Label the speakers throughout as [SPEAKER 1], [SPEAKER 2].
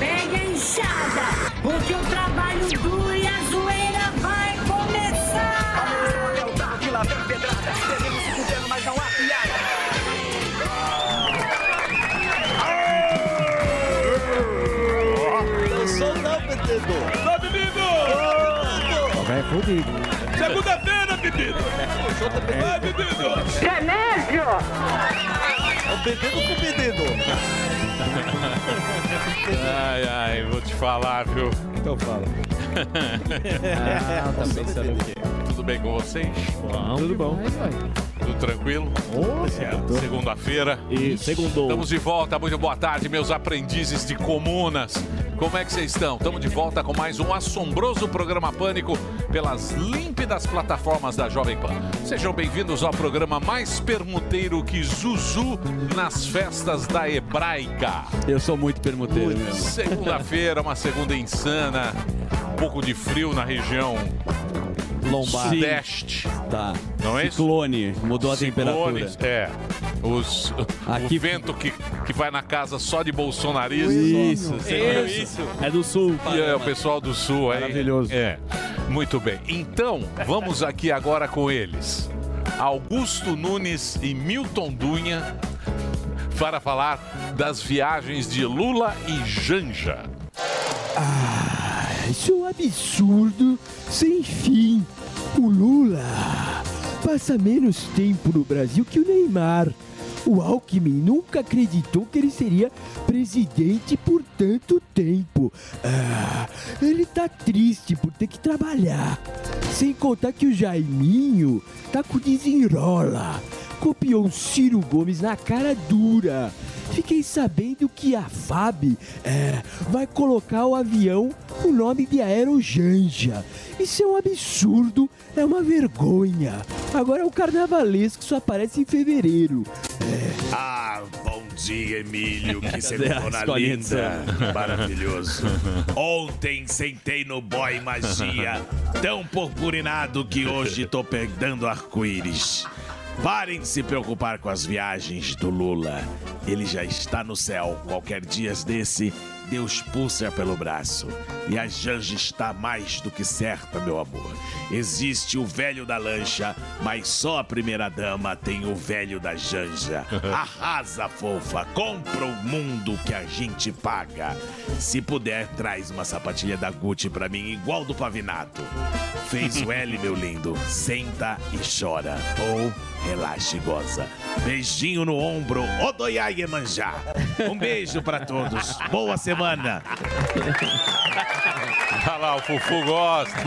[SPEAKER 1] Pega a enxada, porque o trabalho duro e a zoeira vai começar.
[SPEAKER 2] Tá, menino!
[SPEAKER 3] Vai fudido.
[SPEAKER 2] Segunda-feira, menino! Vai, menino! Ai, ai, vou te falar, viu?
[SPEAKER 4] Então fala.
[SPEAKER 3] Ah, tá pensando o quê?
[SPEAKER 2] Tudo bem com vocês?
[SPEAKER 4] Tudo bom.
[SPEAKER 2] Tudo tranquilo?
[SPEAKER 4] Oh,
[SPEAKER 2] É, Segunda-feira.
[SPEAKER 4] E segundo.
[SPEAKER 2] Estamos de volta, muito boa tarde, meus aprendizes de comunas. Como é que vocês estão? Estamos de volta com mais um assombroso programa Pânico pelas límpidas plataformas da Jovem Pan. Sejam bem-vindos ao programa mais permuteiro que Zuzu nas festas da Hebraica.
[SPEAKER 4] Eu sou muito permuteiro mesmo.
[SPEAKER 2] Segunda-feira, uma segunda insana, um pouco de frio na região
[SPEAKER 4] Lombar.
[SPEAKER 2] sudeste,
[SPEAKER 4] Tá.
[SPEAKER 2] não é isso?
[SPEAKER 4] Ciclone. Mudou a temperatura.
[SPEAKER 2] Ciclones, é. Os,
[SPEAKER 4] Aqui-
[SPEAKER 2] O vento que, que vai na casa só de bolsonaristas.
[SPEAKER 4] Isso, isso. É do sul.
[SPEAKER 2] E é, o pessoal do Sul aí.
[SPEAKER 4] Maravilhoso.
[SPEAKER 2] É. Muito bem. Então, vamos aqui agora com eles. Augusto Nunes e Milton Dunha para falar das viagens de Lula e Janja.
[SPEAKER 5] Isso é um absurdo sem fim. O Lula passa menos tempo no Brasil que o Neymar. O Alckmin nunca acreditou que ele seria presidente por tanto tempo. Ah, ele tá triste por ter que trabalhar. Sem contar que o Jaiminho tá com desenrola. Copiou um Ciro Gomes na cara dura. Fiquei sabendo que a FAB é, vai colocar o avião o nome de Aerojanja. Isso é um absurdo, é uma vergonha. Agora é o carnavalesco que só aparece em fevereiro.
[SPEAKER 6] Ah, bom dia, Emílio, que
[SPEAKER 4] a
[SPEAKER 6] semana
[SPEAKER 4] escolinha de
[SPEAKER 6] linda, maravilhoso. Ontem sentei no boy magia, tão purpurinado que hoje tô pegando arco-íris. Parem de se preocupar com as viagens do Lula. Ele já está no céu. Qualquer dia desse, Deus pulsa pelo braço. E a Janja está mais do que certa, meu amor. Existe o velho da lancha, mas só a primeira dama tem o velho da Janja. Arrasa, fofa, compra o mundo que a gente paga. Se puder, traz uma sapatilha da Gucci pra mim, igual do Pavinato. Fez o L, meu lindo. Senta e chora. Ou relaxa e goza. Beijinho no ombro, Odoiá Iemanjá. Um beijo pra todos. Boa semana.
[SPEAKER 2] Olha lá, o Fufu gosta.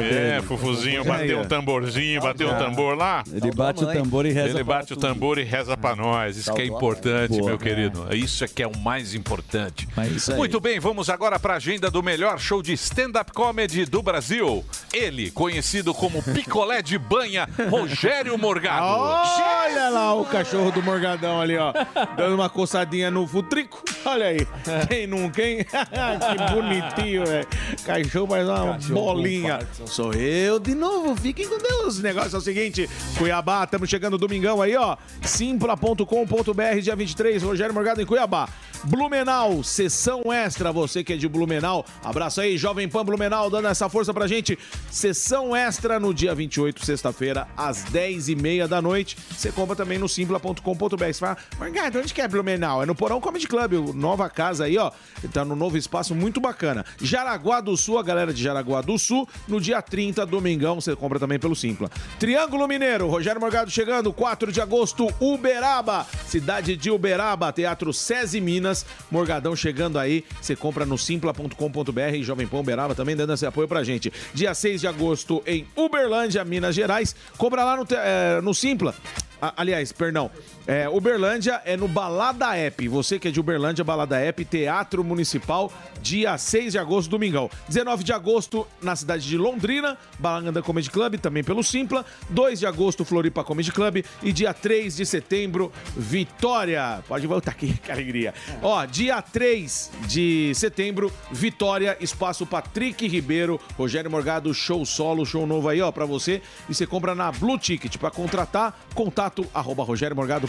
[SPEAKER 2] é, Fufuzinho, bateu um tamborzinho, bateu um tambor lá.
[SPEAKER 4] Ele bate o tambor e reza.
[SPEAKER 2] Ele bate o tambor e reza pra nós. Isso que é importante, meu querido. Isso é que é o mais importante.
[SPEAKER 7] É
[SPEAKER 2] Muito bem, vamos agora pra agenda do melhor show de stand-up comedy do Brasil. Ele, conhecido como Picolé de Banha, Rogério Morgado.
[SPEAKER 7] Olha lá o cachorro do Morgadão ali, ó. Dando uma coçadinha no futrico. Olha aí. Quem nunca, hein? que bonitinho, velho. Cachorro mais uma bolinha. Sou eu de novo. Fiquem com Deus. O negócio é o seguinte. Cuiabá, estamos chegando domingão aí, ó. Simpla.com.br, dia 23. Rogério Morgado em Cuiabá. Blumenau, sessão extra. Você que é de Blumenau, abraço aí, Jovem Pan Blumenau, dando essa força pra gente. Sessão extra no dia 28, sexta-feira, às 10h30 da noite. Você compra também no simpla.com.br. Você fala, Margarida, onde que é Blumenau? É no Porão Comedy Club, o nova casa aí, ó. Tá no novo espaço muito bacana. Jaraguá do Sul, a galera de Jaraguá do Sul, no dia 30, domingão, você compra também pelo Simpla. Triângulo Mineiro, Rogério Morgado chegando, 4 de agosto, Uberaba, cidade de Uberaba, Teatro SESI Minas, Morgadão chegando aí, você compra no simpla.com.br e Jovem Pão Uberaba também dando esse apoio pra gente. Dia 6 de agosto em Uberlândia, Minas Gerais, compra lá no, te- eh, no Simpla. A- Aliás, perdão. É, Uberlândia é no Balada App. Você que é de Uberlândia, Balada App, Teatro Municipal, dia 6 de agosto, domingão. 19 de agosto, na cidade de Londrina, Balanganda Comedy Club, também pelo Simpla. 2 de agosto, Floripa Comedy Club. E dia 3 de setembro, Vitória. Pode voltar aqui, que alegria. Ó, dia 3 de setembro, Vitória, espaço Patrick Ribeiro, Rogério Morgado, show solo, show novo aí, ó, pra você. E você compra na Blue Ticket. Pra contratar, contato contato arroba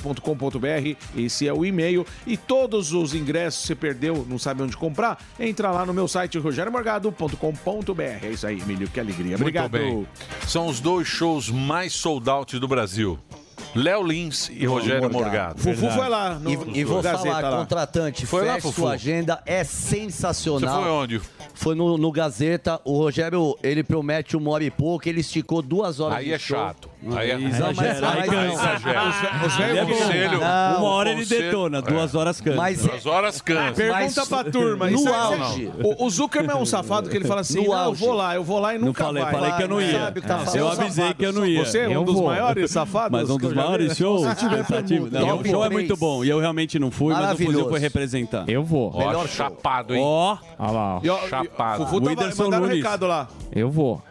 [SPEAKER 7] rogeriomorgado.com.br. Esse é o e-mail. E todos os ingressos, se perdeu, não sabe onde comprar, entra lá no meu site rogeriomorgado.com.br. É isso aí, Emílio, que
[SPEAKER 4] É
[SPEAKER 7] alegria. Obrigado.
[SPEAKER 2] Muito bem. São os dois shows mais sold out do Brasil. Léo Lins e Rogério Morgado.
[SPEAKER 7] Fufu foi lá no,
[SPEAKER 8] E, tá e vou
[SPEAKER 7] no Gazeta
[SPEAKER 8] falar,
[SPEAKER 7] lá.
[SPEAKER 8] contratante,
[SPEAKER 2] Foi lá,
[SPEAKER 8] feche
[SPEAKER 2] Fufu?
[SPEAKER 8] sua agenda, é
[SPEAKER 2] Você
[SPEAKER 8] sensacional.
[SPEAKER 2] foi onde?
[SPEAKER 8] Foi no, no Gazeta, o Rogério, ele promete uma hora e pouco, ele esticou duas horas
[SPEAKER 2] Aí
[SPEAKER 8] de
[SPEAKER 2] é
[SPEAKER 8] show.
[SPEAKER 2] chato. Aí é
[SPEAKER 8] Não, mas-
[SPEAKER 4] Exagera, aí
[SPEAKER 8] mas
[SPEAKER 4] cansa.
[SPEAKER 8] não.
[SPEAKER 7] Os
[SPEAKER 4] Ele é
[SPEAKER 7] velhos
[SPEAKER 4] bom.
[SPEAKER 2] Conselho.
[SPEAKER 8] Não,
[SPEAKER 4] Uma hora ele
[SPEAKER 2] conselho-
[SPEAKER 4] detona,
[SPEAKER 2] É.
[SPEAKER 4] duas horas cansa.
[SPEAKER 8] Mas
[SPEAKER 2] As horas cansa.
[SPEAKER 7] Pergunta
[SPEAKER 8] Mas
[SPEAKER 7] pra turma.
[SPEAKER 8] no
[SPEAKER 7] isso é-
[SPEAKER 8] auge.
[SPEAKER 7] O, o Zuckerman é um safado que ele fala assim:
[SPEAKER 8] No
[SPEAKER 7] "Não, eu
[SPEAKER 8] auge.
[SPEAKER 7] vou lá, eu vou lá e
[SPEAKER 4] Não
[SPEAKER 7] nunca
[SPEAKER 4] falei,
[SPEAKER 7] vai.
[SPEAKER 4] falei que eu não ia.
[SPEAKER 7] Sabe que tá
[SPEAKER 8] É,
[SPEAKER 7] falando.
[SPEAKER 4] eu avisei que eu não ia.
[SPEAKER 7] Você é um
[SPEAKER 4] Eu
[SPEAKER 7] dos
[SPEAKER 4] vou.
[SPEAKER 7] maiores safados?
[SPEAKER 4] Mas um
[SPEAKER 7] que eu
[SPEAKER 4] dos
[SPEAKER 7] já vi.
[SPEAKER 4] maiores shows.
[SPEAKER 8] tiver
[SPEAKER 4] pensativo.
[SPEAKER 8] pra
[SPEAKER 4] Não,
[SPEAKER 8] mudar,
[SPEAKER 4] o show é
[SPEAKER 8] três.
[SPEAKER 4] muito bom. E eu realmente não fui, mas o Fuzil
[SPEAKER 8] Maravilhoso.
[SPEAKER 4] foi representar.
[SPEAKER 9] Eu vou.
[SPEAKER 2] Ó,
[SPEAKER 8] Melhor show.
[SPEAKER 2] chapado, hein?
[SPEAKER 4] Ó,
[SPEAKER 9] Olha lá, ó.
[SPEAKER 7] E, ó, e-
[SPEAKER 2] Chapado.
[SPEAKER 7] Fufu tava,
[SPEAKER 4] Whindersson
[SPEAKER 7] mandaram um
[SPEAKER 4] Nunes.
[SPEAKER 7] recado lá.
[SPEAKER 9] Eu vou.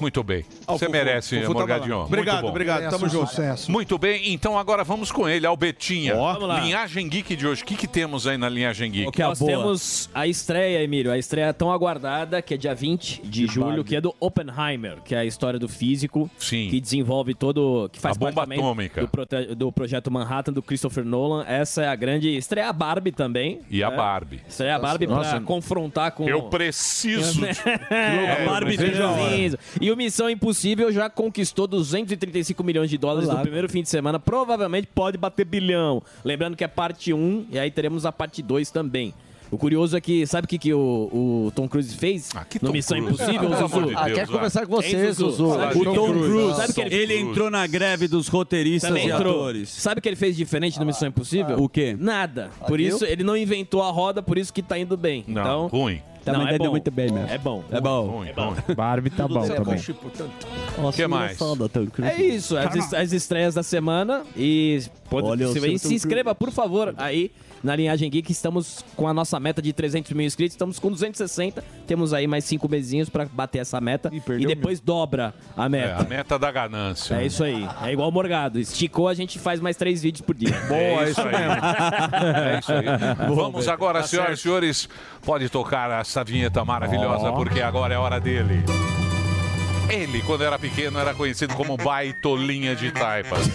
[SPEAKER 2] Muito bem.
[SPEAKER 7] Ó, o
[SPEAKER 2] Você
[SPEAKER 7] Fufu.
[SPEAKER 2] merece,
[SPEAKER 7] Fufu tava lá.
[SPEAKER 2] Morgadinho. Muito
[SPEAKER 7] Obrigado,
[SPEAKER 2] bom.
[SPEAKER 7] obrigado. Tamo junto.
[SPEAKER 2] Muito bem, então agora vamos com ele, Albetinha.
[SPEAKER 4] Ó, vamos lá.
[SPEAKER 2] Linhagem Geek de hoje. O que, que temos aí na Linhagem Geek?
[SPEAKER 4] o que é a
[SPEAKER 9] Nós
[SPEAKER 4] boa.
[SPEAKER 9] temos a estreia, Emílio, a estreia tão aguardada, que é dia 20 de julho, que é do Oppenheimer, que é a história do físico
[SPEAKER 2] Sim.
[SPEAKER 9] que desenvolve todo. que faz
[SPEAKER 2] A bomba
[SPEAKER 9] parte também
[SPEAKER 2] atômica.
[SPEAKER 9] Do, prote- do projeto Manhattan do Christopher Nolan. Essa é a grande. Estreia a Barbie também.
[SPEAKER 2] E a
[SPEAKER 9] né?
[SPEAKER 2] Barbie.
[SPEAKER 9] Estreia a Barbie pra confrontar com.
[SPEAKER 2] Eu preciso. de-
[SPEAKER 9] É, Barbie Cinza. E o Missão Impossível já conquistou 235 milhões de dólares no primeiro fim de semana. Provavelmente pode bater bilhão. Lembrando que é parte 1 e aí teremos a parte 2 também. O curioso é que, sabe o que, que o, o Tom Cruise fez
[SPEAKER 2] Ah, que
[SPEAKER 9] no
[SPEAKER 2] Tom
[SPEAKER 9] Missão
[SPEAKER 2] Cruise.
[SPEAKER 9] Impossível,
[SPEAKER 2] Ah, pelo
[SPEAKER 9] Zuzu?
[SPEAKER 2] amor de Deus,
[SPEAKER 8] Ah, quero
[SPEAKER 2] vai.
[SPEAKER 8] conversar com
[SPEAKER 9] Hein,
[SPEAKER 8] você,
[SPEAKER 9] Zuzu?
[SPEAKER 8] Zuzu.
[SPEAKER 9] Sabe
[SPEAKER 2] O Tom Cruise.
[SPEAKER 9] Sabe o que ele fez?
[SPEAKER 4] Ele entrou na greve dos roteiristas
[SPEAKER 9] Também
[SPEAKER 4] e
[SPEAKER 9] entrou.
[SPEAKER 4] atores.
[SPEAKER 9] Sabe o que ele fez diferente no Missão Impossível?
[SPEAKER 4] O quê?
[SPEAKER 9] Nada. Por
[SPEAKER 8] viu?
[SPEAKER 9] isso, ele não inventou a roda, por isso que tá indo bem.
[SPEAKER 2] Não,
[SPEAKER 9] então,
[SPEAKER 2] ruim.
[SPEAKER 4] Também
[SPEAKER 9] não, é
[SPEAKER 4] deu
[SPEAKER 9] bom.
[SPEAKER 4] muito bem mesmo.
[SPEAKER 9] É bom.
[SPEAKER 4] É bom.
[SPEAKER 2] Ruim, ruim.
[SPEAKER 9] Barbie tá
[SPEAKER 10] é
[SPEAKER 9] bom
[SPEAKER 8] também.
[SPEAKER 4] O
[SPEAKER 2] que mais?
[SPEAKER 9] É isso, as, est- as estreias da semana. E pode,
[SPEAKER 4] Olha, eu
[SPEAKER 9] se,
[SPEAKER 4] sou
[SPEAKER 9] e
[SPEAKER 4] tão
[SPEAKER 9] se inscreva, por favor, aí na Linhagem Geek. Estamos com a nossa meta de 300 mil inscritos, estamos com 260. Temos aí mais cinco mesinhos pra bater essa meta. E, depois dobra a
[SPEAKER 2] É, a
[SPEAKER 9] meta.
[SPEAKER 2] meta da ganância.
[SPEAKER 9] É, isso aí. É igual o Morgado. Esticou, a gente faz mais três vídeos por dia.
[SPEAKER 2] Boa, é isso aí. É isso aí. Vamos agora, senhoras e senhores, pode tocar essa vinheta maravilhosa, porque agora é a hora dele. Ele, quando era pequeno, era conhecido como Baitolinha de Taipas.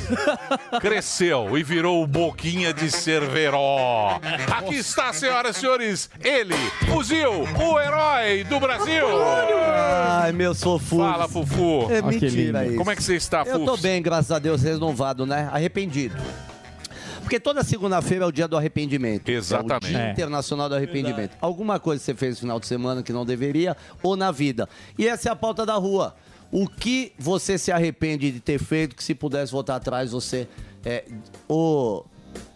[SPEAKER 2] Cresceu e virou o Boquinha de Cerveró. Aqui está, senhoras e senhores, ele, Fuzil, o herói do Brasil.
[SPEAKER 8] Ai, meu sofuso.
[SPEAKER 2] Fala, Fufu.
[SPEAKER 8] É
[SPEAKER 9] que
[SPEAKER 8] mentira
[SPEAKER 9] lindo.
[SPEAKER 8] isso.
[SPEAKER 2] Como é que você está, Fufu?
[SPEAKER 8] Eu tô bem, graças a Deus, renovado, né? Arrependido. Porque toda segunda-feira é o dia do arrependimento.
[SPEAKER 2] Exatamente.
[SPEAKER 8] É o dia
[SPEAKER 2] É.
[SPEAKER 8] internacional do arrependimento. Alguma coisa você fez no final de semana que não deveria, ou na vida. E essa é a pauta da rua. O que você se arrepende de ter feito que se pudesse voltar atrás, você é, o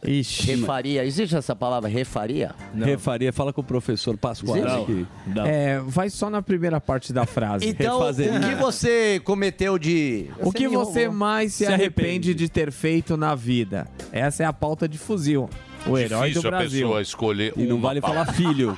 [SPEAKER 9] Ixi.
[SPEAKER 8] refaria? Existe essa palavra refaria?
[SPEAKER 4] Refaria, fala com o professor Pascoal. aqui.
[SPEAKER 9] É, vai só na primeira parte da frase.
[SPEAKER 8] Então, o
[SPEAKER 4] Refazeria.
[SPEAKER 8] que você cometeu de...
[SPEAKER 10] O que
[SPEAKER 8] me
[SPEAKER 10] você
[SPEAKER 8] enrolou.
[SPEAKER 10] mais se,
[SPEAKER 4] Se arrepende.
[SPEAKER 10] arrepende de ter feito na vida? Essa é a pauta de fuzil. O herói
[SPEAKER 2] Difícil
[SPEAKER 10] do
[SPEAKER 2] a
[SPEAKER 10] Brasil.
[SPEAKER 2] pessoa escolher
[SPEAKER 4] E não
[SPEAKER 2] uma
[SPEAKER 4] vale
[SPEAKER 2] palavra,
[SPEAKER 4] falar filho.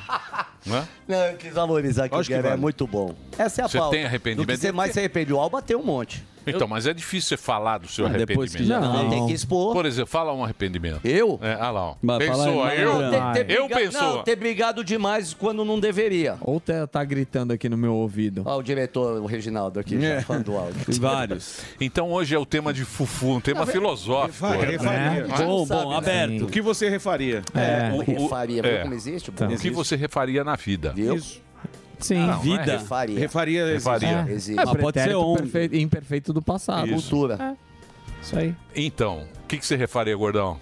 [SPEAKER 2] né?
[SPEAKER 8] Não, eu quis valorizar que
[SPEAKER 7] Lógico
[SPEAKER 8] o
[SPEAKER 7] que
[SPEAKER 8] Guilherme
[SPEAKER 7] vale.
[SPEAKER 8] é muito bom. Essa é a
[SPEAKER 2] Você
[SPEAKER 8] pauta.
[SPEAKER 2] tem arrependimento?
[SPEAKER 8] Do que você mais se arrepende. O Alba tem um monte.
[SPEAKER 2] Então, mas é difícil você falar do seu
[SPEAKER 4] Depois
[SPEAKER 2] arrependimento.
[SPEAKER 4] que já
[SPEAKER 8] Não. Tem
[SPEAKER 4] fez.
[SPEAKER 8] que expor.
[SPEAKER 2] Por exemplo, fala um arrependimento.
[SPEAKER 8] Eu?
[SPEAKER 2] É, ah lá, ó.
[SPEAKER 4] Mas
[SPEAKER 2] Pensou,
[SPEAKER 4] fala aí,
[SPEAKER 2] eu?
[SPEAKER 4] malandro.
[SPEAKER 8] Ter- ter
[SPEAKER 2] Eu
[SPEAKER 8] briga-
[SPEAKER 2] pensou.
[SPEAKER 8] Não, ter brigado demais quando não deveria.
[SPEAKER 10] Ou tá, tá gritando aqui no meu ouvido.
[SPEAKER 8] Ó, o diretor, o Reginaldo aqui, já falando do áudio.
[SPEAKER 4] Tem vários.
[SPEAKER 2] É. Então hoje é o tema de Fufu, um tema filosófico. né?
[SPEAKER 7] Vai, refaria.
[SPEAKER 8] Já
[SPEAKER 4] bom,
[SPEAKER 8] sabe,
[SPEAKER 4] bom,
[SPEAKER 8] né?
[SPEAKER 4] aberto.
[SPEAKER 7] O que você refaria?
[SPEAKER 10] É,
[SPEAKER 2] O- o-
[SPEAKER 8] Refaria,
[SPEAKER 2] é.
[SPEAKER 8] viu como existe? Bruno?
[SPEAKER 2] O que você refaria na vida?
[SPEAKER 8] Viu?
[SPEAKER 10] sim.
[SPEAKER 2] Não,
[SPEAKER 4] Vida.
[SPEAKER 2] não é
[SPEAKER 8] Refaria.
[SPEAKER 7] Refaria.
[SPEAKER 2] Refaria.
[SPEAKER 10] É.
[SPEAKER 8] Existe.
[SPEAKER 10] É,
[SPEAKER 4] pode
[SPEAKER 10] pretérito
[SPEAKER 4] ser um.
[SPEAKER 10] perfe- imperfeito do passado. Isso,
[SPEAKER 8] Cultura.
[SPEAKER 10] aí.
[SPEAKER 2] Então, o que, que você refaria, gordão?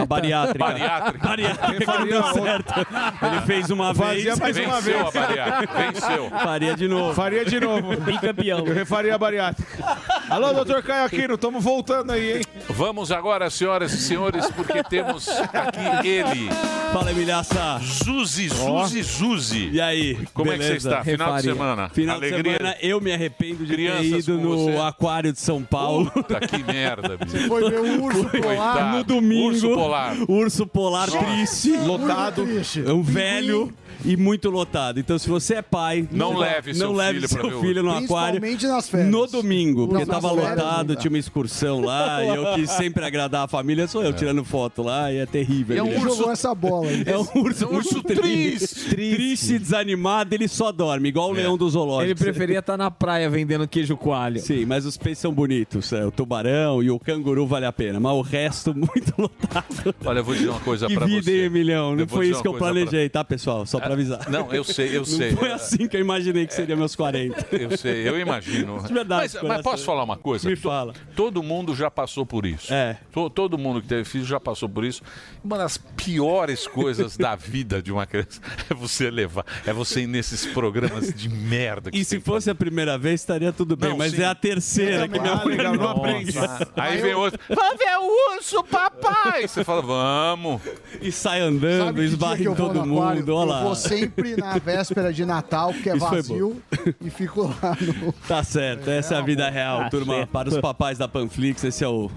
[SPEAKER 4] A bariátrica.
[SPEAKER 2] Bariátrica.
[SPEAKER 4] Bariátrica não deu certo. Ele fez uma
[SPEAKER 7] Fazia
[SPEAKER 4] vez.
[SPEAKER 7] mais uma vez.
[SPEAKER 2] Venceu a bariátrica. Venceu.
[SPEAKER 4] Faria de novo.
[SPEAKER 7] Faria de novo.
[SPEAKER 9] Bicampeão.
[SPEAKER 7] Eu refaria a bariátrica. Alô, doutor Caio Aquino, tamo voltando aí, hein?
[SPEAKER 2] Vamos agora, senhoras e senhores, porque temos aqui ele.
[SPEAKER 4] Fala, Emilhaça.
[SPEAKER 2] Zuzi, Zuzi,
[SPEAKER 4] E
[SPEAKER 2] Zuzi.
[SPEAKER 4] aí?
[SPEAKER 2] Como é que você
[SPEAKER 4] beleza?
[SPEAKER 2] está? Final
[SPEAKER 10] Refaria.
[SPEAKER 2] de semana.
[SPEAKER 4] Final
[SPEAKER 2] Alegria.
[SPEAKER 4] de semana, eu me arrependo de ter
[SPEAKER 2] Crianças
[SPEAKER 4] ido
[SPEAKER 2] com
[SPEAKER 4] no
[SPEAKER 2] você.
[SPEAKER 4] aquário de São Paulo.
[SPEAKER 2] Puta que merda, bicho.
[SPEAKER 11] Foi ver o urso polar.
[SPEAKER 2] Coitado.
[SPEAKER 4] No domingo.
[SPEAKER 2] Urso polar.
[SPEAKER 4] Urso polar triste.
[SPEAKER 11] Lotado.
[SPEAKER 4] é Um velho e muito lotado. Então, se você é pai,
[SPEAKER 2] Não leve seu
[SPEAKER 4] não leve
[SPEAKER 2] filho pra ver
[SPEAKER 4] seu
[SPEAKER 2] o-
[SPEAKER 4] filho no aquário.
[SPEAKER 11] Principalmente nas férias.
[SPEAKER 4] No domingo, porque
[SPEAKER 11] Não, nas
[SPEAKER 4] tava
[SPEAKER 11] férias,
[SPEAKER 4] lotado,
[SPEAKER 11] não.
[SPEAKER 4] tinha uma excursão lá, e eu quis sempre agradar a família, sou eu
[SPEAKER 2] É.
[SPEAKER 4] tirando foto lá, e é terrível.
[SPEAKER 11] Ele
[SPEAKER 4] menino.
[SPEAKER 11] jogou essa bola. aí.
[SPEAKER 4] É um urso, muito triste. triste. desanimado, ele só dorme, igual
[SPEAKER 2] É.
[SPEAKER 4] o leão do zoológico.
[SPEAKER 10] Ele preferia estar na praia vendendo queijo coalho.
[SPEAKER 4] Sim, mas os peixes são bonitos. é, o tubarão e o canguru vale a pena, mas o resto muito lotado.
[SPEAKER 2] Olha, eu vou dizer uma coisa
[SPEAKER 4] que
[SPEAKER 2] pra
[SPEAKER 4] vida,
[SPEAKER 2] você.
[SPEAKER 4] hein, Emilhão? Não
[SPEAKER 2] Eu vou
[SPEAKER 4] foi
[SPEAKER 2] dizer
[SPEAKER 4] isso
[SPEAKER 2] uma
[SPEAKER 4] que eu
[SPEAKER 2] coisa É,
[SPEAKER 4] planejei, tá, pessoal? Só pra avisar.
[SPEAKER 2] Não, eu sei, eu
[SPEAKER 4] Não
[SPEAKER 2] sei.
[SPEAKER 4] foi assim que eu imaginei que seria meus 40.
[SPEAKER 2] Eu sei, eu imagino.
[SPEAKER 4] De verdade,
[SPEAKER 2] mas, mas
[SPEAKER 4] coração.
[SPEAKER 2] posso falar uma coisa?
[SPEAKER 4] Me fala.
[SPEAKER 2] Todo mundo já passou por isso.
[SPEAKER 4] É.
[SPEAKER 2] To- Todo mundo que teve filho já passou por isso. Uma das piores coisas da vida de uma criança é você levar, é você ir nesses programas de merda. Que
[SPEAKER 4] E se fosse a primeira vez, estaria tudo bem,
[SPEAKER 2] Não,
[SPEAKER 4] mas
[SPEAKER 2] sim.
[SPEAKER 4] é a terceira que minha mulher não aprende.
[SPEAKER 2] Aí vem outro. Vamos ver o urso, papai! Você fala, vamos.
[SPEAKER 4] E sai andando,
[SPEAKER 11] Sabe que dia
[SPEAKER 4] esbarra
[SPEAKER 11] que
[SPEAKER 4] em
[SPEAKER 11] eu vou
[SPEAKER 4] todo
[SPEAKER 11] no aquário?
[SPEAKER 4] mundo. Olha lá.
[SPEAKER 11] Eu vou sempre na véspera de Natal, que é
[SPEAKER 4] Isso foi bom.
[SPEAKER 11] vazio, e fico lá no...
[SPEAKER 4] Tá certo, essa é a vida real,
[SPEAKER 9] Tá
[SPEAKER 4] turma.
[SPEAKER 9] certo.
[SPEAKER 4] Para os papais da Panflix, esse é o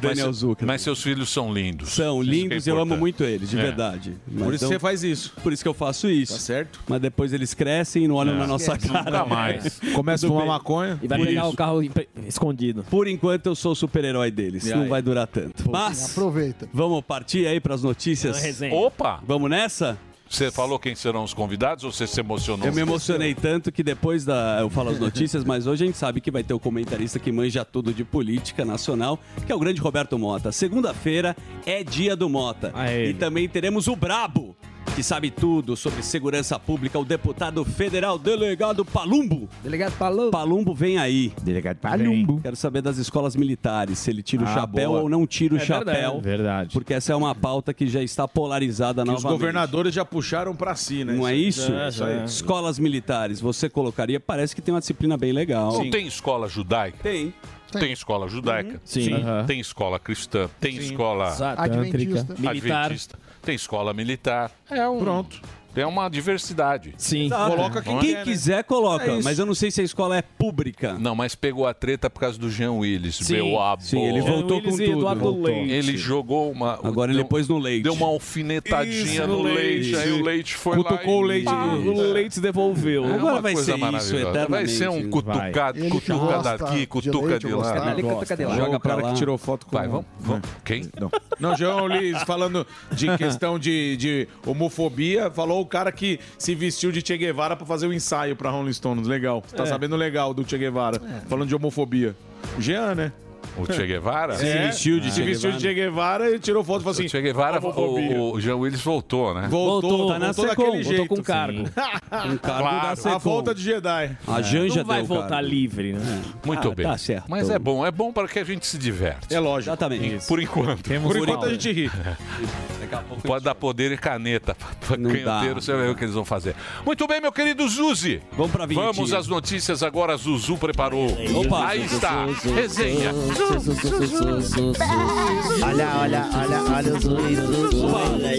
[SPEAKER 4] Daniel
[SPEAKER 2] mas,
[SPEAKER 4] Zucca.
[SPEAKER 2] mas seus filhos são lindos.
[SPEAKER 4] São
[SPEAKER 2] Isso que é
[SPEAKER 4] lindos, eu amo
[SPEAKER 2] importante.
[SPEAKER 4] muito eles, de
[SPEAKER 2] É.
[SPEAKER 4] verdade.
[SPEAKER 7] Por
[SPEAKER 4] Mas
[SPEAKER 7] isso
[SPEAKER 4] então-
[SPEAKER 7] você faz isso.
[SPEAKER 4] por isso que eu faço isso.
[SPEAKER 7] Tá certo?
[SPEAKER 4] Mas depois eles crescem e não olham na nossa cara.
[SPEAKER 2] Nunca mais.
[SPEAKER 7] Começa a fumar maconha.
[SPEAKER 9] E vai
[SPEAKER 4] Por
[SPEAKER 9] pegar
[SPEAKER 4] isso.
[SPEAKER 9] o carro empre- escondido.
[SPEAKER 4] Por enquanto eu sou o super-herói deles, não vai durar tanto. Mas
[SPEAKER 11] Aproveita.
[SPEAKER 4] vamos partir aí pras
[SPEAKER 9] Uma
[SPEAKER 4] notícias.
[SPEAKER 9] resenha.
[SPEAKER 2] Opa!
[SPEAKER 4] Vamos nessa?
[SPEAKER 2] Você falou quem serão os convidados ou você se emocionou?
[SPEAKER 4] Eu me emocionei tanto que depois da eu falo as notícias, mas hoje a gente sabe que vai ter o comentarista que manja tudo de política nacional, que é o grande Roberto Mota. Segunda-feira é dia do Mota.
[SPEAKER 10] Aê.
[SPEAKER 4] E também teremos o Brabo, que sabe tudo sobre segurança pública, o deputado federal delegado Palumbo.
[SPEAKER 10] Delegado falou.
[SPEAKER 4] Palumbo vem aí.
[SPEAKER 10] Delegado Palumbo.
[SPEAKER 4] Quero saber das escolas militares, se ele tira o
[SPEAKER 10] Ah,
[SPEAKER 4] chapéu
[SPEAKER 10] boa.
[SPEAKER 4] ou não tira o
[SPEAKER 10] É
[SPEAKER 4] chapéu.
[SPEAKER 10] verdade. Verdade.
[SPEAKER 4] Porque essa é uma pauta que já está polarizada
[SPEAKER 7] E
[SPEAKER 4] novamente.
[SPEAKER 7] os governadores já puxaram pra si, né?
[SPEAKER 4] Não é isso?
[SPEAKER 7] É, isso aí.
[SPEAKER 4] Escolas militares, você colocaria, parece que tem uma disciplina bem legal.
[SPEAKER 2] Não tem escola judaica?
[SPEAKER 4] Tem. Uhum.
[SPEAKER 2] Tem, escola judaica.
[SPEAKER 9] Sim.
[SPEAKER 10] Aham.
[SPEAKER 2] Tem escola cristã. Tem escola
[SPEAKER 11] Adventista.
[SPEAKER 9] Militar.
[SPEAKER 2] adventista. Tem escola militar. É um... Pronto. Tem uma diversidade.
[SPEAKER 9] Sim.
[SPEAKER 7] Coloca quem
[SPEAKER 4] Quem,
[SPEAKER 7] quer, né?
[SPEAKER 4] quiser, coloca.
[SPEAKER 7] É isso.
[SPEAKER 4] mas eu não sei se a escola é pública.
[SPEAKER 2] Não, mas pegou a treta por causa do Jean Willis,
[SPEAKER 9] Sim.
[SPEAKER 2] meu avô.
[SPEAKER 4] Sim, ele
[SPEAKER 9] Jean
[SPEAKER 4] voltou
[SPEAKER 9] Willis
[SPEAKER 4] com
[SPEAKER 9] e
[SPEAKER 4] tudo.
[SPEAKER 9] Eduardo
[SPEAKER 4] voltou.
[SPEAKER 9] Leite.
[SPEAKER 2] Ele jogou uma.
[SPEAKER 4] Agora ele
[SPEAKER 2] deu-
[SPEAKER 4] pôs no leite.
[SPEAKER 2] Deu uma alfinetadinha
[SPEAKER 7] Isso,
[SPEAKER 2] no
[SPEAKER 7] no
[SPEAKER 2] leite,
[SPEAKER 7] leite.
[SPEAKER 2] aí o leite foi lá.
[SPEAKER 7] Cutucou
[SPEAKER 2] e-
[SPEAKER 7] o leite
[SPEAKER 2] Pá,
[SPEAKER 7] dele.
[SPEAKER 9] O leite devolveu.
[SPEAKER 2] É
[SPEAKER 4] Agora
[SPEAKER 2] uma
[SPEAKER 4] vai
[SPEAKER 2] coisa
[SPEAKER 4] ser isso
[SPEAKER 2] maravilhosa. Vai
[SPEAKER 4] eternamente,
[SPEAKER 2] ser um
[SPEAKER 4] vai.
[SPEAKER 2] cutucado,
[SPEAKER 11] Ele que
[SPEAKER 2] cutuca
[SPEAKER 11] gosta
[SPEAKER 2] daqui,
[SPEAKER 11] de
[SPEAKER 2] cutuca
[SPEAKER 11] leite,
[SPEAKER 2] de
[SPEAKER 11] eu
[SPEAKER 2] lá.
[SPEAKER 11] gostava.
[SPEAKER 10] Dali que eu tô cadê lá?
[SPEAKER 4] Joga
[SPEAKER 7] o cara
[SPEAKER 4] pra lá.
[SPEAKER 7] que tirou foto com
[SPEAKER 2] Vai, vamos, vamos. Quem?
[SPEAKER 7] Não. Não, João Luiz, falando de questão de, de homofobia, falou o cara que se vestiu de Che Guevara pra fazer o ensaio pra Rolling Stones. Legal. Tá sabendo legal do Che Guevara. Falando de homofobia. Jean, né?
[SPEAKER 2] O Che Guevara? Ah.
[SPEAKER 7] É,
[SPEAKER 4] vestiu de
[SPEAKER 7] se
[SPEAKER 4] Che
[SPEAKER 7] vestiu de Che Guevara e tirou foto e falou assim.
[SPEAKER 2] o Che Guevara,
[SPEAKER 7] homofobia.
[SPEAKER 2] o, o Jean Willis voltou, né?
[SPEAKER 7] Voltou, voltou,
[SPEAKER 9] tá na Secom,
[SPEAKER 7] daquele
[SPEAKER 9] voltou
[SPEAKER 7] jeito.
[SPEAKER 9] com cargo. É.
[SPEAKER 4] Um cargo da
[SPEAKER 2] Claro.
[SPEAKER 4] Secom.
[SPEAKER 7] A volta de Jedi.
[SPEAKER 4] A Janja
[SPEAKER 9] Não vai
[SPEAKER 4] deu,
[SPEAKER 9] voltar
[SPEAKER 4] cara.
[SPEAKER 9] livre, né?
[SPEAKER 2] Muito
[SPEAKER 4] Ah,
[SPEAKER 2] bem.
[SPEAKER 4] tá certo.
[SPEAKER 2] Mas é bom, é bom para que a gente se diverte.
[SPEAKER 7] É lógico.
[SPEAKER 4] Exatamente. Isso.
[SPEAKER 2] Por enquanto.
[SPEAKER 10] Temos
[SPEAKER 7] Por
[SPEAKER 9] um
[SPEAKER 7] enquanto a gente ri.
[SPEAKER 2] Pode dar poder e caneta para
[SPEAKER 4] Não
[SPEAKER 2] canhoteiro,
[SPEAKER 4] dá.
[SPEAKER 2] você vai ver é o que eles vão fazer. Muito bem, meu querido Zuzi.
[SPEAKER 4] Vamos pra vinhetinha.
[SPEAKER 2] Vamos às notícias agora, Zuzu preparou.
[SPEAKER 4] Opa.
[SPEAKER 2] Aí está, resenha.
[SPEAKER 8] Olha, olha, olha, olha o zui, zu, zu. Olha o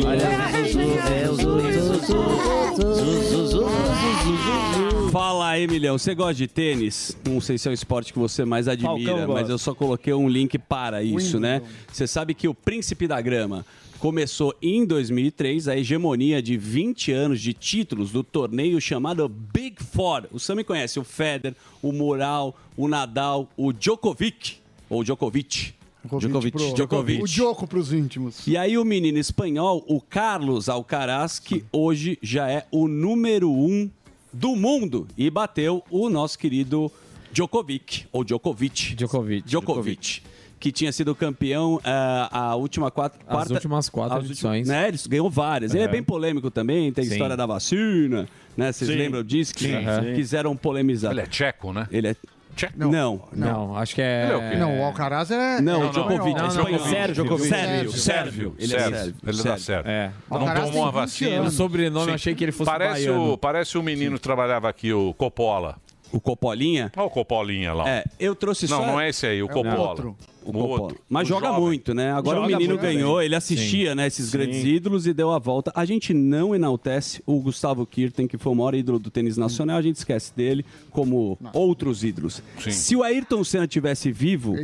[SPEAKER 8] zuzu, é o zui, zu, zu. Zu, zu, zu, zu, zu, zu.
[SPEAKER 4] Fala aí, Milhão. Você gosta de tênis? Não sei se é o esporte que você mais admira,
[SPEAKER 9] Falcão gosta.
[SPEAKER 4] mas eu só coloquei um link para isso, né? Você sabe que o Príncipe da Grama começou em 2003 a hegemonia de 20 anos de títulos do torneio chamado Big Four. O Sami conhece o Federer, o Moral, o Nadal, o Djokovic, ou Djokovic.
[SPEAKER 11] Djokovic. pro-
[SPEAKER 4] Djokovic.
[SPEAKER 11] O Djoko pros íntimos.
[SPEAKER 4] E aí o menino espanhol, o Carlos Alcaraz, que hoje já é o número um do mundo e bateu o nosso querido Djokovic, ou Djokovic.
[SPEAKER 10] Djokovic.
[SPEAKER 4] Djokovic. Que tinha sido campeão ah, a última quatro,
[SPEAKER 10] As últimas quatro
[SPEAKER 4] as últimas-
[SPEAKER 10] edições.
[SPEAKER 4] Né, ele ganhou várias. Ele é bem polêmico também, tem a
[SPEAKER 10] Sim.
[SPEAKER 4] história da vacina, né? Vocês lembram disso? Que quiseram polemizar.
[SPEAKER 2] Ele é tcheco, né?
[SPEAKER 4] Ele é-
[SPEAKER 2] Tcheco.
[SPEAKER 4] Não.
[SPEAKER 10] Não, acho que
[SPEAKER 2] Ele é
[SPEAKER 10] é.
[SPEAKER 2] o quê?
[SPEAKER 11] Não, o Alcaraz é...
[SPEAKER 4] Não,
[SPEAKER 11] é
[SPEAKER 4] o Djokovic.
[SPEAKER 11] espanhol.
[SPEAKER 4] é
[SPEAKER 10] não, não,
[SPEAKER 4] espanhol.
[SPEAKER 10] não. Sérvio Djokovic.
[SPEAKER 4] Sérvio.
[SPEAKER 2] Sérvio.
[SPEAKER 11] Tá
[SPEAKER 4] Ele é sérvio.
[SPEAKER 2] Ele dá
[SPEAKER 4] Sérvio.
[SPEAKER 2] certo.
[SPEAKER 10] É.
[SPEAKER 2] Não
[SPEAKER 11] Alcaraz
[SPEAKER 2] tomou
[SPEAKER 11] tem
[SPEAKER 2] a
[SPEAKER 11] 20
[SPEAKER 2] vacina.
[SPEAKER 10] O
[SPEAKER 11] anos.
[SPEAKER 10] sobrenome eu
[SPEAKER 2] Sim.
[SPEAKER 10] achei que ele fosse
[SPEAKER 2] Parece
[SPEAKER 10] baiano.
[SPEAKER 2] o, parece o menino que trabalhava aqui, o Coppola.
[SPEAKER 4] O Copolinha.
[SPEAKER 2] Olha o Coppolinha lá. ó.
[SPEAKER 4] É, eu trouxe
[SPEAKER 2] Não,
[SPEAKER 4] só
[SPEAKER 2] não é esse aí, o Coppola.
[SPEAKER 11] outro.
[SPEAKER 4] o O Coppola. Mas joga muito, né? Agora o menino ganhou, ele assistia, né, esses grandes ídolos e deu a volta. A gente não enaltece o Gustavo Kirten, que foi o maior ídolo do tênis nacional, a gente esquece dele, como outros ídolos. Se o Ayrton Senna tivesse vivo,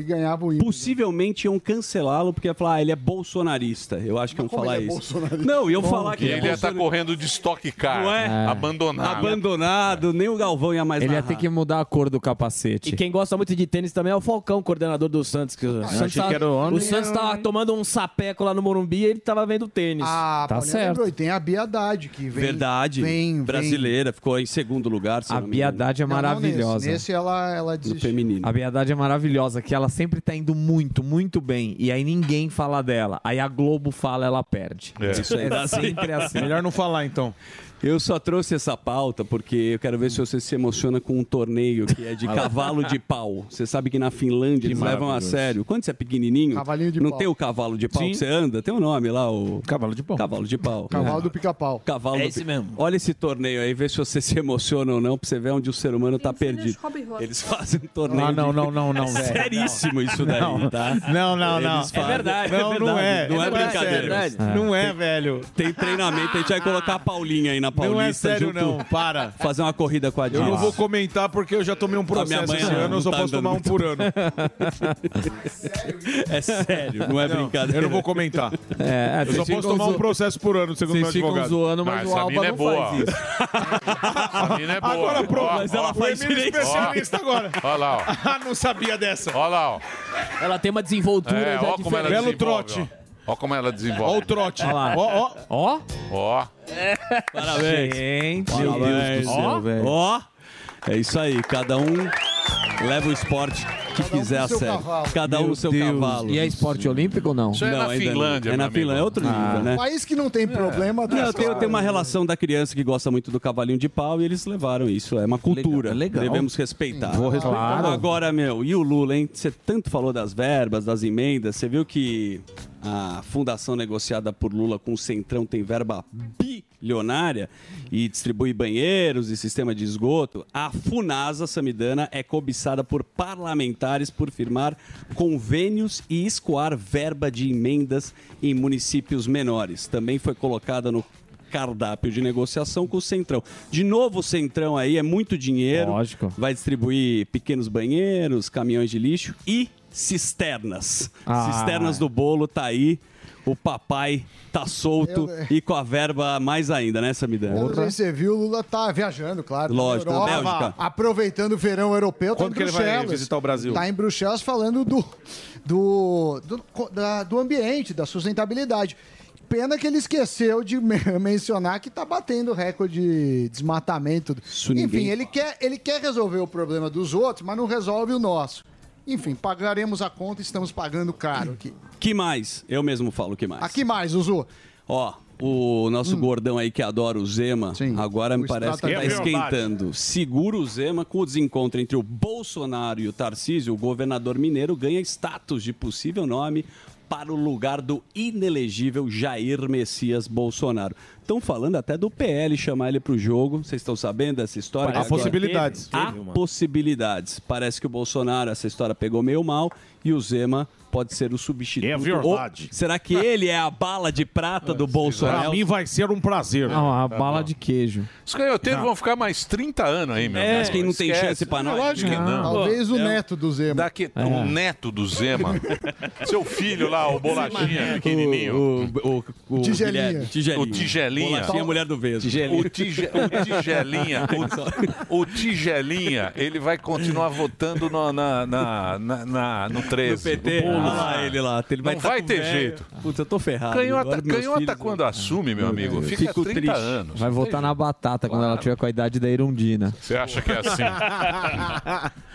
[SPEAKER 4] possivelmente iam cancelá-lo, porque ia falar, ah, ele é bolsonarista. Eu acho que iam
[SPEAKER 2] como
[SPEAKER 4] falar
[SPEAKER 2] ele é
[SPEAKER 4] isso.
[SPEAKER 2] bolsonarista?
[SPEAKER 4] não, iam
[SPEAKER 2] Bom,
[SPEAKER 4] falar que é
[SPEAKER 2] ele ia tá estar
[SPEAKER 4] bolsonarista.
[SPEAKER 2] correndo de estoque car,
[SPEAKER 4] Não é?
[SPEAKER 2] abandonado.
[SPEAKER 4] Abandonado, nem o Galvão ia mais
[SPEAKER 10] Ele ia
[SPEAKER 4] narrar.
[SPEAKER 10] ter que mudar a cor do capacete.
[SPEAKER 9] E quem gosta muito de tênis também é o Falcão, coordenador do Santos. Que o, Santos
[SPEAKER 10] achei
[SPEAKER 9] tava,
[SPEAKER 10] que era o homem.
[SPEAKER 9] o Santos tava tomando um sapeco lá no Morumbi e ele
[SPEAKER 4] Tá
[SPEAKER 9] tava vendo tênis.
[SPEAKER 11] Ah, Paulinho lembrou, e tem a Bia Haddad, que vem.
[SPEAKER 4] Verdade.
[SPEAKER 11] Vem, vem.
[SPEAKER 4] Brasileira, ficou em segundo lugar.
[SPEAKER 10] A Bia Haddad é
[SPEAKER 11] Não, não
[SPEAKER 10] maravilhosa.
[SPEAKER 11] Nesse, nesse ela, ela desistiu.
[SPEAKER 4] feminino.
[SPEAKER 10] A Bia Haddad é maravilhosa, que ela sempre tá indo muito, muito bem. E aí ninguém fala dela. Aí a Globo fala, ela perde. É sempre assim.
[SPEAKER 4] Tá Melhor
[SPEAKER 7] não falar, então.
[SPEAKER 4] Eu só trouxe essa pauta porque eu quero ver se você se emociona com um torneio que é de cavalo de pau. Você sabe que na Finlândia
[SPEAKER 10] Que
[SPEAKER 4] eles levam a
[SPEAKER 10] maravilhoso.
[SPEAKER 4] sério. Quando você é pequenininho,
[SPEAKER 11] de
[SPEAKER 4] não
[SPEAKER 11] pau.
[SPEAKER 4] tem o cavalo de pau
[SPEAKER 11] Sim.
[SPEAKER 4] que você anda, tem o nome lá, o...
[SPEAKER 10] Cavalo de pau.
[SPEAKER 4] Cavalo de pau. É.
[SPEAKER 11] Cavalo do pica-pau.
[SPEAKER 7] É
[SPEAKER 4] Cavalo do pi- Olha É esse torneio aí, vê se você se emociona ou não, pra você ver onde o ser humano tá perdido. Eles fazem um torneio.
[SPEAKER 7] Ah, não,
[SPEAKER 4] de-
[SPEAKER 7] não, não, não,
[SPEAKER 4] É
[SPEAKER 7] velho.
[SPEAKER 4] Seríssimo isso daí,
[SPEAKER 7] Não.
[SPEAKER 4] tá?
[SPEAKER 7] Não, não, não.
[SPEAKER 4] Eles fazem.
[SPEAKER 7] É verdade, é
[SPEAKER 4] Não, não é.
[SPEAKER 7] verdade.
[SPEAKER 4] Não é
[SPEAKER 7] Não é
[SPEAKER 4] brincadeira.
[SPEAKER 7] sério. É. Não é, velho.
[SPEAKER 4] Tem treinamento, a gente vai colocar a Paulinha aí na Paulista.
[SPEAKER 7] sério,
[SPEAKER 4] junto-
[SPEAKER 7] não, para.
[SPEAKER 4] Fazer uma corrida com a
[SPEAKER 7] Eu
[SPEAKER 4] Dilma.
[SPEAKER 7] não vou comentar porque eu já tomei um processo
[SPEAKER 4] minha mãe
[SPEAKER 7] esse
[SPEAKER 4] não-
[SPEAKER 7] ano,
[SPEAKER 4] não
[SPEAKER 7] eu só
[SPEAKER 4] tá
[SPEAKER 7] posso
[SPEAKER 4] andando
[SPEAKER 7] tomar um
[SPEAKER 4] muito
[SPEAKER 7] por
[SPEAKER 4] bem.
[SPEAKER 7] ano.
[SPEAKER 4] sério, não é brincadeira.
[SPEAKER 7] Eu não vou comentar.
[SPEAKER 10] É,
[SPEAKER 7] eu só
[SPEAKER 10] vocês
[SPEAKER 7] posso
[SPEAKER 10] ficam
[SPEAKER 7] tomar um
[SPEAKER 10] zo-
[SPEAKER 7] processo por ano, segundo meu
[SPEAKER 10] vocês ficam
[SPEAKER 7] advogado.
[SPEAKER 10] zoando, mas Não, o essa Alba mina é não boa. faz isso.
[SPEAKER 2] Essa mina é boa.
[SPEAKER 7] Agora pronto.
[SPEAKER 2] Ó, ó,
[SPEAKER 7] o Emílio especialista agora.
[SPEAKER 2] Olha lá, ó.
[SPEAKER 7] Ah, não sabia dessa.
[SPEAKER 2] Olha lá, ó.
[SPEAKER 9] Ela tem uma desenvoltura
[SPEAKER 2] É,
[SPEAKER 9] já
[SPEAKER 2] ó como ela
[SPEAKER 9] diferente.
[SPEAKER 2] desenvolve, Ó. Ó como ela desenvolve.
[SPEAKER 9] Ó o trote.
[SPEAKER 2] Ó
[SPEAKER 9] Ó lá.
[SPEAKER 2] Ó,
[SPEAKER 10] ó.
[SPEAKER 2] Ó.
[SPEAKER 4] Parabéns.
[SPEAKER 10] Gente,
[SPEAKER 4] Meu Deus do céu,
[SPEAKER 10] Ó.
[SPEAKER 4] velho. Ó. É isso aí, cada um leva o esporte que
[SPEAKER 11] um
[SPEAKER 4] quiser a
[SPEAKER 10] seu
[SPEAKER 4] sério.
[SPEAKER 10] cavalo.
[SPEAKER 4] Cada um
[SPEAKER 10] Meu
[SPEAKER 4] no seu
[SPEAKER 10] Deus.
[SPEAKER 4] cavalo.
[SPEAKER 10] E é esporte olímpico ou não? Ah.
[SPEAKER 4] Isso é Não, na ainda não. Finlândia, É na meu amigo. Finlândia, é outro nível, né?
[SPEAKER 11] País que não tem problema.
[SPEAKER 4] Não, tem, tem uma relação da criança que gosta muito do cavalinho de pau e eles levaram isso. É uma cultura.
[SPEAKER 10] legal.
[SPEAKER 4] Devemos respeitar. Então,
[SPEAKER 10] Vou respeitar. Claro.
[SPEAKER 4] Agora, meu, e o Lula, hein? Você tanto falou das verbas, das emendas. Você viu que a fundação negociada por Lula com o Centrão tem verba bilionária e distribui banheiros e sistema de esgoto. A Funasa Samidana é cobiçada por parlamentares por firmar convênios e escoar verba de emendas em municípios menores. Também foi colocada no cardápio de negociação com o Centrão. De novo, o Centrão aí é muito dinheiro. Lógico. Vai distribuir pequenos banheiros, caminhões de lixo e cisternas.
[SPEAKER 10] Ah.
[SPEAKER 4] Cisternas do bolo tá aí. O papai tá solto e com a verba mais ainda, né, Samidana?
[SPEAKER 11] né? Não sei se Você viu, o Lula tá viajando, claro. na
[SPEAKER 4] Lógico, tá na Bélgica.
[SPEAKER 11] Aproveitando o verão europeu,
[SPEAKER 4] Quando
[SPEAKER 11] tá em
[SPEAKER 4] que ele vai
[SPEAKER 11] Bruxelas.
[SPEAKER 4] visitar o Brasil?
[SPEAKER 11] Tá em Bruxelas falando do, do, do, co- da- do ambiente, da sustentabilidade. Pena que ele esqueceu de men- mencionar que tá batendo recorde de desmatamento. Enfim,
[SPEAKER 4] ninguém
[SPEAKER 11] ele quer, ele quer resolver o problema dos outros, mas não resolve o nosso. Enfim, pagaremos a conta e estamos pagando caro aqui.
[SPEAKER 4] Que mais? Eu mesmo falo que mais.
[SPEAKER 11] Aqui mais, Zuzu. Hum.
[SPEAKER 4] Ó, o nosso gordão aí que adora o Zema, agora me
[SPEAKER 11] O
[SPEAKER 4] parece que tá
[SPEAKER 11] estratagema. É verdade.
[SPEAKER 4] esquentando. Segura o Zema com o desencontro entre o Bolsonaro e o Tarcísio, o governador mineiro ganha status de possível nome para o lugar do inelegível Jair Messias Bolsonaro. Estão falando até do PL chamar ele para o jogo. Vocês estão sabendo dessa história?
[SPEAKER 7] Parece Há que possibilidades.
[SPEAKER 4] Há
[SPEAKER 7] teve uma.
[SPEAKER 4] possibilidades. Parece que o Bolsonaro, essa história pegou meio mal e o Zema pode ser o substituto.
[SPEAKER 7] É
[SPEAKER 4] Ou
[SPEAKER 7] verdade.
[SPEAKER 4] será que ele é a bala de prata do Bolsonaro?
[SPEAKER 7] Pra mim vai ser um prazer. É,
[SPEAKER 10] Não, a bala de queijo.
[SPEAKER 2] Os canhoteiros vão ficar mais 30 anos aí, meu.
[SPEAKER 4] Ah. É,
[SPEAKER 2] amigo.
[SPEAKER 4] quem não tem
[SPEAKER 2] Esquece.
[SPEAKER 4] chance pra nós. É um-
[SPEAKER 2] Lógico que não.
[SPEAKER 11] Talvez o neto do Zema.
[SPEAKER 2] Daqui, O neto do Zema. Seu filho lá, o Bolachinha, pequenininho.
[SPEAKER 4] O, o, o,
[SPEAKER 2] Tigelinha.
[SPEAKER 4] Guilherme, tigelinha.
[SPEAKER 2] O Tigelinha.
[SPEAKER 4] Bolachinha, é mulher do Vesgo. Tigelinha.
[SPEAKER 2] O, tige, o Tigelinha, o, o Tigelinha, ele vai continuar votando no, na, na, na- na- no 13.
[SPEAKER 4] No PT,
[SPEAKER 2] O Boulos.
[SPEAKER 4] olha lá ele lá. Ele
[SPEAKER 2] não
[SPEAKER 4] tá
[SPEAKER 2] vai
[SPEAKER 4] com
[SPEAKER 2] ter
[SPEAKER 4] velho.
[SPEAKER 2] jeito.
[SPEAKER 4] Puta, eu tô ferrado.
[SPEAKER 2] Canhota,
[SPEAKER 4] Agora meus
[SPEAKER 2] canhota
[SPEAKER 4] filhos-
[SPEAKER 2] quando assume, meu amigo, fica
[SPEAKER 4] É, Fico
[SPEAKER 2] 30
[SPEAKER 4] triste.
[SPEAKER 2] anos.
[SPEAKER 10] Vai voltar na batata quando ela tiver com a idade da Irundina.
[SPEAKER 2] Você acha que é assim?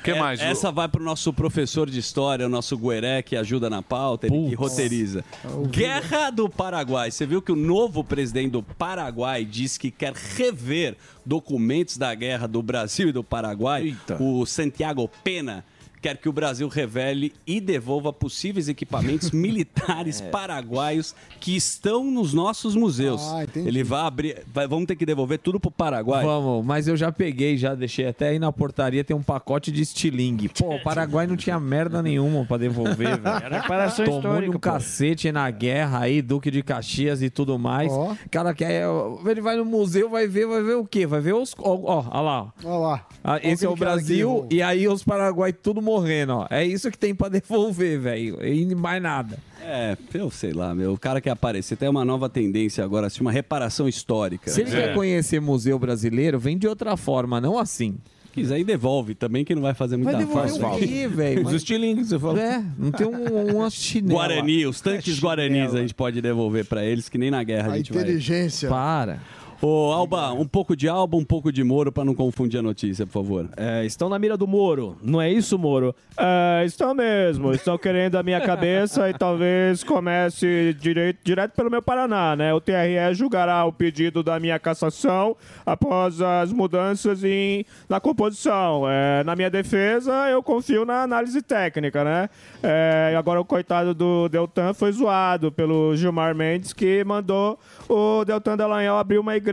[SPEAKER 2] que
[SPEAKER 4] É,
[SPEAKER 2] mais, Lu?
[SPEAKER 4] Essa vai pro nosso professor de história, o nosso Gueré, que ajuda na pauta, ele que roteiriza. Guerra do Paraguai. Você viu que o novo presidente do Paraguai diz que quer rever documentos da guerra do Brasil e do Paraguai, o Santiago Pena. quer que o Brasil revele e devolva possíveis equipamentos
[SPEAKER 2] É.
[SPEAKER 4] militares paraguaios que estão nos nossos museus.
[SPEAKER 10] Ah,
[SPEAKER 4] Ele vai abrir, vai- vamos ter que devolver tudo pro Paraguai.
[SPEAKER 10] Vamos, mas eu já peguei, já deixei até aí na portaria, tem um pacote de estilingue. Pô, o Paraguai não tinha merda nenhuma pra devolver, velho.
[SPEAKER 12] Era reparação
[SPEAKER 10] Tomou-lhe
[SPEAKER 12] histórica,
[SPEAKER 10] um
[SPEAKER 12] pô.
[SPEAKER 10] cacete na guerra aí, Duque de Caxias e tudo mais. Cara, que aí, ó, ele vai no museu, vai ver, vai ver o quê? Vai ver os... Ó, ó, ó lá. ó.
[SPEAKER 11] Olha lá.
[SPEAKER 10] Ah, esse é o
[SPEAKER 11] aquele cara
[SPEAKER 10] Brasil
[SPEAKER 11] que
[SPEAKER 10] e aí os Paraguai tudo morrendo, ó. É isso que tem pra devolver, velho. E mais nada.
[SPEAKER 4] É, eu sei lá, meu. O cara quer aparecer. Tem uma nova tendência agora, assim, uma reparação histórica.
[SPEAKER 10] Se ele quer conhecer museu brasileiro, vem de outra forma, não assim.
[SPEAKER 4] Quiser e devolve também, que não vai fazer muita
[SPEAKER 10] Vai devolver um
[SPEAKER 4] faz
[SPEAKER 10] o
[SPEAKER 4] falta.
[SPEAKER 10] quê, velho? Os
[SPEAKER 4] estilingues, você falou.
[SPEAKER 10] É, não tem um, uma chinela.
[SPEAKER 4] Guarani, os tanques guaranis a gente pode devolver pra eles, que nem na guerra a,
[SPEAKER 10] A
[SPEAKER 4] gente
[SPEAKER 10] inteligência.
[SPEAKER 4] vai.
[SPEAKER 10] Para.
[SPEAKER 4] Ô, Alba, um pouco de Alba, um pouco de Moro, pra não confundir a notícia, por favor.
[SPEAKER 12] É, estão na mira do Moro, não é isso, Moro? É, estão mesmo, estão querendo a minha cabeça e talvez comece direito, direto pelo meu Paraná, né? O TRE julgará o pedido da minha cassação após as mudanças em, na composição. É, na minha defesa, eu confio na análise técnica, né? É, e agora o coitado do Deltan foi zoado pelo Gilmar Mendes, que mandou o Deltan Dallagnol abrir uma igreja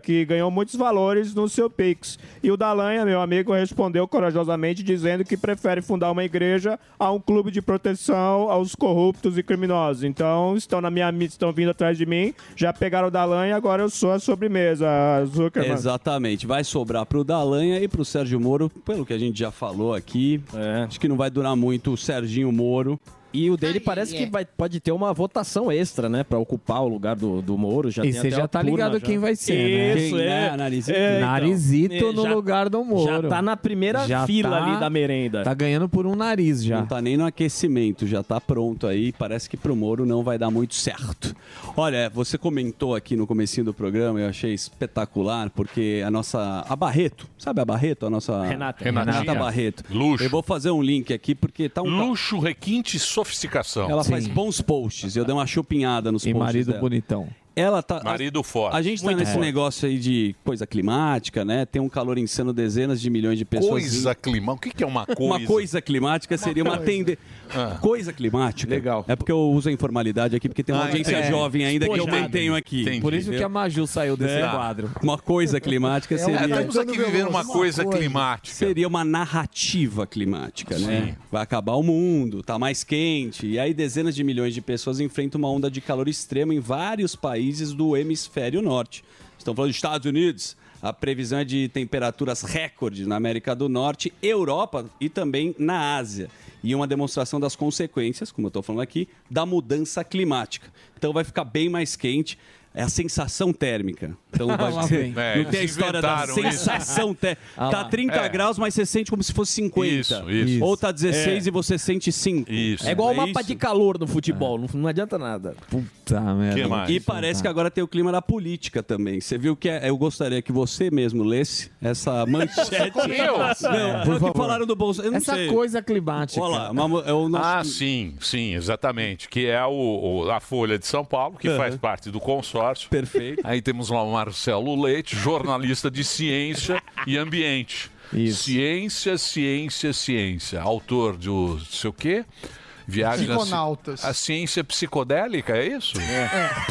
[SPEAKER 12] que ganhou muitos valores no seu Pix. E o Dallagnol, meu amigo, respondeu corajosamente dizendo que prefere fundar uma igreja a um clube de proteção aos corruptos e criminosos. Então, estão na minha mi- estão vindo atrás de mim, já pegaram o Dallagnol e agora eu sou a sobremesa, Zuckerman.
[SPEAKER 4] Exatamente. Vai sobrar pro Dalanha e pro Sérgio Moro, pelo que a gente já falou aqui.
[SPEAKER 12] É.
[SPEAKER 4] Acho que não vai durar muito o Serginho Moro.
[SPEAKER 9] E o dele parece que vai- pode ter uma votação extra, né? Pra ocupar o lugar do, do Moro. Já
[SPEAKER 10] E
[SPEAKER 9] tem
[SPEAKER 10] você
[SPEAKER 9] até
[SPEAKER 10] já
[SPEAKER 9] uma
[SPEAKER 10] tá
[SPEAKER 9] turma
[SPEAKER 10] ligado
[SPEAKER 9] já.
[SPEAKER 10] quem vai ser, né?
[SPEAKER 9] Isso,
[SPEAKER 10] Quem,
[SPEAKER 9] é.
[SPEAKER 10] né? Narizito.
[SPEAKER 9] É, então.
[SPEAKER 10] Narizito no
[SPEAKER 9] Já-
[SPEAKER 10] lugar do Moro.
[SPEAKER 9] Já tá na primeira
[SPEAKER 10] Já
[SPEAKER 9] fila
[SPEAKER 10] tá-
[SPEAKER 9] ali da merenda.
[SPEAKER 10] Tá ganhando por um nariz já.
[SPEAKER 4] Não tá nem no aquecimento, já tá pronto aí. Parece que pro Moro não vai dar muito certo. Olha, você comentou aqui no comecinho do programa, eu achei espetacular, porque a nossa. A Barreto, sabe a Barreto? A nossa.
[SPEAKER 2] Renata.
[SPEAKER 4] Ah, Renata,
[SPEAKER 2] Renatinha.
[SPEAKER 4] Barreto. Luxo. Eu vou fazer um link aqui, porque tá um.
[SPEAKER 2] Luxo, requinte e sofisticação.
[SPEAKER 4] Ela faz bons posts. Eu dei uma chupinhada nos
[SPEAKER 2] E
[SPEAKER 4] posts.
[SPEAKER 2] marido
[SPEAKER 4] dela.
[SPEAKER 10] bonitão.
[SPEAKER 4] Ela tá.
[SPEAKER 2] Marido forte.
[SPEAKER 4] A gente tá
[SPEAKER 2] Muito
[SPEAKER 4] nesse
[SPEAKER 2] forte.
[SPEAKER 4] negócio aí de coisa climática, né? Tem um calor insano, dezenas de milhões de pessoas.
[SPEAKER 2] Coisa climática. O que, que é uma coisa? Ah.
[SPEAKER 4] Uma coisa climática seria uma
[SPEAKER 2] coisa.
[SPEAKER 4] tendência. Coisa climática. Legal. É porque eu uso a informalidade aqui, porque tem uma
[SPEAKER 10] Ah,
[SPEAKER 4] audiência
[SPEAKER 10] é.
[SPEAKER 4] jovem ainda que eu
[SPEAKER 10] Espojado.
[SPEAKER 4] mantenho aqui. É.
[SPEAKER 10] Entendi. Por isso que a Maju saiu desse quadro.
[SPEAKER 4] Uma coisa climática
[SPEAKER 10] É,
[SPEAKER 4] seria.
[SPEAKER 10] estamos aqui vivendo uma coisa
[SPEAKER 4] climática. Seria uma narrativa climática, né?
[SPEAKER 10] Sim.
[SPEAKER 4] Vai acabar o mundo, tá mais quente. E aí dezenas de milhões de pessoas enfrentam uma onda de calor extremo em vários países do hemisfério norte. Estão falando dos Estados Unidos. A previsão é de temperaturas recordes na América do Norte, Europa e também na Ásia. E uma demonstração das consequências, como eu estou falando aqui, da mudança climática. Então vai ficar bem mais quente. É a sensação térmica. Então vai
[SPEAKER 10] Lá
[SPEAKER 4] ser.
[SPEAKER 10] vem.
[SPEAKER 4] Não
[SPEAKER 10] É,
[SPEAKER 4] tem a
[SPEAKER 10] eles
[SPEAKER 4] história da
[SPEAKER 10] inventaram isso.
[SPEAKER 4] sensação térmica.
[SPEAKER 10] Ah
[SPEAKER 4] tá
[SPEAKER 10] lá.
[SPEAKER 4] 30
[SPEAKER 10] É.
[SPEAKER 4] graus, mas você sente como se fosse 50.
[SPEAKER 10] Isso, isso.
[SPEAKER 4] Ou tá 16
[SPEAKER 10] É.
[SPEAKER 4] e você sente 5. Isso.
[SPEAKER 9] É igual o mapa de calor no futebol, não, não adianta nada.
[SPEAKER 10] É. Puta merda.
[SPEAKER 4] É,
[SPEAKER 10] Então
[SPEAKER 4] E parece que agora tem o clima da política também. Você viu que é, eu gostaria que você mesmo lesse essa manchete.
[SPEAKER 10] Eu? É.
[SPEAKER 4] Não,
[SPEAKER 10] Por
[SPEAKER 4] foi o
[SPEAKER 10] favor.
[SPEAKER 4] que falaram do Bolsonaro. eu não
[SPEAKER 10] Essa
[SPEAKER 4] sei.
[SPEAKER 10] coisa climática.
[SPEAKER 4] Olha lá, uma mo- é o nosso-
[SPEAKER 2] Ah, sim, sim, exatamente. Que é o, o- a Folha de São Paulo, que
[SPEAKER 4] Aham.
[SPEAKER 2] faz parte do consórcio.
[SPEAKER 4] Perfeito.
[SPEAKER 2] Aí temos lá o Marcelo Leite, jornalista de ciência e ambiente. Ciência, ciência, ciência. Autor de o- não sei o quê? Viagem na ci-
[SPEAKER 11] Psiconautas.
[SPEAKER 2] A ciência psicodélica, é isso?
[SPEAKER 11] É.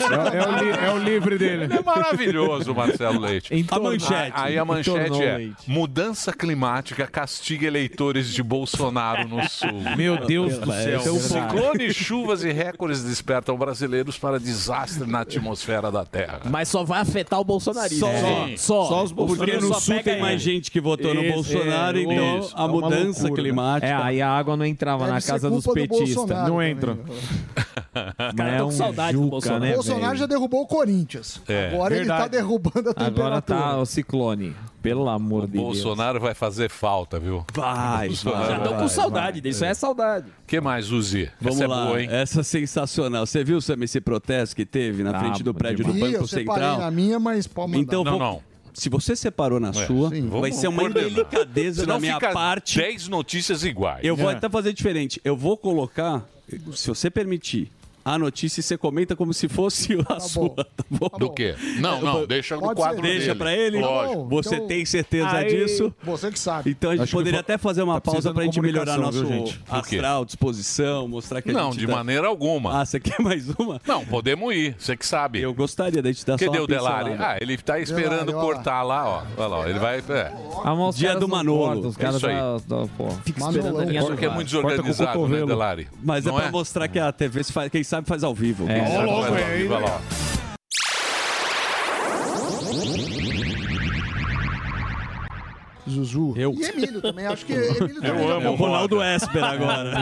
[SPEAKER 11] É o li- é o livre dele.
[SPEAKER 2] Ele é maravilhoso, Marcelo Leite.
[SPEAKER 11] Entornou-
[SPEAKER 2] a manchete. Aí a manchete
[SPEAKER 11] Entornou
[SPEAKER 2] é:
[SPEAKER 11] leite.
[SPEAKER 2] mudança climática castiga eleitores de Bolsonaro no sul.
[SPEAKER 7] Meu Deus do céu.
[SPEAKER 2] Então, ciclone, chuvas e recordes despertam brasileiros para desastre na atmosfera da Terra.
[SPEAKER 9] Mas só vai afetar o bolsonarismo.
[SPEAKER 2] Só-
[SPEAKER 9] Sim.
[SPEAKER 2] só- só os
[SPEAKER 4] Porque
[SPEAKER 2] bolsonaristas
[SPEAKER 4] no
[SPEAKER 2] só
[SPEAKER 4] sul
[SPEAKER 2] pega
[SPEAKER 4] tem
[SPEAKER 2] ele.
[SPEAKER 4] mais gente que votou no
[SPEAKER 10] Isso,
[SPEAKER 4] Bolsonaro,
[SPEAKER 10] é,
[SPEAKER 4] então
[SPEAKER 10] isso.
[SPEAKER 4] a mudança climática.
[SPEAKER 10] É, aí a água não entrava
[SPEAKER 11] Deve
[SPEAKER 10] na
[SPEAKER 11] ser
[SPEAKER 10] casa dos
[SPEAKER 11] culpa do
[SPEAKER 10] petistas.
[SPEAKER 11] Bolsonaro
[SPEAKER 10] não
[SPEAKER 11] também, né?
[SPEAKER 10] entra. Os
[SPEAKER 11] caras
[SPEAKER 10] é
[SPEAKER 11] tão
[SPEAKER 10] um
[SPEAKER 11] com saudade
[SPEAKER 10] juca,
[SPEAKER 11] o
[SPEAKER 10] né,
[SPEAKER 11] Bolsonaro
[SPEAKER 10] velho?
[SPEAKER 11] já derrubou o Corinthians.
[SPEAKER 2] É.
[SPEAKER 11] Agora ele tá
[SPEAKER 10] Verdade.
[SPEAKER 11] derrubando a temperatura.
[SPEAKER 10] Agora tá o ciclone. Pelo amor de Deus.
[SPEAKER 2] Bolsonaro vai fazer falta, viu?
[SPEAKER 4] Vai,
[SPEAKER 2] Bolsonaro
[SPEAKER 9] Já tô
[SPEAKER 2] vai.
[SPEAKER 9] com saudade disso, é saudade.
[SPEAKER 2] que mais, Zuzi?
[SPEAKER 4] Vamos
[SPEAKER 2] Essa
[SPEAKER 4] lá,
[SPEAKER 2] é boa, hein?
[SPEAKER 4] essa é sensacional. Você viu, Sam, esse protesto que teve na
[SPEAKER 2] Ah,
[SPEAKER 4] frente do prédio do
[SPEAKER 11] Ih,
[SPEAKER 4] Banco
[SPEAKER 11] eu separei
[SPEAKER 4] Central?
[SPEAKER 11] na minha, mas pode mandar.
[SPEAKER 4] Então, vou- se você separou na sua, vai ser uma indelicadeza
[SPEAKER 2] Senão
[SPEAKER 4] da minha
[SPEAKER 2] fica
[SPEAKER 4] parte.
[SPEAKER 2] 10 notícias iguais.
[SPEAKER 4] É. Eu vou até fazer diferente. Eu vou colocar, se você permitir, a notícia e você comenta como se fosse a sua, tá bom?
[SPEAKER 2] Do quê? Não, não, deixa no quadro dele.
[SPEAKER 4] Deixa pra ele?
[SPEAKER 2] Lógico.
[SPEAKER 4] Você
[SPEAKER 2] Então,
[SPEAKER 4] tem certeza
[SPEAKER 2] aí-
[SPEAKER 4] disso?
[SPEAKER 11] Você que sabe.
[SPEAKER 4] Então a gente
[SPEAKER 2] Acho que
[SPEAKER 4] poderia
[SPEAKER 2] vo-
[SPEAKER 4] até fazer uma
[SPEAKER 2] tá
[SPEAKER 4] pausa
[SPEAKER 2] precisando
[SPEAKER 4] pra gente melhorar nosso
[SPEAKER 2] comunicação, viu, gente? Por quê?
[SPEAKER 4] astral, disposição, mostrar que a
[SPEAKER 2] Não,
[SPEAKER 4] gente
[SPEAKER 2] de
[SPEAKER 4] tá-
[SPEAKER 2] maneira alguma.
[SPEAKER 4] Ah, você quer mais uma?
[SPEAKER 2] Não, podemos ir, você que sabe. Eu
[SPEAKER 4] gostaria da gente dar
[SPEAKER 2] Cadê
[SPEAKER 4] só uma
[SPEAKER 2] o Delari?
[SPEAKER 4] pincelada.
[SPEAKER 2] Ah, ele tá esperando
[SPEAKER 4] Delari, ó lá.
[SPEAKER 2] cortar lá, ó. Olha lá, ó, ele vai... É.
[SPEAKER 10] Almoço,
[SPEAKER 4] Dia do Manolo.
[SPEAKER 10] Os caras
[SPEAKER 2] Isso aí.
[SPEAKER 10] da- da- pô, fica
[SPEAKER 4] Manolo,
[SPEAKER 10] esperando
[SPEAKER 4] corta-
[SPEAKER 10] alguém
[SPEAKER 4] corta
[SPEAKER 2] que é muito desorganizado, né, Delari?
[SPEAKER 4] Mas
[SPEAKER 2] Não
[SPEAKER 4] é pra
[SPEAKER 2] é?
[SPEAKER 4] mostrar que a TV, se faz- quem sabe, faz ao vivo.
[SPEAKER 2] É,
[SPEAKER 4] Quem
[SPEAKER 10] Tá
[SPEAKER 4] sabe faz
[SPEAKER 2] ó, louco,
[SPEAKER 4] ao
[SPEAKER 2] é,
[SPEAKER 4] vivo,
[SPEAKER 2] aí,
[SPEAKER 4] olha lá, ó.
[SPEAKER 11] Zuzu.
[SPEAKER 4] Eu.
[SPEAKER 11] E Emílio também. Acho que Emílio também. já
[SPEAKER 4] É o
[SPEAKER 11] falou.
[SPEAKER 4] Ronaldo Esper agora.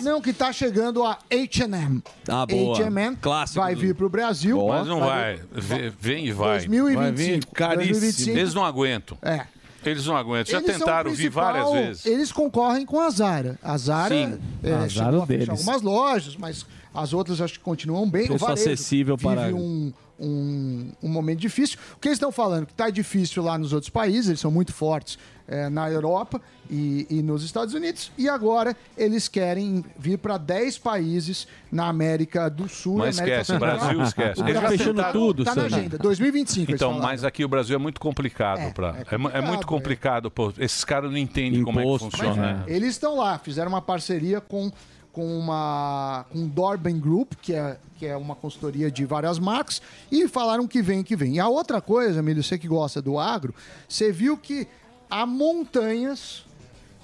[SPEAKER 11] Não, que tá chegando a H&M.
[SPEAKER 2] Ah, boa.
[SPEAKER 11] H&M
[SPEAKER 2] Clássico
[SPEAKER 11] vai
[SPEAKER 2] do-
[SPEAKER 11] vir pro Brasil.
[SPEAKER 2] Mas não vai. Vê- Vem e vai.
[SPEAKER 11] 2025. Vai vir caríssimo. 2025.
[SPEAKER 2] Eles não aguentam.
[SPEAKER 11] É.
[SPEAKER 2] Eles não aguentam. Já
[SPEAKER 11] Eles são o
[SPEAKER 2] tentaram, vi
[SPEAKER 11] principal-
[SPEAKER 2] várias vezes.
[SPEAKER 11] Eles concorrem com a Zara. A Zara,
[SPEAKER 2] Sim.
[SPEAKER 11] é,
[SPEAKER 2] A Zara
[SPEAKER 11] chegou
[SPEAKER 2] é
[SPEAKER 11] a fechar
[SPEAKER 2] deles.
[SPEAKER 11] algumas lojas, mas as outras acho que continuam bem.
[SPEAKER 4] Preço
[SPEAKER 11] o varejo
[SPEAKER 4] acessível
[SPEAKER 11] vive
[SPEAKER 4] para-
[SPEAKER 11] um, um, um momento difícil. O que eles estão falando? Que está difícil lá nos outros países, eles são muito fortes é, na Europa e, e nos Estados Unidos. E agora eles querem vir para 10 países na América do Sul.
[SPEAKER 2] Mas
[SPEAKER 11] América
[SPEAKER 2] esquece,
[SPEAKER 11] Central. Tá
[SPEAKER 2] Brasil esquece.
[SPEAKER 11] O
[SPEAKER 2] Eles já
[SPEAKER 11] Brasil
[SPEAKER 2] fechando
[SPEAKER 11] tá-
[SPEAKER 2] tudo,
[SPEAKER 11] Tá na
[SPEAKER 2] Sandra.
[SPEAKER 11] agenda, 2025. eles
[SPEAKER 2] Então,
[SPEAKER 11] falaram.
[SPEAKER 2] mas aqui o Brasil é muito complicado. É, pra... é, mu- é muito complicado, pô. Esses caras não entendem como é que funciona. né?
[SPEAKER 11] Eles estão lá, fizeram uma parceria com, com uma com o Dorben Group, que é, que é uma consultoria de várias marcas, e falaram que vem, que vem. E a outra coisa, Emílio, você que gosta do agro, você viu que há montanhas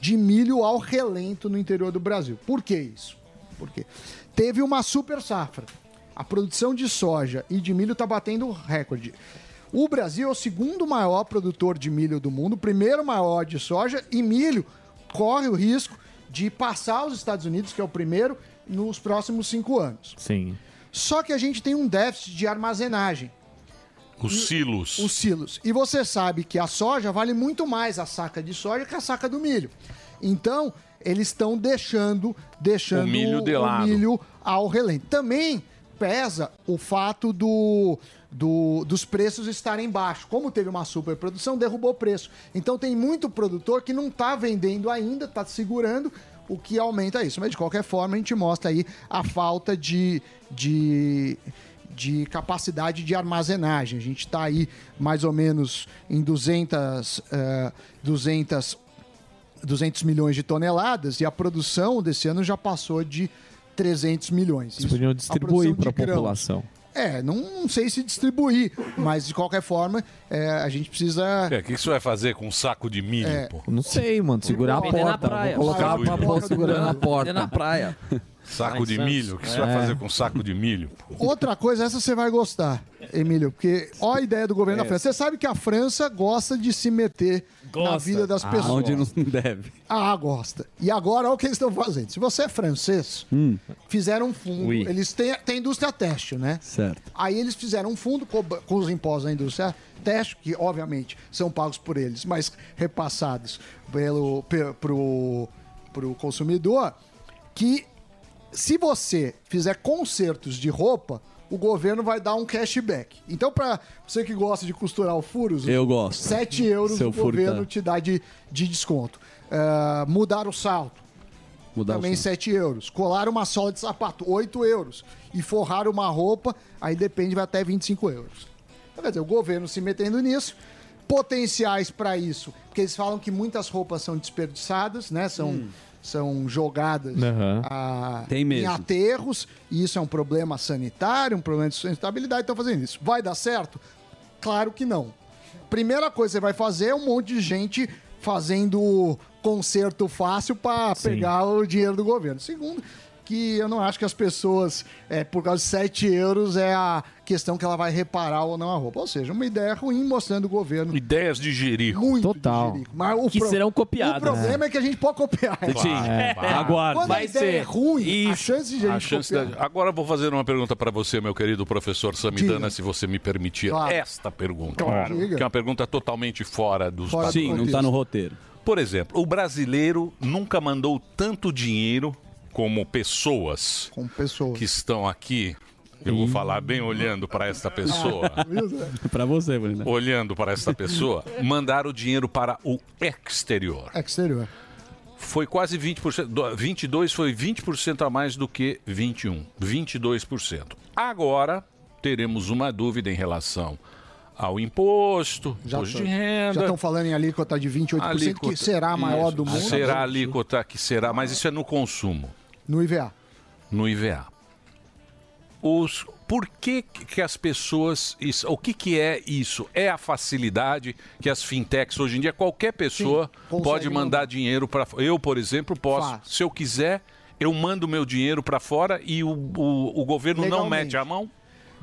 [SPEAKER 11] de milho ao relento no interior do Brasil. Por que isso? Por quê? Teve uma super safra. A produção de soja e de milho está batendo recorde. O Brasil é o segundo maior produtor de milho do mundo, o primeiro maior de soja e milho corre o risco de passar os Estados Unidos, que é o primeiro, nos próximos cinco anos.
[SPEAKER 10] Sim.
[SPEAKER 11] Só que a gente tem um déficit de armazenagem,
[SPEAKER 2] Os silos.
[SPEAKER 11] os silos. E você sabe que a soja vale muito mais a saca de soja que a saca do milho. Então, eles estão deixando, deixando
[SPEAKER 2] O milho de
[SPEAKER 11] o
[SPEAKER 2] lado.
[SPEAKER 11] milho ao relento. Também pesa o fato do, do- dos preços estarem baixos. Como teve uma superprodução, derrubou o preço. Então tem muito produtor que não está vendendo ainda, está segurando, o que aumenta isso. Mas de qualquer forma, a gente mostra aí a falta de, de, de capacidade de armazenagem. A gente está aí mais ou menos em 200, eh, 200 200 milhões de toneladas e a produção desse ano já passou de 300 milhões.
[SPEAKER 10] Eles podiam
[SPEAKER 11] Isso, a produção
[SPEAKER 10] distribuir para a
[SPEAKER 11] de grãos.
[SPEAKER 10] população.
[SPEAKER 11] É, não, não sei se distribuir, mas de qualquer forma é, a gente precisa.
[SPEAKER 2] É, O que, que você vai fazer com um saco de milho,
[SPEAKER 11] É.
[SPEAKER 2] pô?
[SPEAKER 10] Não sei, mano. Segurar a
[SPEAKER 2] Vender na
[SPEAKER 10] porta.
[SPEAKER 2] praia.
[SPEAKER 10] Vou colocar
[SPEAKER 2] Saco de
[SPEAKER 10] uma porta
[SPEAKER 2] milho.
[SPEAKER 10] segurando na porta.
[SPEAKER 2] Vender na praia. Saco
[SPEAKER 10] Ai,
[SPEAKER 2] de
[SPEAKER 10] Santos.
[SPEAKER 2] milho? O que você vai
[SPEAKER 10] É.
[SPEAKER 2] fazer com um saco de milho? pô?
[SPEAKER 11] Outra coisa, essa você vai gostar, Emílio, porque ó a ideia do governo da França. Você sabe que a França gosta de se meter na vida das pessoas.
[SPEAKER 4] Ah, onde não deve.
[SPEAKER 11] Ah, gosta. E agora, olha o que eles estão fazendo. Se você é francês,
[SPEAKER 10] Hum.
[SPEAKER 11] fizeram um fundo.
[SPEAKER 4] Ui.
[SPEAKER 11] Eles têm, têm indústria têxtil, né?
[SPEAKER 4] Certo.
[SPEAKER 11] Aí eles fizeram um fundo co- com os impostos da indústria têxtil, que obviamente são pagos por eles, mas repassados pelo, pe- pro, pro consumidor, que se você fizer consertos de roupa, o governo vai dar um cashback. Então, para você que gosta de costurar o furo, Zuzu,
[SPEAKER 4] Eu gosto.
[SPEAKER 11] 7 euros
[SPEAKER 4] Seu
[SPEAKER 11] o
[SPEAKER 4] furo tá-
[SPEAKER 11] governo te dá de, de desconto. Ah, mudar o salto,
[SPEAKER 4] Mudar o
[SPEAKER 11] também
[SPEAKER 4] som.
[SPEAKER 11] 7 euros. Colar uma sola de sapato, 8 euros. E forrar uma roupa, aí depende, vai até 25 euros. Então, Quer dizer, o governo se metendo nisso. Potenciais para isso, porque eles falam que muitas roupas são desperdiçadas, né? São,
[SPEAKER 4] Hum.
[SPEAKER 11] são jogadas
[SPEAKER 10] Aham.
[SPEAKER 11] a-
[SPEAKER 10] Tem
[SPEAKER 11] em
[SPEAKER 10] mesmo.
[SPEAKER 11] aterros, e isso é um problema sanitário, um problema de sustentabilidade, estão fazendo isso. Vai dar certo? Claro que não. Primeira coisa que você vai fazer é um monte de gente fazendo conserto fácil para pegar o dinheiro do governo. Segundo, que eu não acho que as pessoas, é, por causa de 7 euros, é a questão que ela vai reparar ou não a roupa. Ou seja, uma ideia ruim mostrando o governo.
[SPEAKER 2] Ideias de Jerico.
[SPEAKER 11] Muito
[SPEAKER 10] Total.
[SPEAKER 11] Mas o
[SPEAKER 10] Que serão copiadas.
[SPEAKER 11] O problema é que a gente pode copiar.
[SPEAKER 2] Sim. né? É. Aguarde.
[SPEAKER 11] Quando a
[SPEAKER 2] Vai
[SPEAKER 11] ideia é
[SPEAKER 2] ser.
[SPEAKER 11] ruim, a chance de a gente
[SPEAKER 2] A chance
[SPEAKER 11] copiar...
[SPEAKER 2] da- Agora eu vou fazer uma pergunta para você, meu querido professor Samidana, se você me permitir
[SPEAKER 11] Claro.
[SPEAKER 2] esta pergunta.
[SPEAKER 4] Claro.
[SPEAKER 2] Que é uma pergunta totalmente fora dos padrões.
[SPEAKER 4] Sim, não tá no roteiro.
[SPEAKER 2] Por exemplo, o brasileiro nunca mandou tanto dinheiro como pessoas
[SPEAKER 11] Como pessoas.
[SPEAKER 2] que estão aqui. Eu vou falar bem olhando para esta pessoa.
[SPEAKER 11] Ah,
[SPEAKER 4] É pra você, Bruna.
[SPEAKER 2] Olhando para esta pessoa, mandaram o dinheiro para o exterior.
[SPEAKER 11] é Exterior.
[SPEAKER 2] foi quase 20%, do- 22 foi 20% a mais do que 21, 22%. Agora teremos uma dúvida em relação ao imposto, imposto de renda.
[SPEAKER 11] Já estão falando em alíquota de 28%, que será a maior
[SPEAKER 2] Isso.
[SPEAKER 11] do mundo.
[SPEAKER 2] Será a alíquota que será, mas isso é no consumo,
[SPEAKER 11] No IVA.
[SPEAKER 2] no IVA. Os, por que que as pessoas... Isso, o que que é isso? É a facilidade que as fintechs, hoje em dia, qualquer pessoa
[SPEAKER 13] consegue
[SPEAKER 2] pode mandar dinheiro para... Eu, por exemplo, posso.
[SPEAKER 13] Fácil.
[SPEAKER 2] Se eu quiser, eu mando meu dinheiro para fora e o, o, o governo não
[SPEAKER 11] Legalmente.
[SPEAKER 2] mete a mão?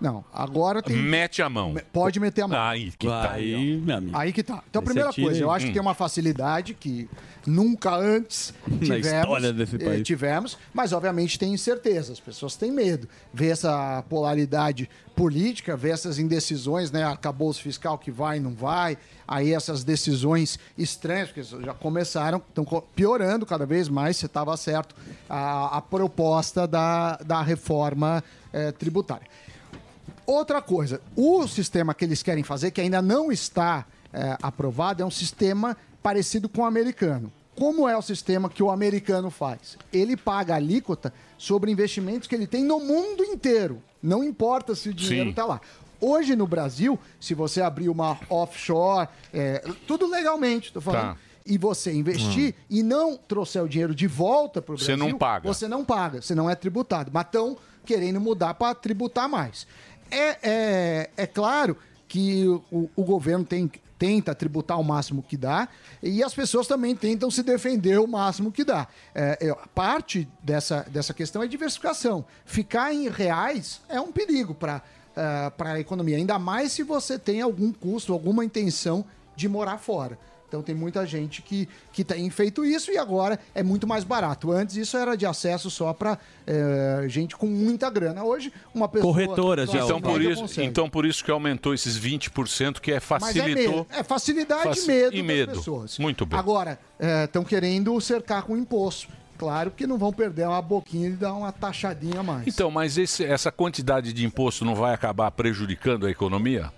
[SPEAKER 11] Não, agora tem.
[SPEAKER 2] Mete a mão.
[SPEAKER 11] Pode meter a mão.
[SPEAKER 2] Aí que tá.
[SPEAKER 4] Aí, meu amigo.
[SPEAKER 11] Aí que tá. Então, a
[SPEAKER 2] Aí você
[SPEAKER 4] é
[SPEAKER 11] primeira
[SPEAKER 2] tira
[SPEAKER 11] coisa,
[SPEAKER 2] e-
[SPEAKER 11] eu acho
[SPEAKER 2] Hum.
[SPEAKER 11] que tem uma facilidade que nunca antes tivemos.
[SPEAKER 4] história desse
[SPEAKER 11] eh,
[SPEAKER 4] país.
[SPEAKER 11] Tivemos, mas obviamente tem incerteza, as pessoas têm medo. Vê essa polaridade política, vê essas indecisões, né? Acabou-se fiscal que vai, não vai. Aí essas decisões estranhas, porque já começaram, estão co- piorando cada vez mais, você estava certo, a, a proposta da, da reforma eh, tributária. Outra coisa, o sistema que eles querem fazer, que ainda não está eh, aprovado, é um sistema parecido com o americano. Como é o sistema que o americano faz? Ele paga alíquota sobre investimentos que ele tem no mundo inteiro. Não importa se o dinheiro
[SPEAKER 13] Sim.
[SPEAKER 11] está lá. Hoje no Brasil, se você abrir uma offshore, eh, tudo legalmente, estou falando,
[SPEAKER 2] Tá.
[SPEAKER 11] e você investir e não trouxer o dinheiro de volta para o
[SPEAKER 2] Você
[SPEAKER 11] Brasil,
[SPEAKER 2] não paga.
[SPEAKER 11] você não paga, você não é tributado. Mas estão querendo mudar para tributar mais. É, é, é claro que o, o governo tem, tenta tributar o máximo que dá e as pessoas também tentam se defender o máximo que dá. É, eu- parte dessa, dessa questão é diversificação. Ficar em reais é um perigo para para a economia, ainda mais se você tem algum custo, alguma intenção de morar fora. Então tem muita gente que, que tem feito isso e agora é muito mais barato. Antes isso era de acesso só para gente com muita grana. Hoje, uma pessoa.
[SPEAKER 2] então por,
[SPEAKER 11] média
[SPEAKER 2] isso,
[SPEAKER 11] consegue.
[SPEAKER 2] então por isso que aumentou esses 20% que é
[SPEAKER 11] Mas é,
[SPEAKER 2] facilitou.
[SPEAKER 11] medo. é facilidade
[SPEAKER 2] Faci-
[SPEAKER 11] e medo
[SPEAKER 2] e
[SPEAKER 11] das
[SPEAKER 2] medo.
[SPEAKER 11] pessoas. Ah,
[SPEAKER 2] Muito bem.
[SPEAKER 11] Agora, estão querendo cercar com imposto. Claro que não vão perder uma boquinha e dar uma taxadinha a mais.
[SPEAKER 2] Então, mas esse- essa quantidade de imposto não vai acabar prejudicando a economia?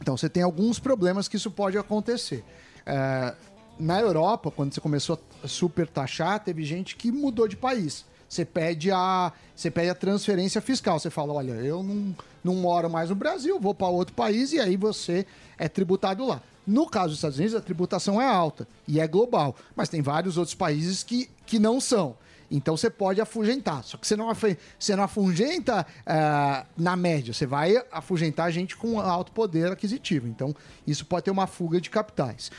[SPEAKER 11] Então você tem alguns problemas que isso pode acontecer. É, na Europa, quando você começou a super taxar, teve gente que mudou de país. Você pede a, você pede a transferência fiscal. Você fala, olha, eu não, não moro mais no Brasil, vou para outro país e aí você é tributado lá. No caso dos Estados Unidos, a tributação é alta e é global, mas tem vários outros países que, que não são. Então você pode afugentar, só que você não, afe- você não afugenta ah, na média, você vai afugentar gente com alto poder aquisitivo. Então isso pode ter uma fuga de capitais.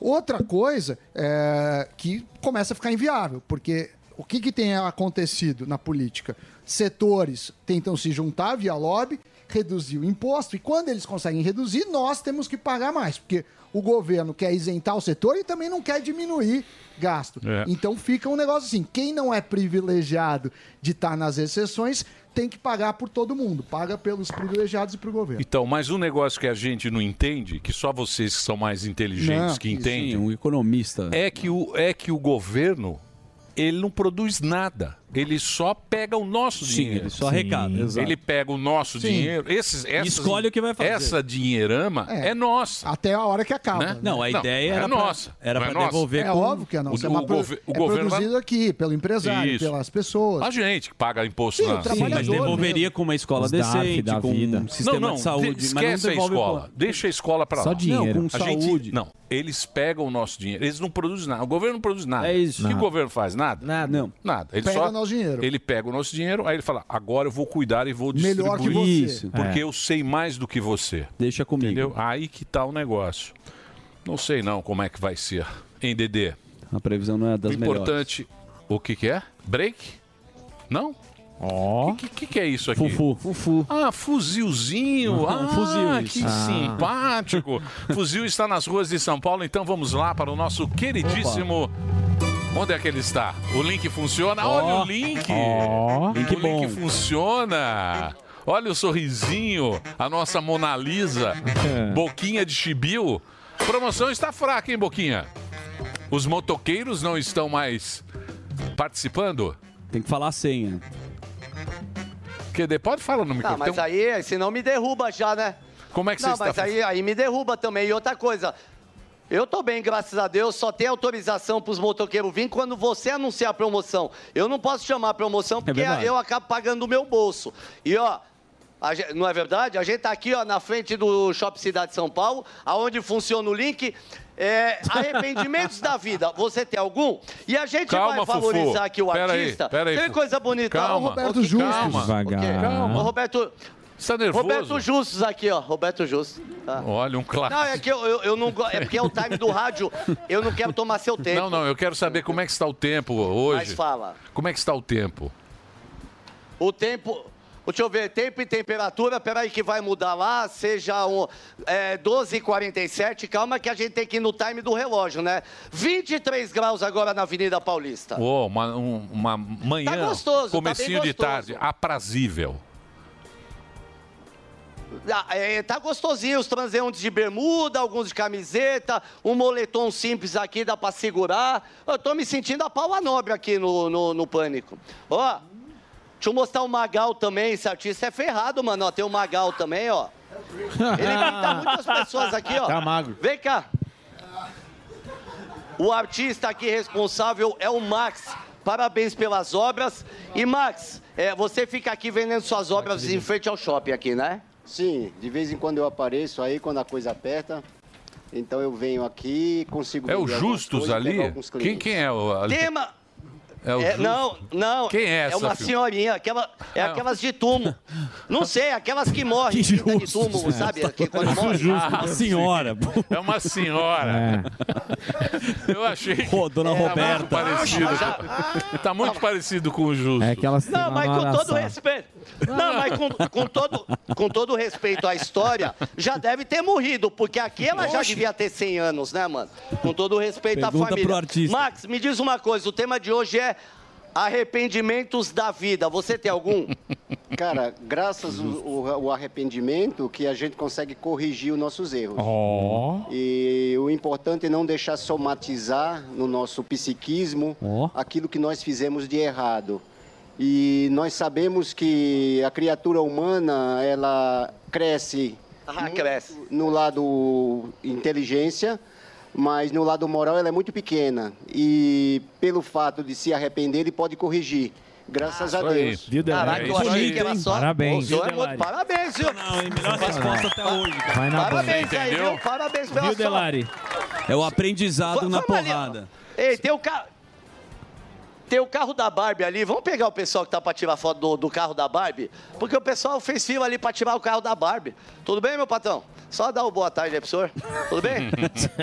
[SPEAKER 11] Outra coisa é, que começa a ficar inviável, porque o que, que tem acontecido na política? Setores tentam se juntar via lobby, reduzir o imposto, e quando eles conseguem reduzir, nós temos que pagar mais, porque o governo quer isentar o setor e também não quer diminuir gasto.
[SPEAKER 13] É.
[SPEAKER 11] Então fica um negócio assim: quem não é privilegiado de estar nas exceções tem que pagar por todo mundo, paga pelos privilegiados e para o governo.
[SPEAKER 2] Então, mas um negócio que a gente não entende, que só vocês que são mais inteligentes
[SPEAKER 4] Não,
[SPEAKER 2] que
[SPEAKER 4] isso-
[SPEAKER 2] entendem,
[SPEAKER 4] Sim, um economista.
[SPEAKER 2] é que o é que o governo ele não produz nada. Ele só pega o nosso
[SPEAKER 4] Sim,
[SPEAKER 2] dinheiro.
[SPEAKER 4] ele só arrecada,
[SPEAKER 2] Sim.
[SPEAKER 4] exato.
[SPEAKER 2] Ele pega o nosso
[SPEAKER 4] Sim.
[SPEAKER 2] dinheiro. Esses,
[SPEAKER 4] E
[SPEAKER 2] essas-
[SPEAKER 4] escolhe o que vai fazer.
[SPEAKER 2] Essa dinheirama é, nossa.
[SPEAKER 11] Até a hora que acaba.
[SPEAKER 2] Né?
[SPEAKER 11] né?
[SPEAKER 2] Não, a Não, ideia era era pra- nossa, era não é pra nossa. devolver
[SPEAKER 11] É
[SPEAKER 2] com-
[SPEAKER 11] óbvio que é nossa.
[SPEAKER 2] O-
[SPEAKER 11] é uma
[SPEAKER 2] o
[SPEAKER 11] pro-
[SPEAKER 2] gover- o
[SPEAKER 11] é
[SPEAKER 2] governo vai-
[SPEAKER 11] produzido aqui pelo empresário,
[SPEAKER 2] Isso.
[SPEAKER 11] pelas pessoas.
[SPEAKER 2] A gente que paga imposto
[SPEAKER 11] Sim, o
[SPEAKER 2] na
[SPEAKER 11] trabalhador
[SPEAKER 4] Mas devolveria com uma escola
[SPEAKER 2] Os DARF
[SPEAKER 4] decente,
[SPEAKER 2] da
[SPEAKER 4] com um
[SPEAKER 2] vida.
[SPEAKER 4] sistema
[SPEAKER 2] não, não,
[SPEAKER 4] de saúde.
[SPEAKER 2] de-
[SPEAKER 4] mas
[SPEAKER 2] Esquece
[SPEAKER 4] não
[SPEAKER 2] a
[SPEAKER 4] devolve
[SPEAKER 2] escola.
[SPEAKER 4] com-
[SPEAKER 2] Deixa a escola pra lá.
[SPEAKER 4] Só dinheiro.
[SPEAKER 2] Não,
[SPEAKER 4] com
[SPEAKER 2] a gente-
[SPEAKER 4] saúde.
[SPEAKER 2] não, eles pegam o nosso dinheiro. Eles não produzem nada. O governo não produz nada. É isso. O que o
[SPEAKER 4] Nada.
[SPEAKER 2] governo faz? Nada?
[SPEAKER 4] Nada. Não.
[SPEAKER 2] Nada. Ele
[SPEAKER 4] Pega
[SPEAKER 2] só,
[SPEAKER 4] o nosso dinheiro.
[SPEAKER 2] Ele pega o nosso dinheiro, aí ele fala, agora eu vou cuidar e vou distribuir.
[SPEAKER 4] Melhor que você. Isso.
[SPEAKER 2] Porque
[SPEAKER 4] É.
[SPEAKER 2] eu sei mais do que você.
[SPEAKER 4] Deixa comigo.
[SPEAKER 2] Entendeu? Aí que tá o negócio. Não sei não como é que vai ser. Hein, Dedê?
[SPEAKER 4] A previsão não é das melhores.
[SPEAKER 2] Importante. O que que é? Break? Não?
[SPEAKER 4] Ó.
[SPEAKER 2] O que, que, que é isso aqui?
[SPEAKER 4] Fufu. Fufu.
[SPEAKER 2] Ah, fuzilzinho.
[SPEAKER 4] Ah,
[SPEAKER 2] Ah,
[SPEAKER 4] fuzil, isso.
[SPEAKER 2] que
[SPEAKER 4] Ah.
[SPEAKER 2] simpático. Fuzil está nas ruas de São Paulo, então vamos lá para o nosso queridíssimo. Onde é que ele está? O link funciona? Olha o link. o link funciona. Olha o sorrisinho, a nossa Mona Lisa, boquinha de chibiu. Promoção está fraca, hein, Boquinha? Os motoqueiros não estão mais participando?
[SPEAKER 4] Tem que falar a senha.
[SPEAKER 2] QD, pode falar no
[SPEAKER 8] Não,
[SPEAKER 2] microfone.
[SPEAKER 8] Tá,
[SPEAKER 2] um-
[SPEAKER 8] mas aí, senão me derruba já, né?
[SPEAKER 2] Como é que
[SPEAKER 8] Não,
[SPEAKER 2] você está
[SPEAKER 8] mas aí, aí me derruba também. E outra coisa, Eu tô bem, graças a Deus. Só tem autorização para os motoqueiros virem quando você anunciar a promoção. Eu não posso chamar a
[SPEAKER 2] É
[SPEAKER 8] promoção porque
[SPEAKER 13] verdade.
[SPEAKER 8] eu acabo pagando do meu bolso. E ó, a gen- não é verdade? A gente tá aqui ó, na frente do Shopping Cidade São Paulo, aonde funciona o link. É, arrependimentos da vida, você tem algum? E a gente
[SPEAKER 2] Calma,
[SPEAKER 8] vai valorizar
[SPEAKER 2] Fufu.
[SPEAKER 8] aqui o
[SPEAKER 2] Pera aí,
[SPEAKER 8] artista.
[SPEAKER 2] pera aí,
[SPEAKER 8] tem
[SPEAKER 2] Fufu.
[SPEAKER 8] coisa bonita.
[SPEAKER 2] um Calma.
[SPEAKER 8] Ó, é o Roberto
[SPEAKER 2] Ok,
[SPEAKER 8] Justus.
[SPEAKER 2] calma.
[SPEAKER 8] Ok.
[SPEAKER 2] Devagar.
[SPEAKER 8] Ô, Roberto.
[SPEAKER 2] Você tá nervoso?
[SPEAKER 8] Roberto Justus aqui, ó. Roberto Justus. Tá.
[SPEAKER 2] Olha, um clássico.
[SPEAKER 8] Não, é que eu, eu, eu não go- É porque é o time do rádio. Eu não quero tomar seu tempo.
[SPEAKER 2] Não, não, eu quero saber como é que está o tempo hoje.
[SPEAKER 8] Mas fala.
[SPEAKER 2] Como é que está o tempo?
[SPEAKER 8] O tempo. Deixa eu ver, tempo e temperatura, peraí que vai mudar lá, seja um, é, 12h47, calma que a gente tem que ir no time do relógio, né? 23 graus agora na Avenida Paulista.
[SPEAKER 2] Ô, uma, um- uma manhã,
[SPEAKER 8] Tá gostoso, tá
[SPEAKER 2] comecinho
[SPEAKER 8] bem
[SPEAKER 2] de tarde, aprazível.
[SPEAKER 8] Ah, é, tá gostosinho, os transeuntes de bermuda, alguns de camiseta, um moletom simples aqui, dá pra segurar. Eu tô me sentindo a Paula Nobre aqui no, no, no Pânico. Ó, deixa eu mostrar o Magal também, esse artista é ferrado, mano. Ó, tem o Magal também, ó. Ele grita muitas pessoas aqui, ó.
[SPEAKER 7] Tá magro.
[SPEAKER 8] Vem cá. O artista aqui responsável é o Max. Parabéns pelas obras. E, Max, é, você fica aqui vendendo suas
[SPEAKER 7] Tá,
[SPEAKER 8] obras em frente ao shopping aqui, né?
[SPEAKER 14] Sim, de vez em quando eu apareço aí quando a coisa aperta. Então eu venho aqui, consigo.
[SPEAKER 2] É o
[SPEAKER 14] vender algumas
[SPEAKER 2] Justus
[SPEAKER 14] coisas e
[SPEAKER 2] ali?
[SPEAKER 14] pegar alguns
[SPEAKER 2] Quem,
[SPEAKER 14] clientes.
[SPEAKER 2] quem é o ali?
[SPEAKER 8] Tema.
[SPEAKER 2] É o
[SPEAKER 8] É,
[SPEAKER 2] Justus?
[SPEAKER 8] não, não.
[SPEAKER 2] Quem é
[SPEAKER 8] É
[SPEAKER 2] essa,
[SPEAKER 8] uma
[SPEAKER 2] filho? Ah.
[SPEAKER 8] senhorinha, aquela, é aquelas de túmulo. Não sei, aquelas que morrem que de túmulo, sabe? Que
[SPEAKER 4] Tá
[SPEAKER 8] quando morre.
[SPEAKER 2] Ah, sim. É uma senhora. Eu achei. que
[SPEAKER 4] Pô,
[SPEAKER 8] É,
[SPEAKER 4] dona
[SPEAKER 2] tá
[SPEAKER 4] Roberta.
[SPEAKER 2] Muito parecido. com- Tá muito parecido com o Justo.
[SPEAKER 10] É aquela cena
[SPEAKER 8] Ah, Não, mas com
[SPEAKER 10] maraçá.
[SPEAKER 8] todo respeito. Não, mas com, com todo, com todo respeito à história, já deve ter morrido, porque aqui ela já devia ter 100 anos, né, mano? Com todo respeito
[SPEAKER 4] Pergunta
[SPEAKER 8] à família.
[SPEAKER 4] pro artista.
[SPEAKER 8] Max, me diz uma coisa: o tema de hoje é arrependimentos da vida. Você tem algum?
[SPEAKER 14] Cara, graças ao o- o arrependimento que a gente consegue corrigir os nossos erros.
[SPEAKER 10] Ó.
[SPEAKER 14] E o importante é não deixar somatizar no nosso psiquismo aquilo que nós fizemos de errado. E nós sabemos que a criatura humana, ela cresce, muito no lado inteligência, mas no lado moral ela é muito pequena. E pelo fato de se arrepender, ele pode corrigir. Graças a
[SPEAKER 8] isso aí.
[SPEAKER 14] Deus.
[SPEAKER 8] Vida, Caraca, é eu isso achei aí. que era só- Parabéns. Pô, o senhor é muito- Delari. Parabéns, viu?
[SPEAKER 4] melhor resposta até hoje.
[SPEAKER 10] Vai na
[SPEAKER 8] Parabéns aí, viu? Parabéns pela
[SPEAKER 4] Viu,
[SPEAKER 8] sorte.
[SPEAKER 4] Delari? É o aprendizado na porrada.
[SPEAKER 8] Ei, tem o carro. Tem o carro da Barbie ali. Vamos pegar o pessoal que tá pra tirar foto do, do carro da Barbie? Porque o pessoal fez fila ali pra tirar o carro da Barbie. Tudo bem, meu patrão? Só dá o boa tarde aí pro senhor. Tudo bem?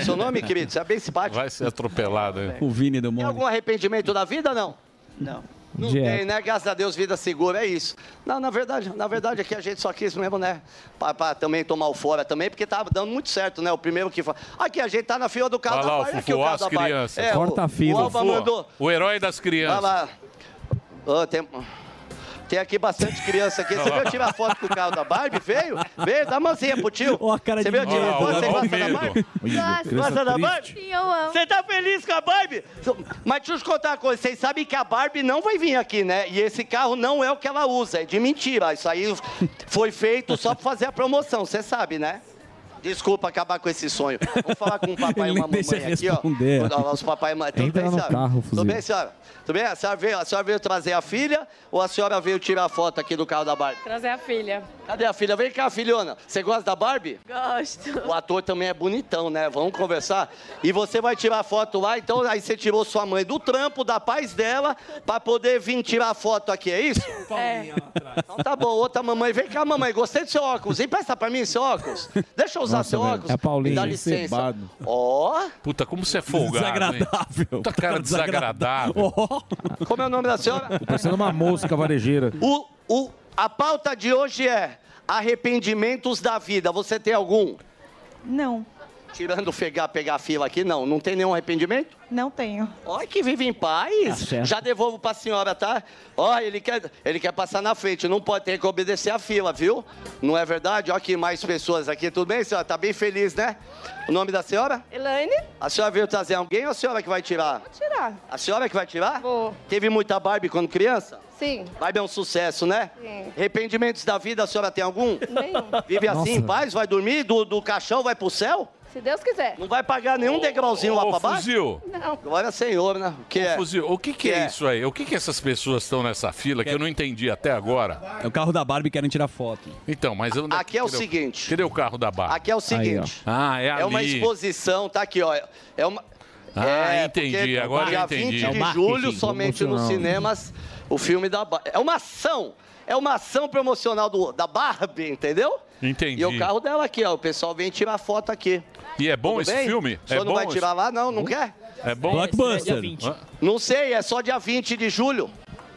[SPEAKER 8] Seu nome, querido? Você é bem simpático.
[SPEAKER 2] Vai ser atropelado. hein?
[SPEAKER 4] O Vini do
[SPEAKER 8] Tem
[SPEAKER 4] Mônaco.
[SPEAKER 8] algum arrependimento da vida, não? Não. Não
[SPEAKER 4] Dieta.
[SPEAKER 8] tem, né? Graças a Deus, vida segura, é isso. Não, na verdade, na verdade é que a gente só quis mesmo, né? Pra, pra também tomar o fora também, porque tava dando muito certo, né? O primeiro que fala. Aqui, a gente tá na fila do carro
[SPEAKER 2] Olha
[SPEAKER 8] da
[SPEAKER 2] lá, o
[SPEAKER 8] Bahia,
[SPEAKER 2] Fufu,
[SPEAKER 8] aqui o
[SPEAKER 2] olha
[SPEAKER 8] carro
[SPEAKER 2] as
[SPEAKER 8] da Bahia.
[SPEAKER 2] crianças.
[SPEAKER 8] É,
[SPEAKER 2] Corta
[SPEAKER 8] o-
[SPEAKER 2] a fila.
[SPEAKER 8] O Alba
[SPEAKER 2] Fufu,
[SPEAKER 8] mandou.
[SPEAKER 2] o herói das crianças.
[SPEAKER 8] Vai lá. Ô, tem... Tem aqui bastante criança aqui. Você
[SPEAKER 2] Olha lá.
[SPEAKER 8] viu eu tirar foto com o carro da Barbie? Veio? Veio? Dá mãozinha pro tio. Você viu eu tirar foto? Você gosta da Barbie? Gosta da Barbie?
[SPEAKER 15] Sim, eu amo.
[SPEAKER 8] Você tá feliz com a Barbie? Mas deixa eu te contar uma coisa. Vocês sabem que a Barbie não vai vir aqui, né? E esse carro não é o que ela usa. É de mentira. Isso aí foi feito só pra fazer a promoção. Você sabe, né? Desculpa acabar com esse sonho. Vou falar com o papai e
[SPEAKER 10] Ele
[SPEAKER 8] uma
[SPEAKER 10] nem deixa
[SPEAKER 8] mamãe aqui, ó.
[SPEAKER 10] responder.
[SPEAKER 8] Olha lá, Os papai e mamãe. Tudo
[SPEAKER 10] Entra
[SPEAKER 8] bem,
[SPEAKER 10] no
[SPEAKER 8] senhora?
[SPEAKER 10] carro,
[SPEAKER 8] Tudo
[SPEAKER 10] fuzil.
[SPEAKER 8] bem, senhora? Tudo bem? A senhora, veio, a senhora veio trazer a filha ou a senhora veio tirar a foto aqui do carro da Barbie?
[SPEAKER 15] Trazer a filha.
[SPEAKER 8] Cadê a filha? Vem cá, filhona. Você gosta da Barbie?
[SPEAKER 15] Gosto.
[SPEAKER 8] O ator também é bonitão, né? Vamos conversar. E você vai tirar foto lá, então aí você tirou sua mãe do trampo, da paz dela, pra poder vir tirar foto aqui, é isso?
[SPEAKER 15] É.
[SPEAKER 8] Então tá bom, outra mamãe. Vem cá, mamãe, gostei do seu óculos. Empresta pra mim seu óculos. Deixa eu usar
[SPEAKER 2] Nossa,
[SPEAKER 8] seu
[SPEAKER 2] velho.
[SPEAKER 8] óculos.
[SPEAKER 2] É a Paulinha.
[SPEAKER 8] Me dá licença.
[SPEAKER 2] Cebado.
[SPEAKER 8] Ó.
[SPEAKER 2] Puta, como você é folgado. hein?
[SPEAKER 4] Desagradável.
[SPEAKER 2] Puta cara desagradável.
[SPEAKER 8] Como é o nome da senhora?
[SPEAKER 10] Parecendo é uma mosca varejeira.
[SPEAKER 8] O, o, a pauta de hoje é arrependimentos da vida. Você tem algum?
[SPEAKER 15] Não,
[SPEAKER 8] Tirando pegar, pegar fila aqui, não. Não tem nenhum arrependimento?
[SPEAKER 15] não tenho.
[SPEAKER 8] Olha que vive em paz. Já devolvo pra senhora, tá? Ó, ele quer, ele quer passar na frente, não pode ter que obedecer a fila, viu? Não é verdade? Ó, que mais pessoas aqui. Tudo bem, senhora? Tá bem feliz, né? O nome da senhora?
[SPEAKER 15] Elaine,
[SPEAKER 8] A senhora veio trazer alguém ou a senhora que vai tirar?
[SPEAKER 15] tirar.
[SPEAKER 8] A senhora que vai tirar? Vou. Teve muita Barbie quando criança?
[SPEAKER 15] Sim.
[SPEAKER 8] Barbie é um sucesso, né?
[SPEAKER 15] Sim.
[SPEAKER 8] Arrependimentos da vida, a senhora tem algum?
[SPEAKER 15] Nenhum.
[SPEAKER 8] Vive assim em paz? Vai dormir? Do, do caixão vai pro céu?
[SPEAKER 15] Se Deus quiser.
[SPEAKER 8] Não vai pagar nenhum degrauzinho lá
[SPEAKER 2] ô,
[SPEAKER 8] pra baixo?
[SPEAKER 2] fuzil.
[SPEAKER 15] Não.
[SPEAKER 8] Glória Senhor, né? O que é?
[SPEAKER 2] Um Fuzil, o que, que é, isso aí? O que, que essas pessoas estão nessa fila que eu não entendi até agora?
[SPEAKER 4] É o carro da Barbie querem tirar foto.
[SPEAKER 2] Então, mas eu
[SPEAKER 8] Aqui é o seguinte.
[SPEAKER 2] Cadê o carro da barra?
[SPEAKER 8] Aqui é o seguinte.
[SPEAKER 2] ah, é ali.
[SPEAKER 8] É uma exposição, tá aqui, ó. É uma.
[SPEAKER 2] Ah,
[SPEAKER 8] é,
[SPEAKER 2] entendi,
[SPEAKER 8] porque
[SPEAKER 2] agora
[SPEAKER 8] dia
[SPEAKER 2] eu entendi.
[SPEAKER 8] 20
[SPEAKER 2] É o
[SPEAKER 8] de
[SPEAKER 2] marketing
[SPEAKER 8] julho, somente nos
[SPEAKER 2] promocional.
[SPEAKER 8] cinemas, o filme da Barbie. É uma ação. É uma ação promocional do- da Barbie, entendeu?
[SPEAKER 2] Entendi.
[SPEAKER 8] E o carro dela aqui, ó. O pessoal vem tirar foto aqui.
[SPEAKER 2] E é bom
[SPEAKER 8] Tudo
[SPEAKER 2] esse
[SPEAKER 8] bem?
[SPEAKER 2] filme?
[SPEAKER 8] O
[SPEAKER 2] É
[SPEAKER 8] senhor não
[SPEAKER 2] bom
[SPEAKER 8] vai
[SPEAKER 2] esse-
[SPEAKER 8] tirar lá, não? Não quer?
[SPEAKER 2] É bom?
[SPEAKER 8] Blockbuster. Não sei, é só dia 20 de julho.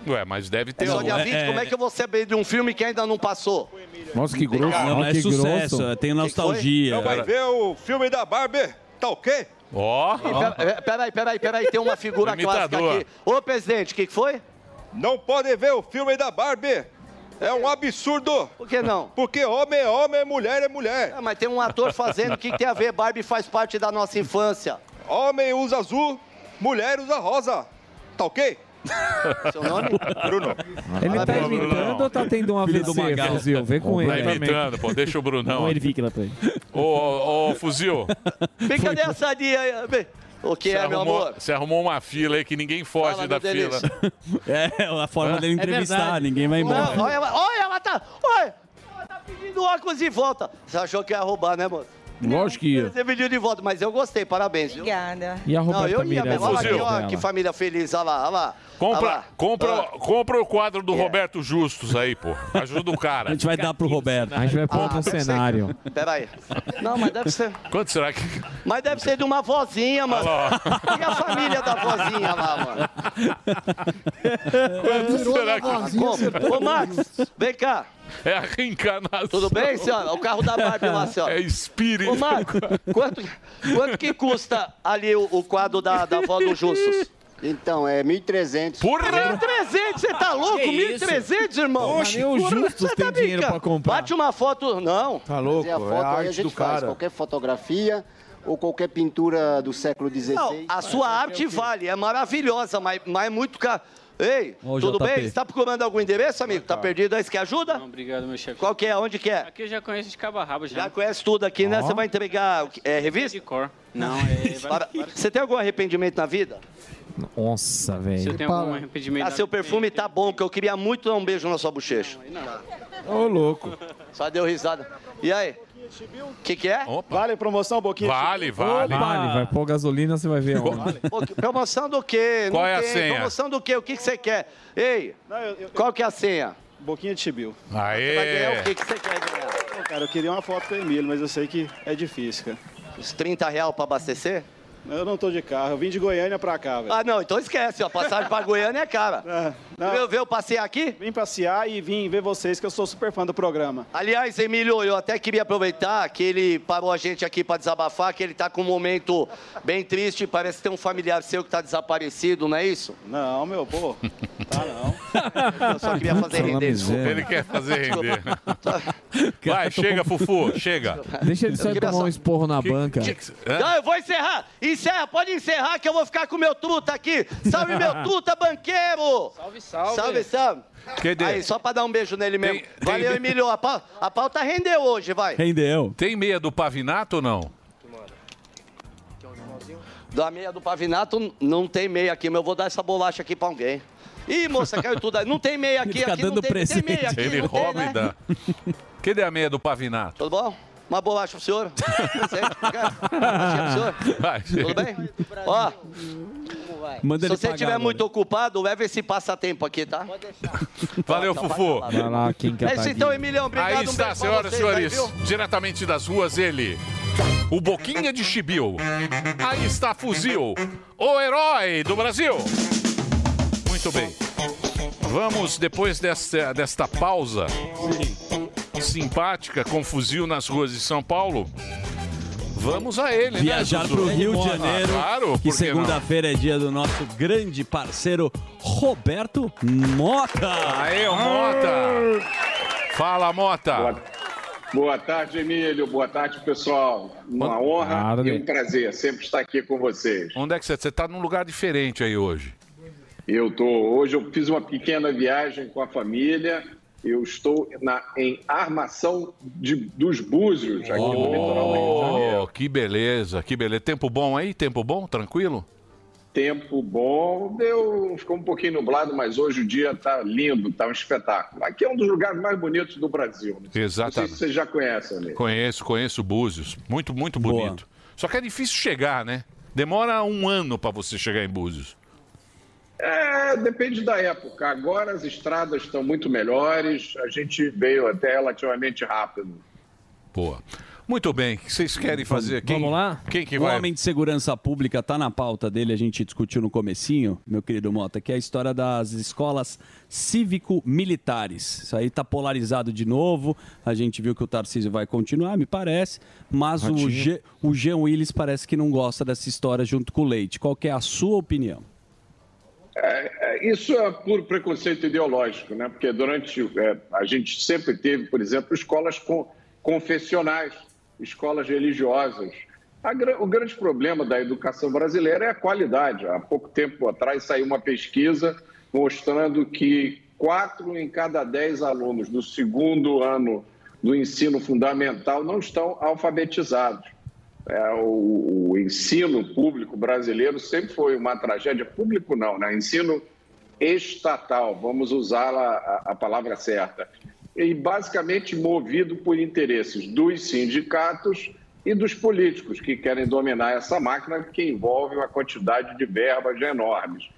[SPEAKER 2] Ué, mas deve ter
[SPEAKER 8] É só
[SPEAKER 2] um-
[SPEAKER 8] dia 20, como é que eu vou saber de um filme que ainda não passou?
[SPEAKER 10] Nossa, que
[SPEAKER 8] grosso. né?
[SPEAKER 4] Não, mas é
[SPEAKER 8] Que
[SPEAKER 4] sucesso.
[SPEAKER 8] grosso.
[SPEAKER 4] Tem
[SPEAKER 8] Que
[SPEAKER 4] nostalgia.
[SPEAKER 8] foi? Não vai
[SPEAKER 4] Cara,
[SPEAKER 8] ver.
[SPEAKER 13] o filme da Barbie, tá ok?
[SPEAKER 2] Ó.
[SPEAKER 8] Ih, pera- é, Peraí, peraí, peraí, tem uma figura clássica
[SPEAKER 13] Imitador.
[SPEAKER 8] aqui. Ô, presidente, o que que foi?
[SPEAKER 13] Não podem ver o filme da Barbie. É um absurdo.
[SPEAKER 8] Por que não?
[SPEAKER 13] Porque homem é homem, mulher é mulher.
[SPEAKER 8] Ah, mas tem um ator fazendo, o que, que tem a ver? Barbie faz parte da nossa infância.
[SPEAKER 13] Homem usa azul, mulher usa rosa. Tá ok?
[SPEAKER 8] Seu nome?
[SPEAKER 13] Bruno.
[SPEAKER 10] Ele tá imitando ou tá tendo um AVC, Fuzil? Vê com ele.
[SPEAKER 2] Tá
[SPEAKER 10] também.
[SPEAKER 2] imitando, pô. Deixa o Brunão.
[SPEAKER 10] Não, ele
[SPEAKER 2] fica lá pra Ô, ô, ô, Fuzil.
[SPEAKER 8] Fica nessa dia aí. bem. O que
[SPEAKER 2] você
[SPEAKER 8] é, meu
[SPEAKER 2] arrumou,
[SPEAKER 8] amor?
[SPEAKER 2] Você arrumou uma fila aí que ninguém foge
[SPEAKER 8] Fala,
[SPEAKER 2] da
[SPEAKER 8] meu
[SPEAKER 2] fila.
[SPEAKER 4] É, a forma dele
[SPEAKER 8] É
[SPEAKER 4] entrevistar,
[SPEAKER 8] verdade.
[SPEAKER 4] Ah, ninguém vai embora.
[SPEAKER 8] Olha, olha, ela- olha, ela tá. Olha, ela tá pedindo óculos de volta. Você achou que ia roubar, né, moço?
[SPEAKER 10] Lógico que ia.
[SPEAKER 8] Você pediu de volta, mas eu gostei, parabéns. viu?
[SPEAKER 15] Obrigada.
[SPEAKER 10] E a roupa é
[SPEAKER 8] Não, eu ia
[SPEAKER 10] Tamires,
[SPEAKER 8] mesmo. Olha
[SPEAKER 10] Fuzil?
[SPEAKER 8] aqui, ó, que
[SPEAKER 10] dela.
[SPEAKER 8] família feliz, olha lá, olha lá.
[SPEAKER 2] Compra,
[SPEAKER 8] Olha lá. É.
[SPEAKER 2] compra, compra o quadro do Roberto Justus aí, pô. Ajuda o cara.
[SPEAKER 4] A gente vai dar pro Roberto.
[SPEAKER 10] A gente vai
[SPEAKER 8] Ah,
[SPEAKER 10] pôr um cenário.
[SPEAKER 8] Peraí. Não, mas deve ser.
[SPEAKER 2] Quanto será que.
[SPEAKER 8] Mas deve ser de uma vozinha, mano.
[SPEAKER 2] Olha
[SPEAKER 8] E a família da vozinha lá, mano?
[SPEAKER 2] Quanto será que.
[SPEAKER 8] Ah, como? Ô, Max, vem cá.
[SPEAKER 2] É a reencarnação.
[SPEAKER 8] Tudo bem, senhora? O carro da Barbie lá, senhora.
[SPEAKER 2] É espírito.
[SPEAKER 8] Ô, Marco, quanto, quanto que custa ali o, o quadro Ah, da, da avó do Justus?
[SPEAKER 14] Então, é 1.300.
[SPEAKER 2] Porra!
[SPEAKER 8] 1.300, você tá louco?
[SPEAKER 14] Que isso?
[SPEAKER 8] 1.300, irmão?
[SPEAKER 14] Oxe,
[SPEAKER 8] Porra,
[SPEAKER 14] nem o Justus
[SPEAKER 8] você tá
[SPEAKER 14] tem dinheiro
[SPEAKER 8] brincando.
[SPEAKER 14] pra comprar.
[SPEAKER 8] Bate uma foto, não.
[SPEAKER 14] Tá louco, a foto,
[SPEAKER 8] é a
[SPEAKER 14] aí
[SPEAKER 8] arte
[SPEAKER 14] a gente
[SPEAKER 8] do
[SPEAKER 14] faz
[SPEAKER 8] cara.
[SPEAKER 14] qualquer fotografia ou qualquer pintura do século XVI.
[SPEAKER 8] Não, a sua arte vale, é maravilhosa, mas, mas é muito caro. Ei,
[SPEAKER 14] Ó o
[SPEAKER 8] tudo
[SPEAKER 14] JP.
[SPEAKER 8] bem? Você tá procurando algum endereço, amigo? Tá perdido aí? Você quer ajuda?
[SPEAKER 16] Obrigado, meu chefe.
[SPEAKER 8] Qual que é? Onde que é?
[SPEAKER 16] Aqui eu já conheço de cabo a rabo já.
[SPEAKER 8] Já conhece tudo aqui, né?
[SPEAKER 16] Ó.
[SPEAKER 8] Você vai entregar o que- é, revista? De
[SPEAKER 16] cor. Não, é...
[SPEAKER 8] Para- Você tem algum arrependimento na vida?
[SPEAKER 10] Nossa, velho.
[SPEAKER 16] eu tenho algum arrependimento...
[SPEAKER 8] Ah, seu perfume tá bom, que eu queria muito dar um beijo na sua bochecha.
[SPEAKER 16] Ô, louco.
[SPEAKER 8] Só deu risada. E aí? O que, que é?
[SPEAKER 13] Vale promoção, um Boquinha?
[SPEAKER 2] Vale,
[SPEAKER 10] Vale, vai pôr gasolina, você vai ver onde.
[SPEAKER 8] Promoção do quê?
[SPEAKER 10] Qual é a senha?
[SPEAKER 8] Promoção do quê? O que, que você quer? Ei, qual que é a senha?
[SPEAKER 13] Boquinha de Chibiu.
[SPEAKER 2] Aê!
[SPEAKER 8] Vai ganhar o que, que você quer ganhar?
[SPEAKER 13] Cara, eu queria uma foto com o Emílio, mas eu sei que é difícil, cara.
[SPEAKER 8] Os 30 real pra abastecer?
[SPEAKER 13] Eu não tô de carro, eu vim de Goiânia pra cá, velho.
[SPEAKER 8] Ah, não, então esquece, ó. Passagem pra Goiânia é cara. Viu, viu eu passear aqui?
[SPEAKER 13] Vim passear e vim ver vocês, que eu sou super fã do programa.
[SPEAKER 8] Aliás, Emílio, eu até queria aproveitar que ele parou a gente aqui para desabafar, que ele tá com um momento bem triste, parece que tem um familiar seu que tá desaparecido, não é isso?
[SPEAKER 13] Não, meu, pô.
[SPEAKER 8] Eu só queria fazer render, desculpa.
[SPEAKER 2] Ele quer fazer render. Vai, chega, Fufu, chega.
[SPEAKER 10] Deixa ele só
[SPEAKER 8] Eu queria
[SPEAKER 10] tomar um esporro na banca.
[SPEAKER 8] Não, eu vou encerrar. Encerra, pode encerrar que eu vou ficar com o meu truta aqui. Salve, meu truta, banqueiro! Salve, salve. Salve, salve.
[SPEAKER 2] Cadê?
[SPEAKER 8] Aí, só pra dar um beijo nele mesmo. Valeu, Emílio. A pau- a pauta rendeu hoje, vai.
[SPEAKER 2] Rendeu. Tem meia do Pavinato ou não?
[SPEAKER 8] Da meia do Pavinato, não tem meia aqui, mas eu vou dar essa bolacha aqui pra alguém. Ih, moça, caiu tudo aí. Não tem meia aqui,
[SPEAKER 4] fica
[SPEAKER 8] aqui
[SPEAKER 4] dando
[SPEAKER 8] não tem, tem meia aqui.
[SPEAKER 2] Ele
[SPEAKER 8] não tem,
[SPEAKER 2] rouba
[SPEAKER 8] né?
[SPEAKER 2] e dá. Cadê a meia do Pavinato?
[SPEAKER 8] Tudo bom? Uma bolacha pro senhor? Você quer? Bolacha pro senhor?
[SPEAKER 2] Vai,
[SPEAKER 8] Tudo bem? Ó, se você estiver muito ocupado, leva esse passatempo aqui, tá?
[SPEAKER 2] Valeu, Fufu.
[SPEAKER 10] Vai lá, quem quer tá
[SPEAKER 8] É isso então, Emilhão. Obrigado,
[SPEAKER 2] Aí
[SPEAKER 8] um beijo
[SPEAKER 2] está,
[SPEAKER 8] pra
[SPEAKER 2] senhoras e
[SPEAKER 8] vocês aí,
[SPEAKER 2] senhores, diretamente das ruas, ele. O Boquinha de Chibiu. Aí está Fuzil, o herói do Brasil. Muito bem. Vamos, depois desta, desta pausa simpática com Fuzil nas ruas de São Paulo, vamos a ele, né,
[SPEAKER 4] Viajar
[SPEAKER 2] Zuzu?
[SPEAKER 4] pro Rio de
[SPEAKER 2] Ah,
[SPEAKER 4] Janeiro.
[SPEAKER 2] Claro, por que
[SPEAKER 4] que
[SPEAKER 2] não?
[SPEAKER 4] segunda-feira é dia do nosso grande parceiro Roberto Ah, Mota.
[SPEAKER 2] Aê, o Mota! Fala, Mota!
[SPEAKER 17] Boa tarde, Emílio. Boa tarde, pessoal. Uma honra
[SPEAKER 2] tarde.
[SPEAKER 17] e um prazer sempre estar aqui com vocês.
[SPEAKER 2] Onde é que você está? Você está num lugar diferente aí hoje.
[SPEAKER 17] Eu tô hoje eu fiz uma pequena viagem com a família Eu estou na, em Armação de, dos Búzios, aqui no litoral do Rio de Janeiro.
[SPEAKER 2] Oh, que beleza, que beleza. Tempo bom aí? Tempo bom? Tranquilo?
[SPEAKER 17] Tempo bom, deu, ficou um pouquinho nublado, mas hoje o dia tá lindo, tá um espetáculo. Aqui é um dos lugares mais bonitos do Brasil. né? Não sei se
[SPEAKER 2] Exatamente.
[SPEAKER 17] vocês já conhecem, amigo.
[SPEAKER 2] Conheço, conheço Búzios. Muito, muito bonito. Só que é difícil chegar, né? Demora um ano pra você chegar em Búzios.
[SPEAKER 17] É, depende da época. Agora as estradas estão muito melhores, a gente veio até relativamente rápido.
[SPEAKER 2] Boa. Muito bem, o que vocês querem fazer aqui?
[SPEAKER 4] Vamos lá?
[SPEAKER 2] Quem que
[SPEAKER 4] o
[SPEAKER 2] vai?
[SPEAKER 4] homem de segurança pública tá na pauta dele, a gente discutiu no comecinho, meu querido Mota, que é a história das escolas cívico-militares. Isso aí tá polarizado de novo, a gente viu que o Tarcísio vai continuar, me parece, mas o,
[SPEAKER 10] Ratinho.
[SPEAKER 4] G, o Jean Willis parece que não gosta dessa história junto com o Leite. Qual que é a sua opinião?
[SPEAKER 17] É, é, isso é puro preconceito ideológico, né? Porque durante é, a gente sempre teve, por exemplo, escolas con- confessionais, escolas religiosas. A gra- o grande problema da educação brasileira é a qualidade. Há pouco tempo atrás saiu uma pesquisa mostrando que quatro em cada dez alunos do segundo ano do ensino fundamental não estão alfabetizados. É, o, o ensino público brasileiro sempre foi uma tragédia, público não, né? Ensino estatal, vamos usar a, a- a palavra certa. E basicamente movido por interesses dos sindicatos e dos políticos que querem dominar essa máquina que envolve uma quantidade de verbas enormes.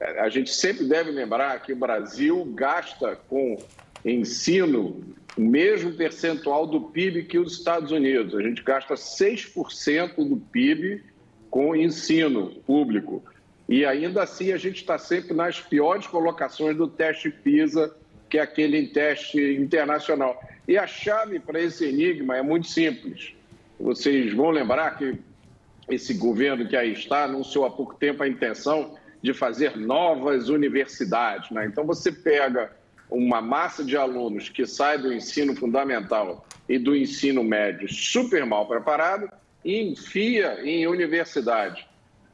[SPEAKER 17] É, A gente sempre deve lembrar que o Brasil gasta com ensino o mesmo percentual do PIB que os Estados Unidos. A gente gasta 6% do PIB com ensino público. E ainda assim a gente está sempre nas piores colocações do teste PISA, que é aquele teste internacional. E a chave para esse enigma é muito simples. Vocês vão lembrar que esse governo que aí está anunciou há pouco tempo a intenção de fazer novas universidades. Né? Então, você pega uma massa de alunos que sai do ensino fundamental e do ensino médio super mal preparado e enfia em universidade.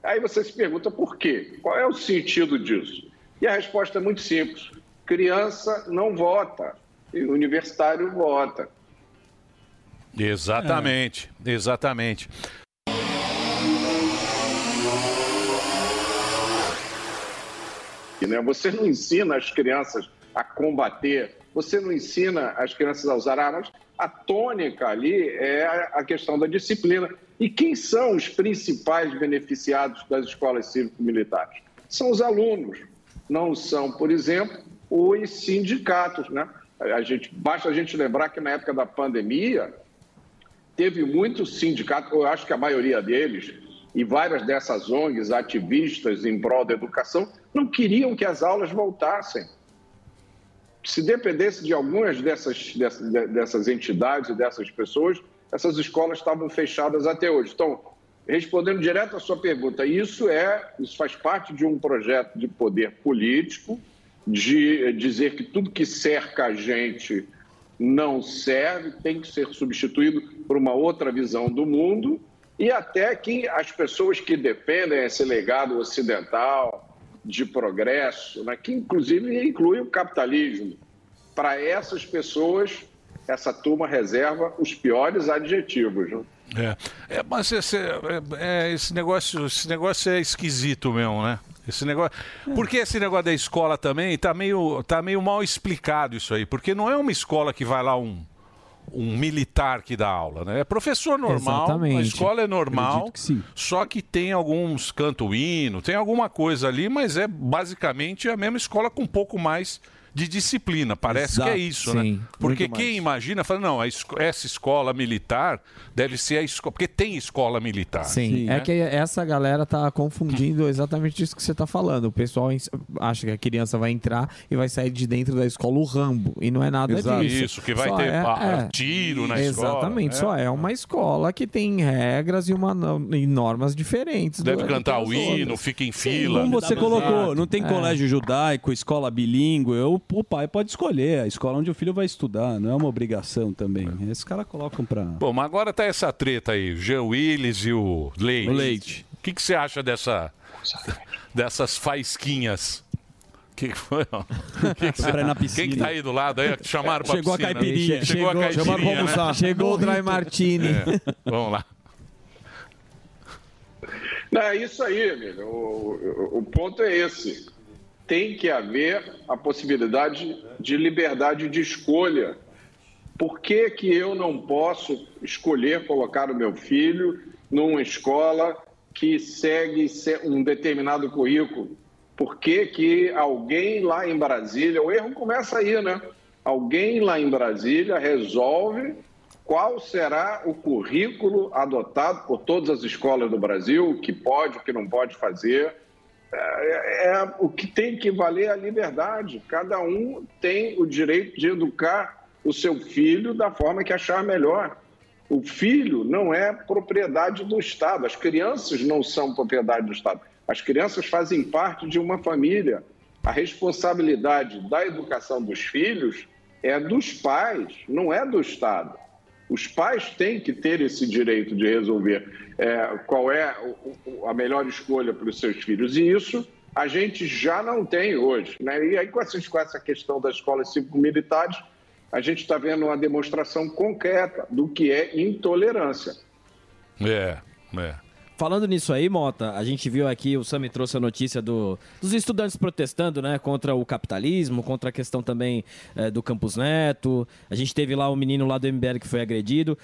[SPEAKER 17] Aí você se pergunta por quê? Qual é o sentido disso? E a resposta é muito simples: criança não vota, e universitário vota.
[SPEAKER 2] Exatamente,
[SPEAKER 4] É.
[SPEAKER 2] exatamente.
[SPEAKER 17] E, né, Você não ensina as crianças a combater, você não ensina as crianças a usar armas. A tônica ali é a- a questão da disciplina. E quem são os principais beneficiados das escolas cívico-militares? São os alunos, não são, por exemplo, os sindicatos. Né? A a gente, basta a gente lembrar que na época da pandemia, teve muito sindicato, eu acho que a maioria deles, e várias dessas ONGs, ativistas em prol da educação, não queriam que as aulas voltassem. Se dependesse de algumas dessas, dessas, dessas entidades e dessas pessoas, essas escolas estavam fechadas até hoje. Então, respondendo direto à sua pergunta, isso é, isso faz parte de um projeto de poder político, de eh, dizer que tudo que cerca a gente não serve, tem que ser substituído por uma outra visão do mundo e até que as pessoas que defendem esse legado ocidental de progresso, né, que inclusive inclui o capitalismo, para essas pessoas, essa turma reserva os piores adjetivos. né?
[SPEAKER 2] É. É, mas esse, é, é, esse negócio, esse negócio é esquisito mesmo, né? Esse
[SPEAKER 10] É.
[SPEAKER 2] negócio, porque esse negócio da escola também tá meio, tá meio mal explicado isso aí, porque não é uma escola que vai lá um um militar que dá aula, né? É professor normal, a
[SPEAKER 10] Exatamente.
[SPEAKER 2] escola é normal,
[SPEAKER 10] Acredito que sim.
[SPEAKER 2] só que tem alguns canto hino, tem alguma coisa ali, mas é basicamente a mesma escola com um pouco mais de disciplina, parece que é
[SPEAKER 10] Exato,
[SPEAKER 2] isso,
[SPEAKER 10] sim,
[SPEAKER 2] né? Porque
[SPEAKER 10] muito mais.
[SPEAKER 2] quem quem imagina fala, não, a esco- essa escola militar deve ser a escola. Porque tem escola militar.
[SPEAKER 10] Sim, é
[SPEAKER 2] né?
[SPEAKER 10] que essa galera tá confundindo exatamente isso que você tá falando. O pessoal ens- acha que a criança vai entrar e vai sair de dentro da escola o Rambo. E não é nada
[SPEAKER 2] Exato.
[SPEAKER 10] disso. é,
[SPEAKER 2] Isso, que vai ter, ah, tiro na
[SPEAKER 10] exatamente,
[SPEAKER 2] escola,
[SPEAKER 10] Exatamente,
[SPEAKER 2] né?
[SPEAKER 10] só é uma escola que tem regras e, uma, no- e normas diferentes.
[SPEAKER 2] Deve
[SPEAKER 10] do-
[SPEAKER 2] cantar
[SPEAKER 10] das
[SPEAKER 4] é
[SPEAKER 2] o hino,
[SPEAKER 10] outras.
[SPEAKER 2] fica em fila.
[SPEAKER 4] Como você colocou, não tem
[SPEAKER 10] É.
[SPEAKER 4] colégio judaico, escola bilíngue, o, o pai pode escolher a escola onde o filho vai estudar, não é uma obrigação também.
[SPEAKER 2] É.
[SPEAKER 4] Esses caras colocam pra...
[SPEAKER 2] Bom, mas agora tá essa treta aí, o Jean Willis e o Leite.
[SPEAKER 4] O Leite.
[SPEAKER 2] O que, que você acha dessa, dessas faisquinhas? O que que foi? ó? Que que
[SPEAKER 4] Pra
[SPEAKER 2] você-
[SPEAKER 4] ir na piscina.
[SPEAKER 2] Quem que tá aí do lado aí? ó, que Chamaram pra
[SPEAKER 4] Chegou a
[SPEAKER 2] piscina.
[SPEAKER 4] caipirinha.
[SPEAKER 2] Chegou a
[SPEAKER 4] Chegou-
[SPEAKER 2] caipirinha.
[SPEAKER 4] chamaram pra
[SPEAKER 2] né?
[SPEAKER 4] almoçar. Chegou o dry martini.
[SPEAKER 2] É, Vamos lá.
[SPEAKER 17] Não, é isso aí, amigo. O, o- o ponto é esse. Tem que haver a possibilidade de liberdade de escolha. Por que, que eu não posso escolher colocar o meu filho numa escola que segue se- um determinado currículo? Por que, que alguém lá em Brasília, o erro começa aí, né? Alguém lá em Brasília resolve qual será o currículo adotado por todas as escolas do Brasil, o que pode, o que não pode fazer. É, é- é o que tem que valer é a liberdade. Cada um tem o direito de educar o seu filho da forma que achar melhor. O filho não é propriedade do Estado, as crianças não são propriedade do Estado. As crianças fazem parte de uma família. A responsabilidade da educação dos filhos é dos pais, não é do Estado. Os pais têm que ter esse direito de resolver é, qual é o- o- a melhor escolha para os seus filhos. E isso a gente já não tem hoje. né? E aí, com essa, com essa questão das escolas cívico-militares, a gente está vendo uma demonstração concreta do que é intolerância.
[SPEAKER 2] É, é.
[SPEAKER 9] Falando nisso aí, Mota, a gente viu aqui, o Sam me trouxe a notícia do- dos estudantes protestando, né, contra o capitalismo, contra a questão também eh, do Campus Neto. A gente teve lá um menino lá do MBL que foi agredido.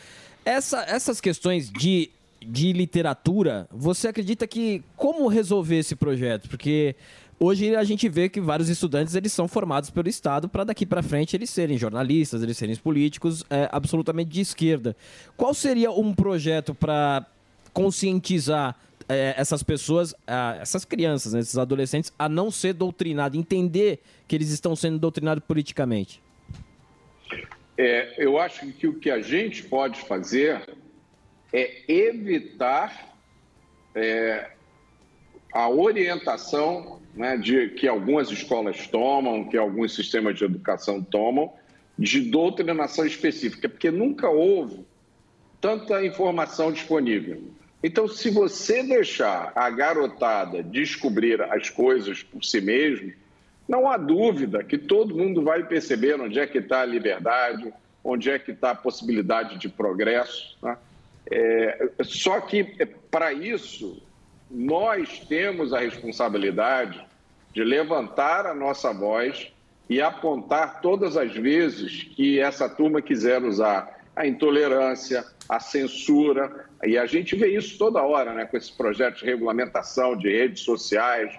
[SPEAKER 9] Essa- essas questões de, de literatura, você acredita que como resolver esse projeto? Porque hoje a gente vê que vários estudantes eles são formados pelo Estado para daqui para frente eles serem jornalistas, eles serem políticos, eh, absolutamente de esquerda. Qual seria um projeto para conscientizar eh, essas pessoas, ah, essas crianças, né, esses adolescentes, a não ser doutrinado, entender que eles estão sendo doutrinados politicamente.
[SPEAKER 17] É, eu acho que o que a gente pode fazer é evitar é, a orientação né, de, que algumas escolas tomam, que alguns sistemas de educação tomam, de doutrinação específica, porque nunca houve tanta informação disponível. Então, se você deixar a garotada descobrir as coisas por si mesmo, não há dúvida que todo mundo vai perceber onde é que está a liberdade, onde é que está a possibilidade de progresso. né? É, só que, é, para isso, nós temos a responsabilidade de levantar a nossa voz e apontar todas as vezes que essa turma quiser usar a intolerância, a censura, e a gente vê isso toda hora, né, com esse projeto de regulamentação de redes sociais,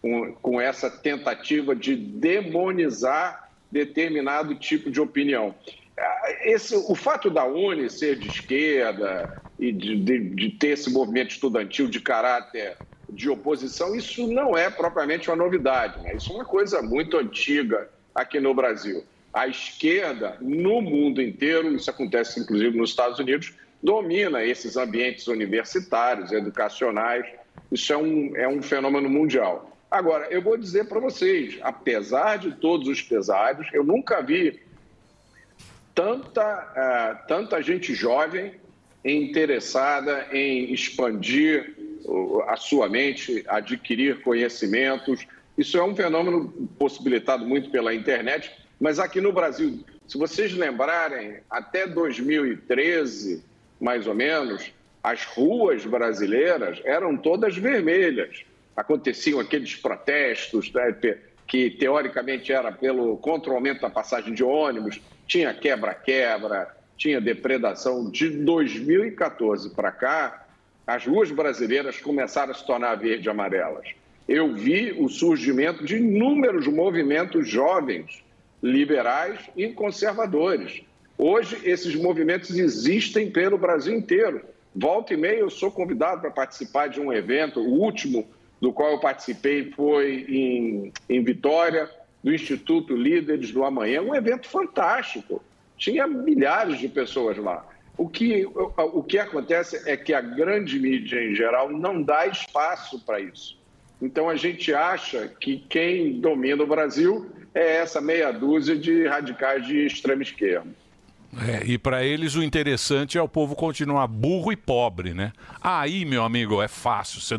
[SPEAKER 17] com, com essa tentativa de demonizar determinado tipo de opinião. Ah, Esse, o fato da UNE ser de esquerda e de, de- de ter esse movimento estudantil de caráter é, de oposição, isso não é propriamente uma novidade, né? isso é uma coisa muito antiga aqui no Brasil. A esquerda, no mundo inteiro, isso acontece inclusive nos Estados Unidos, domina esses ambientes universitários, educacionais. Isso é um, é um fenômeno mundial. Agora, eu vou dizer para vocês, apesar de todos os pesares, eu nunca vi tanta, ah, tanta gente jovem interessada em expandir oh, a sua mente, adquirir conhecimentos. Isso é um fenômeno possibilitado muito pela internet, mas aqui no Brasil, se vocês lembrarem, até 2013, mais ou menos, as ruas brasileiras eram todas vermelhas. Aconteciam aqueles protestos né, pe- que teoricamente era pelo contra o aumento da passagem de ônibus, tinha quebra-quebra, tinha depredação. De 2014 para cá, as ruas brasileiras começaram a se tornar verde e amarelas. Eu vi o surgimento de inúmeros movimentos jovens, liberais e conservadores. Hoje, esses movimentos existem pelo Brasil inteiro. Volta e meia, eu sou convidado para participar de um evento, o último do qual eu participei foi em, em Vitória, do Instituto Líderes do Amanhã, um evento fantástico. Tinha milhares de pessoas lá. O que, o que acontece é que a grande mídia, em geral, não dá espaço para isso. Então a gente acha que quem domina o Brasil é essa meia dúzia de radicais de extrema esquerda.
[SPEAKER 2] É, e para eles o interessante é o povo continuar burro e pobre, né? Aí, meu amigo, é fácil você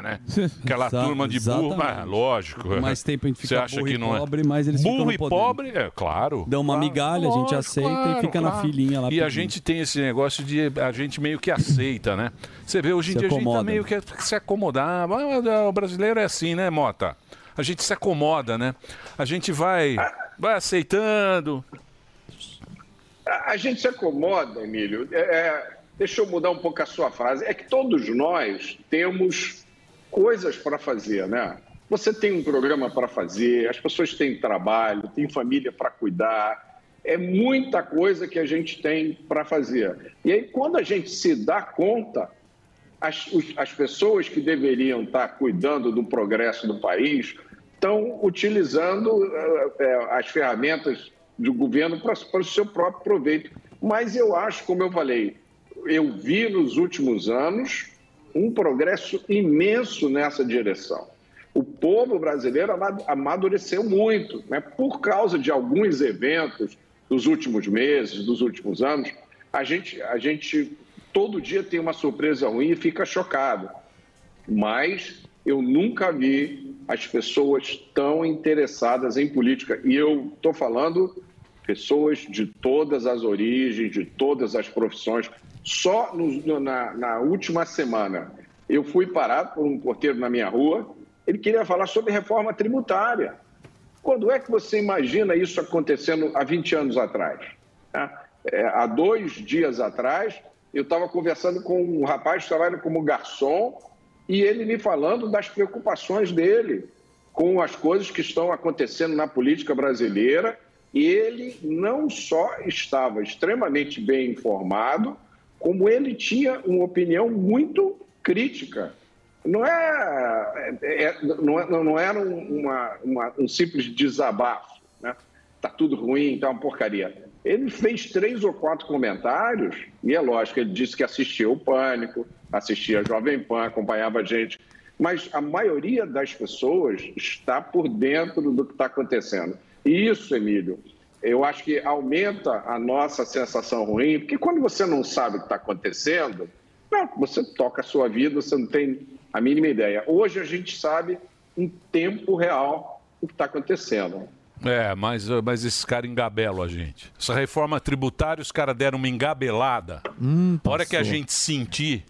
[SPEAKER 2] né? Aquela
[SPEAKER 4] Exa-
[SPEAKER 2] turma de burro,
[SPEAKER 4] exatamente.
[SPEAKER 2] ah, lógico.
[SPEAKER 4] Quanto mais tempo a gente
[SPEAKER 2] Você
[SPEAKER 4] fica
[SPEAKER 2] acha
[SPEAKER 4] burro
[SPEAKER 2] que
[SPEAKER 4] e
[SPEAKER 2] não é?
[SPEAKER 4] pobre, mais eles ficam
[SPEAKER 2] burro
[SPEAKER 4] no
[SPEAKER 2] e
[SPEAKER 4] poder.
[SPEAKER 2] pobre, é claro.
[SPEAKER 4] Dá uma migalha, a gente aceita e fica na filinha lá
[SPEAKER 2] E
[SPEAKER 4] pedindo.
[SPEAKER 2] a gente tem esse negócio de a gente meio que aceita, né? Você vê hoje em
[SPEAKER 4] Se
[SPEAKER 2] dia a gente tá
[SPEAKER 4] acomoda.
[SPEAKER 2] meio que se acomodar. Mas, ah, O brasileiro é assim, né, Mota? A gente se acomoda, né? A gente vai, vai aceitando.
[SPEAKER 17] A a gente se acomoda, Emílio. É, é, deixa eu mudar um pouco a sua frase. É que todos nós temos coisas para fazer, né? Você tem um programa para fazer, as pessoas têm trabalho, têm família para cuidar. É muita coisa que a gente tem para fazer. E aí, quando a gente se dá conta, as, os- as pessoas que deveriam estar cuidando do progresso do país estão utilizando eh, eh, as ferramentas do governo para para o seu próprio proveito. Mas eu acho, como eu falei, eu vi nos últimos anos um progresso imenso nessa direção. O povo brasileiro ama- amadureceu muito, né? por causa de alguns eventos dos últimos meses, dos últimos anos. A gente, a gente todo dia tem uma surpresa ruim e fica chocado. Mas eu nunca vi as pessoas tão interessadas em política. E eu estou falando pessoas de todas as origens, de todas as profissões. Só no- no- na, na última semana, eu fui parado por um porteiro na minha rua. Ele queria falar sobre reforma tributária. Quando é que você imagina isso acontecendo há 20 anos atrás? tá? É, há dois dias atrás, eu estava conversando com um rapaz que trabalha como garçom e ele me falando das preocupações dele com as coisas que estão acontecendo na política brasileira. E ele não só estava extremamente bem informado, como ele tinha uma opinião muito crítica. Não, é, é- é- não, é- não era um, uma- uma- um simples desabafo, né? Tá tudo ruim, tá uma porcaria. Ele fez três ou quatro comentários, e é lógico, ele disse que assistia o Pânico, assistia a Jovem Pan, acompanhava a gente. Mas a maioria das pessoas está por dentro do que está acontecendo. E isso, Emílio, eu acho que aumenta a nossa sensação ruim, porque quando você não sabe o que está acontecendo, não, você toca a sua vida, você não tem a mínima ideia. Hoje a gente sabe em tempo real o que está acontecendo.
[SPEAKER 2] É, mas, eh, mas esses caras engabelam a gente. Essa reforma tributária, os caras deram uma engabelada.
[SPEAKER 4] Hum,
[SPEAKER 2] a hora que a gente sentir.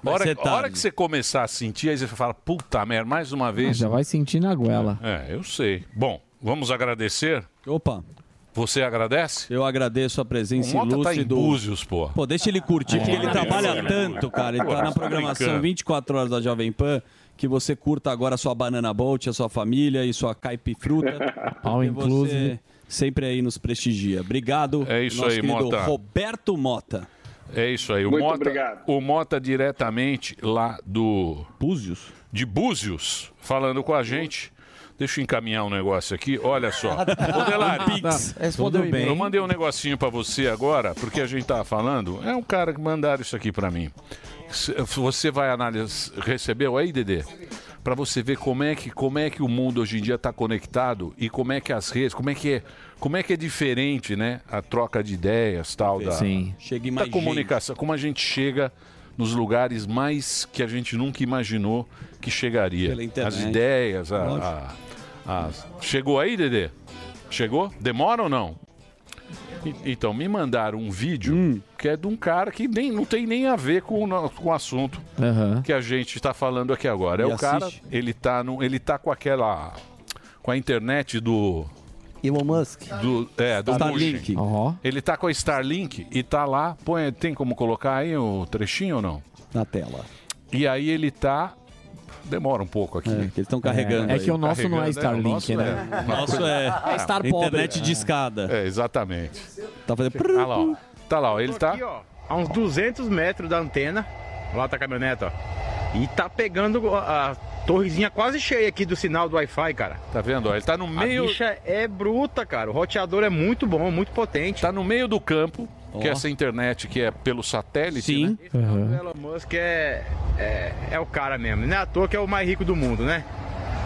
[SPEAKER 2] A
[SPEAKER 10] Vai ser
[SPEAKER 2] hora, a
[SPEAKER 4] tá
[SPEAKER 2] hora
[SPEAKER 10] tarde.
[SPEAKER 2] que você começar a sentir, aí você fala, puta merda, mais uma
[SPEAKER 10] Ah,
[SPEAKER 2] vez.
[SPEAKER 4] é um
[SPEAKER 10] já vai sentir na goela.
[SPEAKER 2] É, eu sei. Bom, vamos agradecer?
[SPEAKER 4] Opa.
[SPEAKER 2] Você agradece?
[SPEAKER 4] Eu agradeço a presença
[SPEAKER 2] O Mota
[SPEAKER 4] ilustre
[SPEAKER 2] tá em
[SPEAKER 4] do...
[SPEAKER 2] Búzios, pô.
[SPEAKER 4] Pô, deixa ele curtir, porque
[SPEAKER 2] É.
[SPEAKER 4] ele trabalha
[SPEAKER 2] Beleza.
[SPEAKER 4] tanto, cara. Ele
[SPEAKER 2] Pô,
[SPEAKER 4] tá na
[SPEAKER 2] tá
[SPEAKER 4] programação
[SPEAKER 2] brincando.
[SPEAKER 4] 24 horas da Jovem Pan. Que você curta agora a sua banana bolt, a sua família e sua caipifruta.
[SPEAKER 10] All
[SPEAKER 4] Porque
[SPEAKER 10] inclusive.
[SPEAKER 4] Você sempre aí nos prestigia. Obrigado.
[SPEAKER 2] É isso
[SPEAKER 4] nosso
[SPEAKER 2] aí,
[SPEAKER 4] querido
[SPEAKER 2] Mota.
[SPEAKER 4] Roberto Mota.
[SPEAKER 2] É isso aí. O
[SPEAKER 4] Muito
[SPEAKER 2] Mota,
[SPEAKER 4] obrigado.
[SPEAKER 2] O Mota diretamente lá do... Búzios? De Búzios, falando com a gente. Deixa eu encaminhar um negócio aqui. Olha só. Ô, Delari,
[SPEAKER 10] Respondeu Tá, bem.
[SPEAKER 2] Eu mandei um negocinho pra você agora, porque a gente tava falando. É um cara que mandaram isso aqui pra mim. Se- Você vai analisar. Recebeu aí, Dedê? Pra você ver como é que como é que o mundo hoje em dia tá conectado e como é que as redes, como é que é, como é que é diferente, né? A troca de ideias, tal da
[SPEAKER 10] Sim.
[SPEAKER 4] Chega em
[SPEAKER 2] da
[SPEAKER 4] mais gente.
[SPEAKER 2] comunicação, como a gente chega nos lugares mais que a gente nunca imaginou que chegaria.
[SPEAKER 4] Pela internet.
[SPEAKER 2] As ideias, a-
[SPEAKER 4] Lógico.
[SPEAKER 2] a- as- Chegou aí, Dedê? Chegou? Demora ou não? E- Então, me mandaram um vídeo que é de um cara que nem, não tem nem a ver com, o no- com o assunto
[SPEAKER 10] Aham.
[SPEAKER 2] que a gente está falando aqui agora. É
[SPEAKER 10] E
[SPEAKER 2] o cara,
[SPEAKER 10] assiste.
[SPEAKER 2] ele tá, no, ele tá com aquela. com a internet do.
[SPEAKER 8] Elon Musk.
[SPEAKER 2] Do, é, do
[SPEAKER 8] Starlink.
[SPEAKER 2] Mugen. Ele tá com a Starlink e tá lá. Põe, tem como colocar aí o trechinho ou não?
[SPEAKER 4] Na tela.
[SPEAKER 2] E aí ele tá. Demora um pouco aqui.
[SPEAKER 4] É, que eles estão carregando
[SPEAKER 2] É,
[SPEAKER 4] É aí.
[SPEAKER 2] que o nosso não é
[SPEAKER 4] Carregando, é, o
[SPEAKER 2] Starlink,
[SPEAKER 4] nosso
[SPEAKER 2] né?
[SPEAKER 4] é. O nosso é É Star Pobre. internet de escada.
[SPEAKER 2] É, exatamente.
[SPEAKER 4] Tá fazendo.
[SPEAKER 2] Tá lá, ó. Tá lá, ó. Ele tá.
[SPEAKER 18] Aqui, ó, a uns 200 metros da antena. Lá tá a caminhonete, ó. E tá pegando a, a torrezinha quase cheia aqui do sinal do Wi-Fi, cara.
[SPEAKER 2] Tá vendo? ó? Ele tá no meio.
[SPEAKER 18] A bicha é bruta, cara. O roteador é muito bom, muito potente.
[SPEAKER 2] Tá no meio do campo, Que
[SPEAKER 18] Ó.
[SPEAKER 2] essa internet que é pelo satélite, né?
[SPEAKER 18] O Elon Musk é, é, é o cara mesmo. Não é à toa que é o mais rico do mundo, né?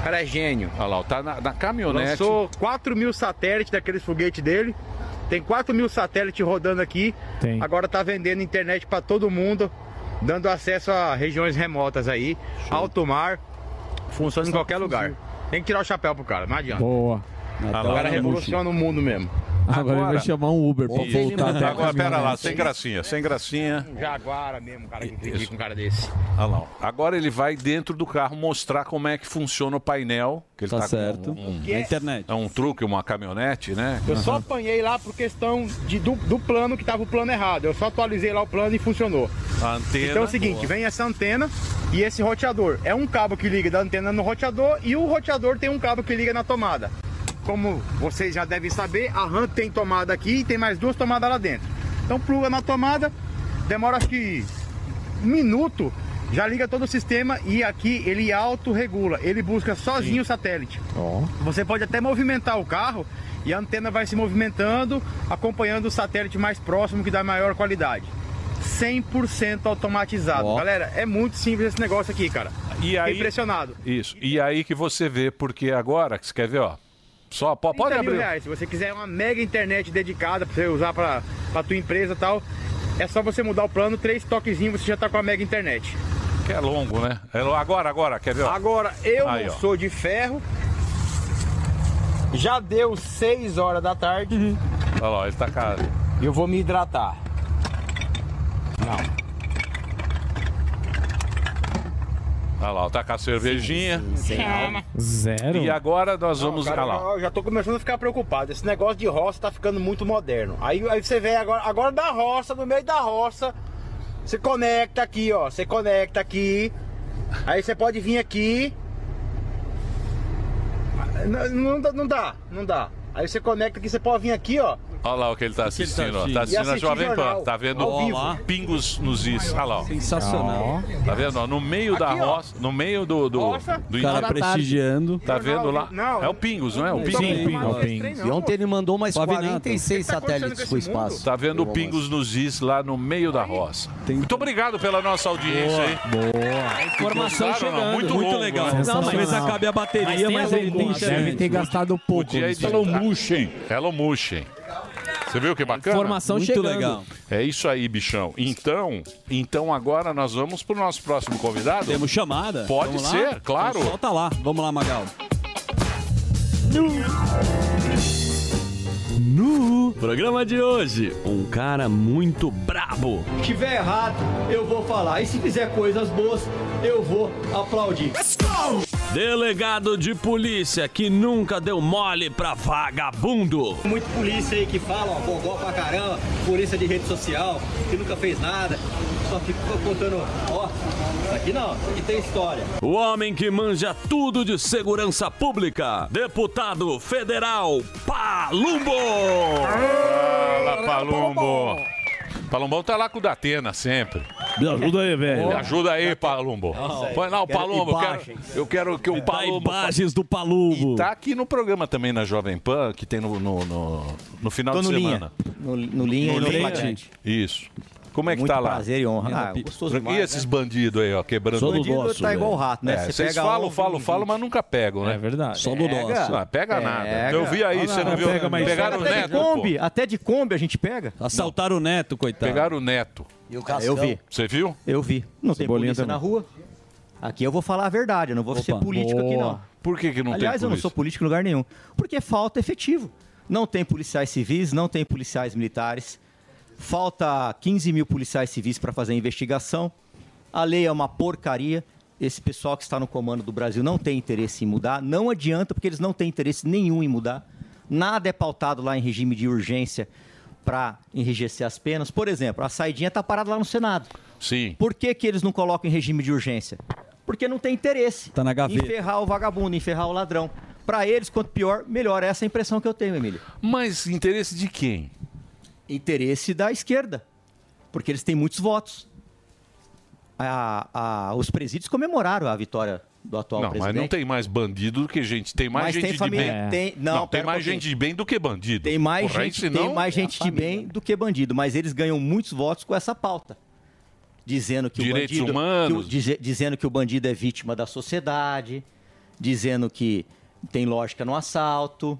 [SPEAKER 18] O cara é gênio.
[SPEAKER 2] Olha lá, ó, tá na, na caminhonete.
[SPEAKER 18] Lançou 4 mil satélites daqueles foguetes dele. Tem 4 mil satélites rodando aqui.
[SPEAKER 12] Tem.
[SPEAKER 18] Agora tá vendendo internet para todo mundo, dando acesso a regiões remotas aí, alto mar. Funciona em qualquer lugar. Tem que tirar o chapéu pro cara, não adianta.
[SPEAKER 10] Boa. Tá
[SPEAKER 18] o
[SPEAKER 2] é
[SPEAKER 18] cara revoluciona o mundo mesmo.
[SPEAKER 10] Agora, ele vai chamar um Uber pra voltar até a
[SPEAKER 2] Agora, pera lá,
[SPEAKER 10] caminhonete.
[SPEAKER 2] sem gracinha, sem gracinha.
[SPEAKER 18] Um Jaguara mesmo, cara, que critica um cara desse.
[SPEAKER 2] Ah, não. Agora ele vai dentro do carro mostrar como é que funciona o painel. Que ele
[SPEAKER 18] Tá
[SPEAKER 2] tá,
[SPEAKER 18] certo.
[SPEAKER 2] Com um, um,
[SPEAKER 18] Na
[SPEAKER 2] internet. É um truque, uma caminhonete, né?
[SPEAKER 18] Eu só
[SPEAKER 2] Uhum.
[SPEAKER 18] apanhei lá por questão de, do, do plano que tava o plano errado. Eu só atualizei lá o plano e funcionou.
[SPEAKER 2] A antena.
[SPEAKER 18] Então é o seguinte,
[SPEAKER 2] Boa.
[SPEAKER 18] vem essa antena e esse roteador. É um cabo que liga da antena no roteador e o roteador tem um cabo que liga na tomada. Como vocês já devem saber, a RAM tem tomada aqui e tem mais duas tomadas lá dentro. Então pluga na tomada, demora acho que um minuto, já liga todo o sistema e aqui ele autorregula, ele busca sozinho o satélite. Você pode até movimentar o carro e a antena vai se movimentando, acompanhando o satélite mais próximo que dá maior qualidade. 100% automatizado. Galera, é muito simples esse negócio aqui, cara.
[SPEAKER 2] E aí-
[SPEAKER 18] Fiquei Impressionado.
[SPEAKER 2] Isso. E aí que você vê, porque agora, que você quer ver, ó. Só, po- pode
[SPEAKER 18] 30 mil
[SPEAKER 2] abrir.
[SPEAKER 18] reais. Se você quiser uma mega internet dedicada pra você usar pra, pra tua empresa e tal, é só você mudar o plano, três toquezinhos você já tá com a mega internet.
[SPEAKER 2] Que é longo, né? É lo- Agora, agora, quer ver? ó?
[SPEAKER 18] Agora, eu
[SPEAKER 2] Aí,
[SPEAKER 18] não
[SPEAKER 2] ó.
[SPEAKER 18] sou de ferro. Já deu 6 horas da tarde.
[SPEAKER 2] Olha lá, ele tá caro.
[SPEAKER 18] Eu vou me hidratar. Não.
[SPEAKER 2] Olha lá, tá com a cervejinha.
[SPEAKER 18] Calma.
[SPEAKER 12] Zero.
[SPEAKER 2] E agora nós
[SPEAKER 18] Não,
[SPEAKER 2] vamos.
[SPEAKER 18] cara,
[SPEAKER 2] Olha lá.
[SPEAKER 18] Eu já tô começando a ficar preocupado. Esse negócio de roça tá ficando muito moderno. Aí, aí você vê agora, agora da roça, no meio da roça, você conecta aqui, ó. Você conecta aqui. Aí você pode vir aqui. Não, não dá, não dá, não dá. Aí você conecta aqui, você pode vir aqui, ó.
[SPEAKER 2] Olha lá o que ele tá assistindo. ó.
[SPEAKER 18] assistindo?
[SPEAKER 2] Tá
[SPEAKER 18] E
[SPEAKER 2] assistindo a
[SPEAKER 18] assistir
[SPEAKER 2] Jovem Pan.
[SPEAKER 18] jornal,
[SPEAKER 2] Tá vendo
[SPEAKER 18] ao vivo.
[SPEAKER 2] ó, pingos nos is. Olha lá. ó.
[SPEAKER 4] Sensacional.
[SPEAKER 2] Tá vendo? ó, No meio da
[SPEAKER 18] Aqui, ó.
[SPEAKER 2] roça, no meio do. do,
[SPEAKER 18] Roça,
[SPEAKER 2] do
[SPEAKER 4] O cara prestigiando.
[SPEAKER 2] Tá vendo lá?
[SPEAKER 18] Não,
[SPEAKER 2] é o Pingos, não é? O
[SPEAKER 4] Sim,
[SPEAKER 2] Pingos.
[SPEAKER 4] é o Pingos. É o Pingos.
[SPEAKER 8] E ontem ele mandou mais
[SPEAKER 4] Pavinato.
[SPEAKER 8] 46
[SPEAKER 4] O que tá acontecendo
[SPEAKER 8] satélites
[SPEAKER 4] com
[SPEAKER 8] pro
[SPEAKER 4] esse mundo?
[SPEAKER 8] espaço.
[SPEAKER 2] Tá vendo
[SPEAKER 8] Eu
[SPEAKER 2] o Pingos nos Is lá no meio da roça. Muito obrigado pela nossa audiência,
[SPEAKER 4] Boa,
[SPEAKER 2] hein? Boa.
[SPEAKER 4] Informação chegando.
[SPEAKER 2] Muito,
[SPEAKER 4] Muito
[SPEAKER 2] longo,
[SPEAKER 4] legal.
[SPEAKER 2] né?
[SPEAKER 4] Não, mas acabe a bateria, mas, ele tem
[SPEAKER 10] Deve ter gastado pouco.
[SPEAKER 4] é
[SPEAKER 2] Podia
[SPEAKER 10] nisso.
[SPEAKER 2] editar. Hello Mushin. Você viu que bacana?
[SPEAKER 10] Informação Muito chegando. legal.
[SPEAKER 2] É isso aí, bichão. Então, então agora nós vamos pro nosso próximo convidado.
[SPEAKER 4] Temos chamada.
[SPEAKER 2] Pode
[SPEAKER 4] Vamos lá?
[SPEAKER 2] ser, claro.
[SPEAKER 4] Então solta lá. Vamos lá, Magal. No programa de hoje, um cara muito brabo.
[SPEAKER 19] Se tiver errado, eu vou falar. E se fizer coisas boas, eu vou aplaudir.
[SPEAKER 4] Delegado de polícia que nunca deu mole pra vagabundo.
[SPEAKER 19] Muito polícia aí que fala, ó, vovó pra caramba, polícia de rede social, que nunca fez nada, só ficou contando, ó, isso aqui não, isso aqui tem história.
[SPEAKER 4] O homem que manja tudo de segurança pública. Deputado federal Palumbo.
[SPEAKER 2] Fala, Palumbo. Palumbão tá lá com o Datena sempre.
[SPEAKER 4] Me ajuda aí, velho.
[SPEAKER 2] Me ajuda aí, Palumbo.
[SPEAKER 4] Não,
[SPEAKER 2] Põe lá o
[SPEAKER 4] quero
[SPEAKER 2] Palumbo. eu quero-
[SPEAKER 4] imagens.
[SPEAKER 2] eu quero que o Palumbo.
[SPEAKER 4] imagens do Palumbo.
[SPEAKER 2] E tá aqui no programa também na Jovem Pan, que tem no, no, no, no final
[SPEAKER 20] Tô
[SPEAKER 2] de
[SPEAKER 20] no
[SPEAKER 2] semana.
[SPEAKER 20] linha. No, no linha é e no
[SPEAKER 2] Linha.
[SPEAKER 20] flagrante.
[SPEAKER 2] Isso. Como é que
[SPEAKER 20] Muito
[SPEAKER 2] tá lá?
[SPEAKER 20] prazer e honra. Ah, gostoso
[SPEAKER 2] E
[SPEAKER 20] demais,
[SPEAKER 2] esses bandidos aí, ó, quebrando
[SPEAKER 20] Só do
[SPEAKER 2] Bandido
[SPEAKER 20] nosso, tá igual velho. rato, né?
[SPEAKER 2] É,
[SPEAKER 20] Você
[SPEAKER 2] vocês
[SPEAKER 20] pega
[SPEAKER 2] falam,
[SPEAKER 20] um,
[SPEAKER 2] falam,
[SPEAKER 20] vinte.
[SPEAKER 2] falam, mas nunca pegam, né? É
[SPEAKER 20] verdade.
[SPEAKER 2] Só do
[SPEAKER 20] Pega.
[SPEAKER 2] nosso. Ah, pega, nada. Eu vi aí,
[SPEAKER 20] Olha
[SPEAKER 2] você
[SPEAKER 20] lá,
[SPEAKER 2] não viu?
[SPEAKER 20] pega, mas
[SPEAKER 2] Pegaram o
[SPEAKER 20] até
[SPEAKER 2] Neto.
[SPEAKER 20] de Kombi,
[SPEAKER 2] pô.
[SPEAKER 20] até de Kombi a gente pega.
[SPEAKER 4] Assaltaram o Neto, coitado.
[SPEAKER 2] Pegaram o Neto.
[SPEAKER 20] E o Cascão? Eu vi.
[SPEAKER 2] Você viu?
[SPEAKER 20] Eu vi. Não tem
[SPEAKER 2] Cebolinha
[SPEAKER 20] polícia
[SPEAKER 2] também.
[SPEAKER 20] na rua. Aqui eu vou falar a verdade, eu não vou ser político aqui não.
[SPEAKER 2] Por que, que não
[SPEAKER 20] Aliás,
[SPEAKER 2] tem
[SPEAKER 20] eu não sou político em lugar nenhum. Porque falta efetivo. Não tem policiais civis, não tem policiais militares. Falta 15 mil policiais civis para fazer a investigação. A lei é uma porcaria. Esse pessoal que está no comando do Brasil não tem interesse em mudar. Não adianta, porque eles não têm interesse nenhum em mudar. Nada é pautado lá em regime de urgência para enrijecer as penas. Por exemplo, a saidinha está parada lá no Senado.
[SPEAKER 2] Sim.
[SPEAKER 20] Por que, que eles não colocam em regime de urgência? Porque não tem interesse
[SPEAKER 4] Tá na gaveta.
[SPEAKER 20] enferrar o vagabundo, enferrar o ladrão. Para eles, quanto pior, melhor. Essa é a impressão que eu tenho, Emílio.
[SPEAKER 2] Mas interesse de quem?
[SPEAKER 20] Interesse da esquerda. Porque eles têm muitos votos. A- a- os presídios comemoraram a vitória do atual
[SPEAKER 2] Não, mas
[SPEAKER 20] presidente.
[SPEAKER 2] não tem mais bandido do que gente. Tem mais
[SPEAKER 20] Mas
[SPEAKER 2] gente
[SPEAKER 20] tem
[SPEAKER 2] de
[SPEAKER 20] família-
[SPEAKER 2] bem.
[SPEAKER 20] tem- não,
[SPEAKER 2] tem
[SPEAKER 20] pera um
[SPEAKER 2] mais
[SPEAKER 20] pouquinho.
[SPEAKER 2] gente de bem do que bandido.
[SPEAKER 20] Tem mais
[SPEAKER 2] Porra, aí é
[SPEAKER 20] gente,
[SPEAKER 2] senão-
[SPEAKER 20] tem mais gente de bem do que bandido, mas eles ganham muitos votos com essa pauta. Dizendo que
[SPEAKER 2] Direitos
[SPEAKER 20] o bandido,
[SPEAKER 2] humanos.
[SPEAKER 20] que o- dize- dizendo que o bandido é vítima da sociedade, dizendo que tem lógica no assalto,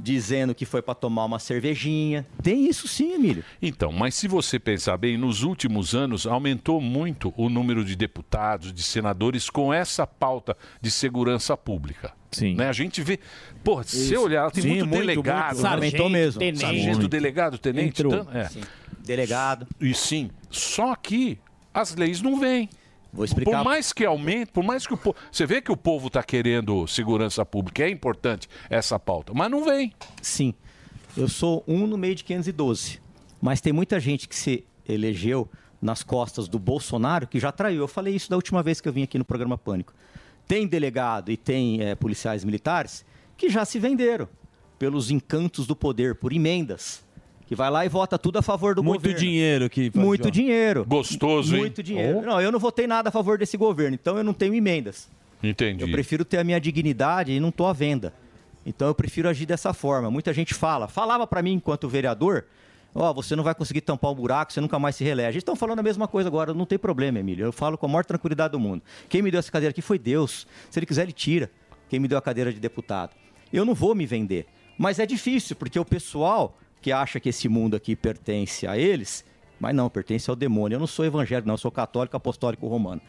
[SPEAKER 20] dizendo que foi para tomar uma cervejinha. Tem isso sim, Emílio.
[SPEAKER 2] Então, mas se você pensar bem, nos últimos anos aumentou muito o número de deputados, de senadores com essa pauta de segurança pública. Sim. Né? A gente vê. Pô, se
[SPEAKER 20] Isso.
[SPEAKER 2] você olhar, tem
[SPEAKER 20] Sim,
[SPEAKER 2] muito,
[SPEAKER 20] muito,
[SPEAKER 2] delegado. né?
[SPEAKER 20] muito. Aumentou mesmo.
[SPEAKER 2] Sargento,
[SPEAKER 20] Muito.
[SPEAKER 2] delegado, tenente.
[SPEAKER 20] Entrou.
[SPEAKER 2] tan- é.
[SPEAKER 20] Sim. Delegado.
[SPEAKER 2] E sim. Só que as leis não vêm.
[SPEAKER 20] Vou explicar.
[SPEAKER 2] Por mais que aumente, por mais que o povo. Você vê que o povo está querendo segurança pública, é importante essa pauta, mas não vem.
[SPEAKER 20] Sim. Eu sou um no meio de 512. Mas tem muita gente que se elegeu nas costas do Bolsonaro que já traiu. Eu falei isso da última vez que eu vim aqui no programa Pânico. Tem delegado e tem eh, policiais militares que já se venderam pelos encantos do poder, por emendas. Que vai lá e vota tudo a favor do
[SPEAKER 4] Muito
[SPEAKER 20] governo.
[SPEAKER 4] dinheiro que.
[SPEAKER 20] Muito dinheiro.
[SPEAKER 2] Gostoso, hein? Oh.
[SPEAKER 20] Muito dinheiro. Não, eu não votei nada a favor desse governo, então eu não tenho emendas.
[SPEAKER 2] Entendi.
[SPEAKER 20] Eu prefiro ter a minha dignidade e não tô à venda. Então eu prefiro agir dessa forma. Muita gente fala, falava para mim enquanto vereador, ó, você não vai conseguir tampar o buraco, você nunca mais se reelege. Estão falando a mesma coisa agora, não tem problema, Emílio. Eu falo com a maior tranquilidade do mundo. Quem me deu essa cadeira aqui foi Deus. Se ele quiser, ele tira. Quem me deu a cadeira de deputado. Eu não vou me vender. Mas é difícil, porque o pessoal que acha que esse mundo aqui pertence a eles, mas não, pertence ao demônio. Eu não sou evangélico, não. Eu sou católico, apostólico romano.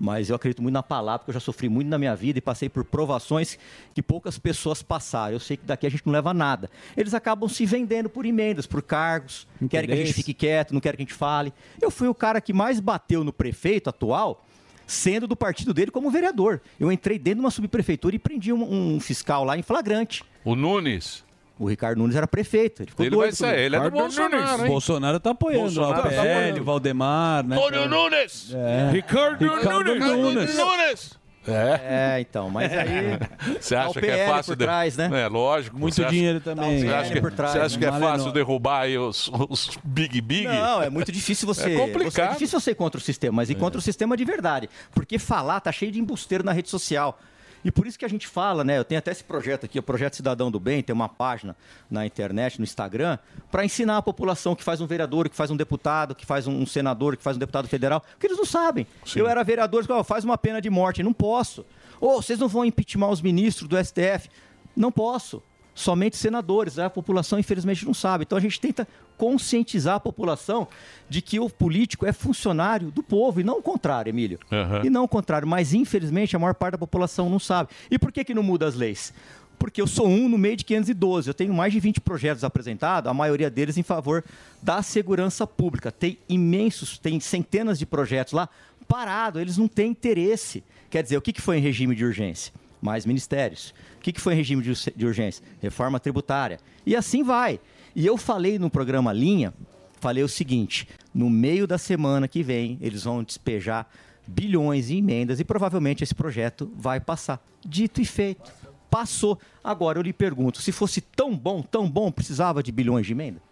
[SPEAKER 20] Mas eu acredito muito na palavra, porque eu já sofri muito na minha vida e passei por provações que poucas pessoas passaram. Eu sei que daqui a gente não leva nada. Eles acabam se vendendo por emendas, por cargos. Querem que a gente
[SPEAKER 10] Interesse.
[SPEAKER 20] fique quieto, não querem que a gente fale. Eu fui o cara que mais bateu no prefeito atual, sendo do partido dele como vereador. Eu entrei dentro de uma subprefeitura e prendi um, um fiscal lá em flagrante.
[SPEAKER 2] O Nunes.
[SPEAKER 20] O Ricardo Nunes era prefeito. Ele, ficou
[SPEAKER 4] Ele
[SPEAKER 20] doido
[SPEAKER 4] vai sair,
[SPEAKER 20] comigo.
[SPEAKER 4] ele é do Ricardo Bolsonaro, Nunes. hein? Bolsonaro É. tá apoiando
[SPEAKER 20] Bolsonaro
[SPEAKER 4] lá, o
[SPEAKER 20] tá
[SPEAKER 4] PL,
[SPEAKER 20] apoiando.
[SPEAKER 4] o Valdemar, né?
[SPEAKER 20] Antônio
[SPEAKER 2] Nunes!
[SPEAKER 4] É.
[SPEAKER 20] Ricardo Nunes!
[SPEAKER 2] Nunes!
[SPEAKER 20] É. então, mas aí.
[SPEAKER 2] Você
[SPEAKER 20] tá o
[SPEAKER 2] acha que é
[SPEAKER 20] PL
[SPEAKER 2] fácil
[SPEAKER 20] por trás,
[SPEAKER 2] de...
[SPEAKER 20] né?
[SPEAKER 2] É, lógico.
[SPEAKER 20] Muito
[SPEAKER 2] Você acha-
[SPEAKER 20] dinheiro também.
[SPEAKER 2] Você
[SPEAKER 20] Tá o
[SPEAKER 2] acha
[SPEAKER 20] PL
[SPEAKER 2] que,
[SPEAKER 20] por trás,
[SPEAKER 2] você acha
[SPEAKER 20] né?
[SPEAKER 2] que é
[SPEAKER 20] Mal
[SPEAKER 2] fácil
[SPEAKER 20] enorme.
[SPEAKER 2] derrubar aí os, os Big Big?
[SPEAKER 20] Não, é muito difícil você.
[SPEAKER 2] É
[SPEAKER 20] você- é
[SPEAKER 2] complicado. É.
[SPEAKER 20] difícil você ir contra o sistema, mas ir contra o sistema de verdade. Porque falar tá cheio de embusteiro na rede social. E por isso que a gente fala, né? Eu tenho até esse projeto aqui, o Projeto Cidadão do Bem, tem uma página na internet, no Instagram, para ensinar a população o que faz um vereador, o que faz um deputado, o que faz um senador, o que faz um deputado federal, porque eles não sabem. Eu era vereador, eu faz uma pena de morte, não posso. Ou vocês não vão impeachment os ministros do STF. Não posso somente senadores. né? A população, infelizmente, não sabe. Então a gente tenta conscientizar a população de que o político é funcionário do povo e não o contrário, Emílio.
[SPEAKER 2] Aham.
[SPEAKER 20] E não o contrário. Mas, infelizmente, a maior parte da população não sabe. E por que, que não muda as leis? Porque eu sou um no meio de 512. Eu tenho mais de 20 projetos apresentados, a maioria deles em favor da segurança pública. Tem imensos, tem centenas de projetos lá parado, eles não têm interesse. Quer dizer, o que que foi em regime de urgência? Mais ministérios. O que que foi em regime de urce- de urgência? Reforma tributária. E assim vai. E eu falei no programa Linha, falei o seguinte: no meio da semana que vem, eles vão despejar bilhões em emendas e provavelmente esse projeto vai passar. Dito e feito. Passou. Agora eu lhe pergunto: se fosse tão bom, tão bom, precisava de bilhões de emenda?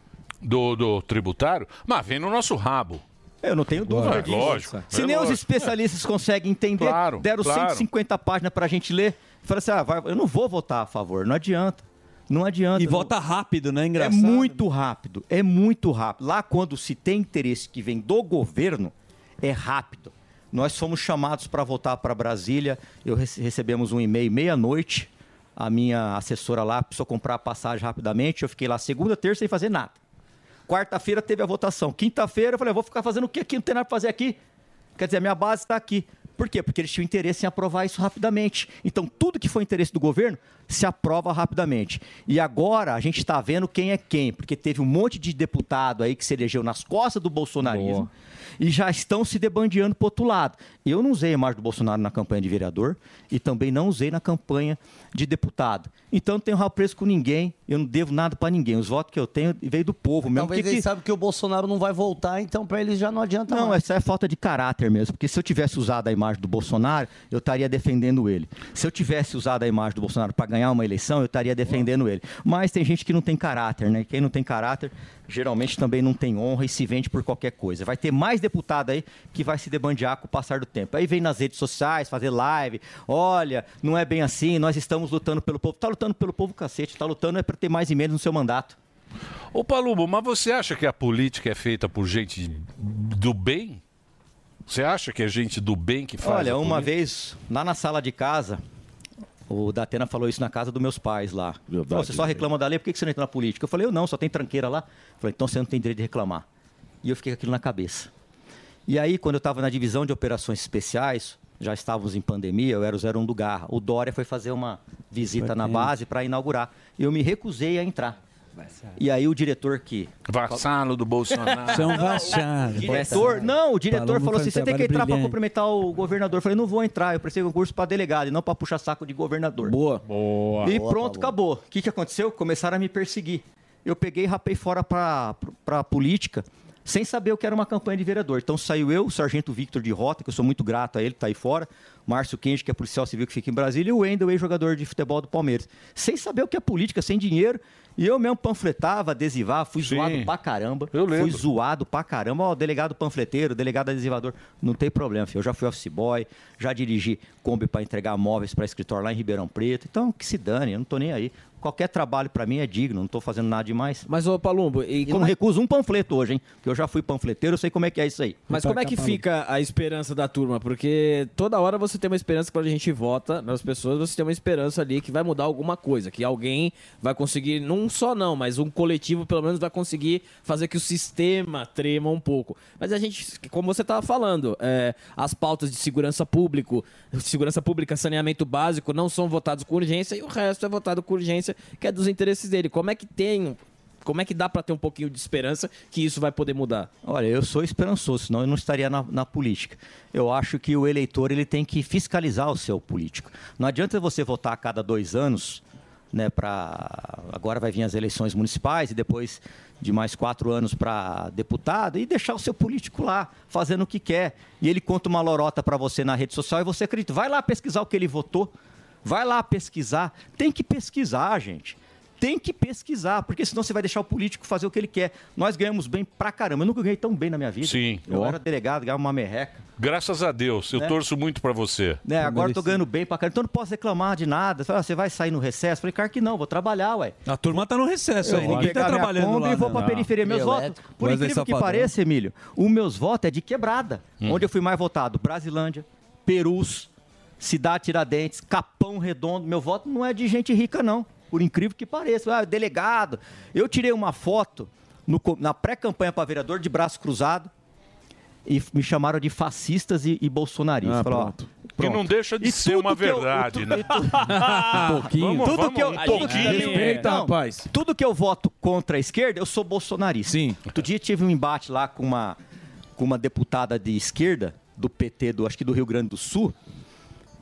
[SPEAKER 2] Do, do tributário? Mas vem no nosso rabo.
[SPEAKER 20] Eu não tenho dúvida
[SPEAKER 2] É,
[SPEAKER 20] disso.
[SPEAKER 2] lógico.
[SPEAKER 20] Se
[SPEAKER 2] É
[SPEAKER 20] nem os
[SPEAKER 2] lógico.
[SPEAKER 20] especialistas conseguem entender,
[SPEAKER 2] Claro,
[SPEAKER 20] deram
[SPEAKER 2] claro.
[SPEAKER 20] 150 páginas pra gente ler. Falaram assim: ah, vai- eu não vou votar a favor, não adianta. Não adianta. E vota
[SPEAKER 4] rápido, né?
[SPEAKER 20] Engraçado. É muito rápido, é muito rápido. Lá quando se tem interesse que vem do governo, é rápido. Nós fomos chamados para voltar para Brasília. Eu rece- recebemos um e-mail meia-noite. A minha assessora lá precisou comprar a passagem rapidamente. Eu fiquei lá segunda, terça sem fazer nada. Quarta-feira teve a votação. Quinta-feira eu falei, eu vou ficar fazendo o quê aqui? Não tem nada pra fazer aqui. Quer dizer, a minha base está aqui. Por quê? Porque eles tinham interesse em aprovar isso rapidamente. Então, tudo que foi interesse do governo se aprova rapidamente. E agora a gente está vendo quem é quem, porque teve um monte de deputado aí que se elegeu nas costas do bolsonarismo e já estão se debandeando para outro lado. Eu não usei a imagem do Bolsonaro na campanha de vereador e também não usei na campanha de deputado. Então, não tenho rapreço com ninguém, eu não devo nada para ninguém. Os votos que eu tenho veio do povo mesmo.
[SPEAKER 8] Talvez
[SPEAKER 20] Que-
[SPEAKER 8] eles
[SPEAKER 20] que-
[SPEAKER 8] saibam que o Bolsonaro não vai voltar, então pra eles já não adianta
[SPEAKER 20] não,
[SPEAKER 8] mais.
[SPEAKER 20] essa é falta de caráter mesmo, porque se eu tivesse usado a imagem do Bolsonaro, eu estaria defendendo ele. Se eu tivesse usado a imagem do Bolsonaro para ganhar uma eleição, eu estaria defendendo ele. Mas tem gente que não tem caráter, né? Quem não tem caráter, geralmente também não tem honra e se vende por qualquer coisa. Vai ter mais deputado aí que vai se debandear com o passar do tempo. Aí vem nas redes sociais fazer live, olha, não é bem assim, nós estamos lutando pelo povo. Tá lutando pelo povo, cacete, tá lutando é para ter mais e menos no seu mandato.
[SPEAKER 2] Ô, Palumbo, mas você acha que a política é feita por gente do bem? Você acha que é gente do bem que faz
[SPEAKER 20] Olha,
[SPEAKER 2] a
[SPEAKER 20] uma
[SPEAKER 2] política?
[SPEAKER 20] vez, lá na sala de casa, O Datena falou isso na casa dos meus pais lá. Falou, você só
[SPEAKER 7] né?
[SPEAKER 20] reclama da lei, por que que você não entra na política? Eu falei, eu não, só tem tranqueira lá. Falei, então você não tem direito de reclamar. E eu fiquei com aquilo na cabeça. E aí, quando eu estava na divisão de operações especiais, já estávamos em pandemia, eu era o 01 do Garra. O Dória foi fazer uma visita na base para inaugurar. Eu me recusei a entrar. E aí o diretor que...
[SPEAKER 2] Vassalo do Bolsonaro.
[SPEAKER 20] São
[SPEAKER 2] vassalos.
[SPEAKER 20] Diretor, não, o diretor
[SPEAKER 2] Palomo
[SPEAKER 20] falou
[SPEAKER 2] faz
[SPEAKER 20] assim:
[SPEAKER 2] um
[SPEAKER 20] você tem que
[SPEAKER 2] trabalho
[SPEAKER 20] entrar para
[SPEAKER 2] brilhante.
[SPEAKER 20] cumprimentar o governador. Eu falei, não vou entrar, eu prestei concurso para delegado e não para puxar saco de governador. Boa.
[SPEAKER 2] Boa.
[SPEAKER 20] E pronto, acabou. O que, que aconteceu? Começaram a me perseguir. Eu peguei e rapei fora para a política, sem saber o que era uma campanha de vereador. Então saiu eu, o sargento Victor de Rota, que eu sou muito grato a ele, tá aí fora, Márcio Kenji, que é policial civil que fica em Brasília, e o Wendel, ex-jogador de futebol do Palmeiras. Sem saber o que é política, sem dinheiro. E eu mesmo panfletava, adesivava, fui zoado pra caramba. Eu lembro. Fui zoado pra caramba. Ó, delegado panfleteiro, delegado adesivador. Não tem problema, filho. Eu já fui office boy, já dirigi Kombi pra entregar móveis pra escritório lá em Ribeirão Preto. Então, que se dane, eu não tô nem aí. Qualquer trabalho pra mim é digno, não tô fazendo nada demais.
[SPEAKER 9] Mas, ô Palumbo, e,
[SPEAKER 20] como...
[SPEAKER 9] como é-
[SPEAKER 20] recuso um panfleto hoje, hein? Porque eu já fui panfleteiro, eu sei como é que é isso aí.
[SPEAKER 9] Mas como é que fica a esperança da turma? Porque É, toda hora você tem uma esperança que quando a gente vota nas pessoas, você tem uma esperança ali que vai mudar alguma coisa, que alguém vai conseguir, não só não, mas um coletivo pelo menos vai conseguir fazer que o sistema trema um pouco. Mas a gente, como você estava falando, é, as pautas de segurança público, segurança pública, saneamento básico não são votados com urgência e o resto é votado com urgência, que é dos interesses dele. Como é que tem, como é que dá para ter um pouquinho de esperança que isso vai poder mudar?
[SPEAKER 20] Olha, eu sou esperançoso, senão eu não estaria na, na política. Eu acho que o eleitor ele tem que fiscalizar o seu político. Não adianta você votar a cada dois anos, né? Para agora vai vir as eleições municipais e depois de mais quatro anos para deputado e deixar o seu político lá fazendo o que quer. E ele conta uma lorota para você na rede social e você acredita. Vai lá pesquisar o que ele votou. Vai lá pesquisar. Tem que pesquisar, gente. Tem que pesquisar, porque senão você vai deixar o político fazer o que ele quer. Nós ganhamos bem pra caramba. Eu nunca ganhei tão bem na minha vida.
[SPEAKER 2] Sim.
[SPEAKER 20] Eu
[SPEAKER 2] Ó.
[SPEAKER 20] era delegado, ganhava uma merreca.
[SPEAKER 2] Graças a Deus, eu
[SPEAKER 20] Né?
[SPEAKER 2] torço muito pra você.
[SPEAKER 20] Né? Agora eu tô ganhando bem pra caramba. Então eu não posso reclamar de nada. Fala, ah, você vai sair no recesso? Eu Falei, claro que não, vou trabalhar, ué.
[SPEAKER 4] A turma tá no recesso
[SPEAKER 20] Eu
[SPEAKER 4] aí,
[SPEAKER 20] vou
[SPEAKER 4] ninguém tá
[SPEAKER 20] pegar minha
[SPEAKER 4] trabalhando
[SPEAKER 20] Kombi
[SPEAKER 4] lá.
[SPEAKER 20] e vou
[SPEAKER 4] né? é
[SPEAKER 20] pra periferia. Meus
[SPEAKER 4] Não.
[SPEAKER 20] votos, por
[SPEAKER 4] Wesley
[SPEAKER 20] incrível que
[SPEAKER 4] Safadão.
[SPEAKER 20] pareça, Emílio, os meus votos é de quebrada.
[SPEAKER 4] Hum.
[SPEAKER 20] Onde eu fui mais votado? Brasilândia, Perus, Cidade Tiradentes, Capão Redondo. Meu voto não é de gente rica, não. Por incrível que pareça. Ah, delegado. Eu tirei uma foto no co- na pré-campanha para vereador de braço cruzado e f- me chamaram de fascistas e, e
[SPEAKER 4] Ah,
[SPEAKER 20] bolsonaristas. Falaram, ó,
[SPEAKER 2] Que não deixa de ser uma verdade, né?
[SPEAKER 20] um pouquinho.
[SPEAKER 2] Vamos,
[SPEAKER 20] tudo
[SPEAKER 2] vamos,
[SPEAKER 20] que eu,
[SPEAKER 2] um
[SPEAKER 20] tudo
[SPEAKER 2] pouquinho.
[SPEAKER 20] que- é.
[SPEAKER 2] Respeita,
[SPEAKER 20] Não,
[SPEAKER 2] rapaz.
[SPEAKER 20] Tudo que eu voto contra a esquerda, eu sou bolsonarista. Sim. Outro dia tive um embate lá com uma, com uma deputada de esquerda, do PT, do, acho que do Rio Grande do Sul.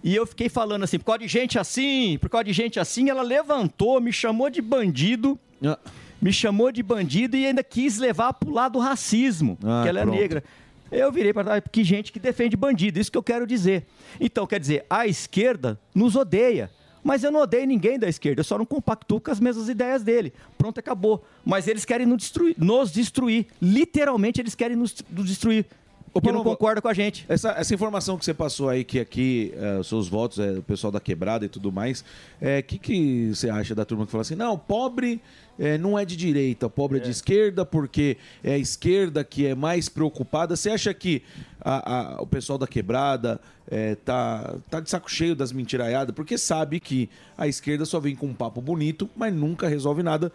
[SPEAKER 20] E eu fiquei falando assim, por causa de gente assim, por causa de gente assim, ela levantou, me chamou de bandido. Me chamou de bandido e ainda quis levar pro lado do racismo, que ela
[SPEAKER 7] pronto.
[SPEAKER 20] é negra. Eu virei para trás, que gente que defende bandido, isso que eu quero dizer. Então, quer dizer, a esquerda nos odeia. Mas eu não odeio ninguém da esquerda, eu só não compactuo com as mesmas ideias dele. Pronto, acabou. Mas eles querem nos destruir. Nos destruir. Literalmente, eles querem nos nos destruir. Porque não concorda com a gente.
[SPEAKER 7] Essa, essa informação que você passou aí, que aqui eh, os seus votos, é, o pessoal da quebrada e tudo mais, o que, que você acha da turma que fala assim, não, pobre eh, não é de direita, pobre é. de esquerda, porque é a esquerda que é mais preocupada. Você acha que a- a- o pessoal da quebrada eh, tá, tá de saco cheio das mentiraiadas? Porque sabe que a esquerda só vem com um papo bonito, mas nunca resolve nada,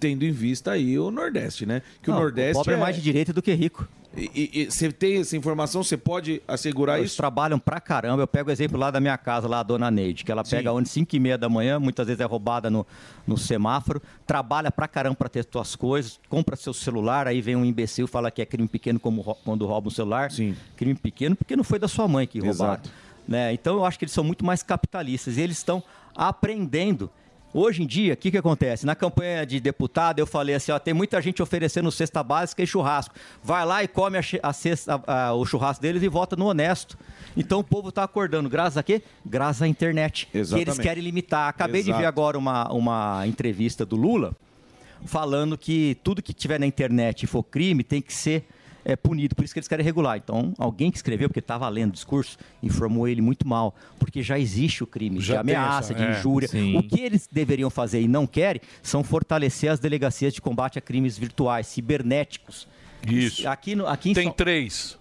[SPEAKER 7] tendo em vista aí o Nordeste, né? Que o
[SPEAKER 20] Não,
[SPEAKER 7] Nordeste
[SPEAKER 20] pobre é mais de direita do que rico.
[SPEAKER 7] E- E e você tem essa informação, você pode assegurar
[SPEAKER 20] Eles
[SPEAKER 7] isso?
[SPEAKER 20] trabalham pra caramba. Eu pego o exemplo lá da minha casa, lá a dona Neide, que ela pega onde 5 e meia da manhã, muitas vezes é roubada no, no semáforo, trabalha pra caramba pra ter suas coisas, compra seu celular, aí vem um imbecil fala que é crime pequeno como rou- quando rouba um celular. Sim. Crime pequeno porque não foi da sua mãe que roubaram.
[SPEAKER 7] Exato.
[SPEAKER 20] Né? Então eu acho que eles são muito mais capitalistas e eles estão aprendendo. Hoje em dia, o que, que acontece? Na campanha de deputado, eu falei assim: ó, tem muita gente oferecendo cesta básica e churrasco. Vai lá e come a che- a cesta- a- o churrasco deles e vota no honesto. Então o povo está acordando. Graças a quê? Graças à internet. Que eles
[SPEAKER 7] Exatamente.
[SPEAKER 20] querem limitar. Acabei de
[SPEAKER 7] Exato.
[SPEAKER 20] ver agora uma, uma entrevista do Lula falando que tudo que tiver na internet e for crime tem que ser é, punido. Por isso que eles querem regular. Então, alguém que escreveu, porque estava lendo o discurso, informou ele muito mal. Porque já existe o crime
[SPEAKER 7] Já
[SPEAKER 20] de
[SPEAKER 7] tem
[SPEAKER 20] ameaça,
[SPEAKER 7] essa-
[SPEAKER 20] de
[SPEAKER 7] é,
[SPEAKER 20] injúria.
[SPEAKER 7] sim.
[SPEAKER 20] O que eles deveriam fazer e não querem são fortalecer as delegacias de combate a crimes virtuais, cibernéticos.
[SPEAKER 2] Isso.
[SPEAKER 20] Aqui, no, aqui em
[SPEAKER 2] Tem
[SPEAKER 20] São-
[SPEAKER 2] três.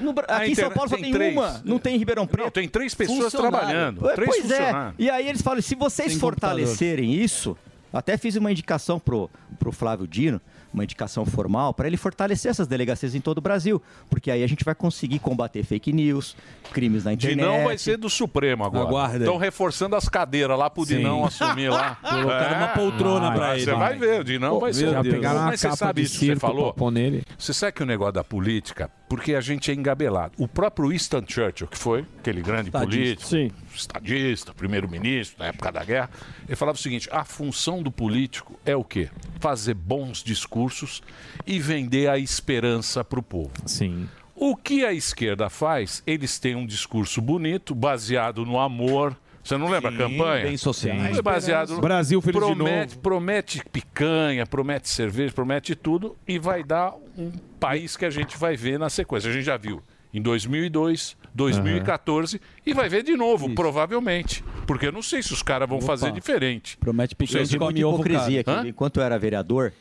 [SPEAKER 20] No Bra-
[SPEAKER 2] Na
[SPEAKER 20] aqui em São
[SPEAKER 2] inter-
[SPEAKER 20] Paulo só
[SPEAKER 2] tem
[SPEAKER 20] tem,
[SPEAKER 2] três.
[SPEAKER 20] uma, não tem em Ribeirão Preto.
[SPEAKER 2] tem três pessoas
[SPEAKER 20] Funcionário.
[SPEAKER 2] trabalhando,
[SPEAKER 20] É,
[SPEAKER 2] três
[SPEAKER 20] pois é.
[SPEAKER 2] funcionários.
[SPEAKER 20] E aí eles falam, se vocês
[SPEAKER 2] Sem
[SPEAKER 20] fortalecerem isso, até fiz uma indicação pro, pro Flávio Dino, uma indicação formal, para ele fortalecer essas delegacias em todo o Brasil. Porque aí a gente vai conseguir combater fake news, crimes na internet.
[SPEAKER 2] Dinão vai ser do Supremo agora.
[SPEAKER 20] Aguarda aí.
[SPEAKER 2] Estão reforçando as cadeiras lá pro
[SPEAKER 20] Sim.
[SPEAKER 2] Dinão assumir lá.
[SPEAKER 20] Colocaram uma poltrona
[SPEAKER 2] Vai,
[SPEAKER 20] pra
[SPEAKER 2] vai,
[SPEAKER 20] ele.
[SPEAKER 2] Você vai
[SPEAKER 20] Vai.
[SPEAKER 2] ver, o Dinão
[SPEAKER 20] Pô,
[SPEAKER 2] vai ser.
[SPEAKER 20] meu Já Deus. pegaram uma
[SPEAKER 2] Mas você
[SPEAKER 20] capa
[SPEAKER 2] sabe
[SPEAKER 20] de
[SPEAKER 2] isso que você
[SPEAKER 20] circo pra
[SPEAKER 2] falou?
[SPEAKER 20] pôr nele.
[SPEAKER 2] Você sabe que o negócio da política, porque a gente é engabelado. O próprio Winston Churchill, que foi aquele grande
[SPEAKER 21] Estadista.
[SPEAKER 2] político, estadista, primeiro-ministro na época da guerra, ele falava o seguinte: a função do político é o quê? Fazer bons discursos e vender a esperança para o povo.
[SPEAKER 9] Sim.
[SPEAKER 2] O que a esquerda faz? Eles têm um discurso bonito, baseado no amor. Você não lembra a campanha?
[SPEAKER 4] bem social.
[SPEAKER 2] Foi baseado no...
[SPEAKER 4] Brasil feliz de
[SPEAKER 2] promete,
[SPEAKER 4] novo.
[SPEAKER 2] Promete picanha, promete cerveja, promete tudo e vai dar um país que a gente vai ver na sequência. A gente já viu em 2002, 2014 e vai ver de novo, provavelmente. Porque eu não sei se os caras vão fazer diferente.
[SPEAKER 20] Promete
[SPEAKER 2] picanha,
[SPEAKER 20] de
[SPEAKER 2] come
[SPEAKER 20] muita
[SPEAKER 2] ovo,
[SPEAKER 20] hipocrisia
[SPEAKER 2] cara.
[SPEAKER 20] aqui. Enquanto eu era vereador,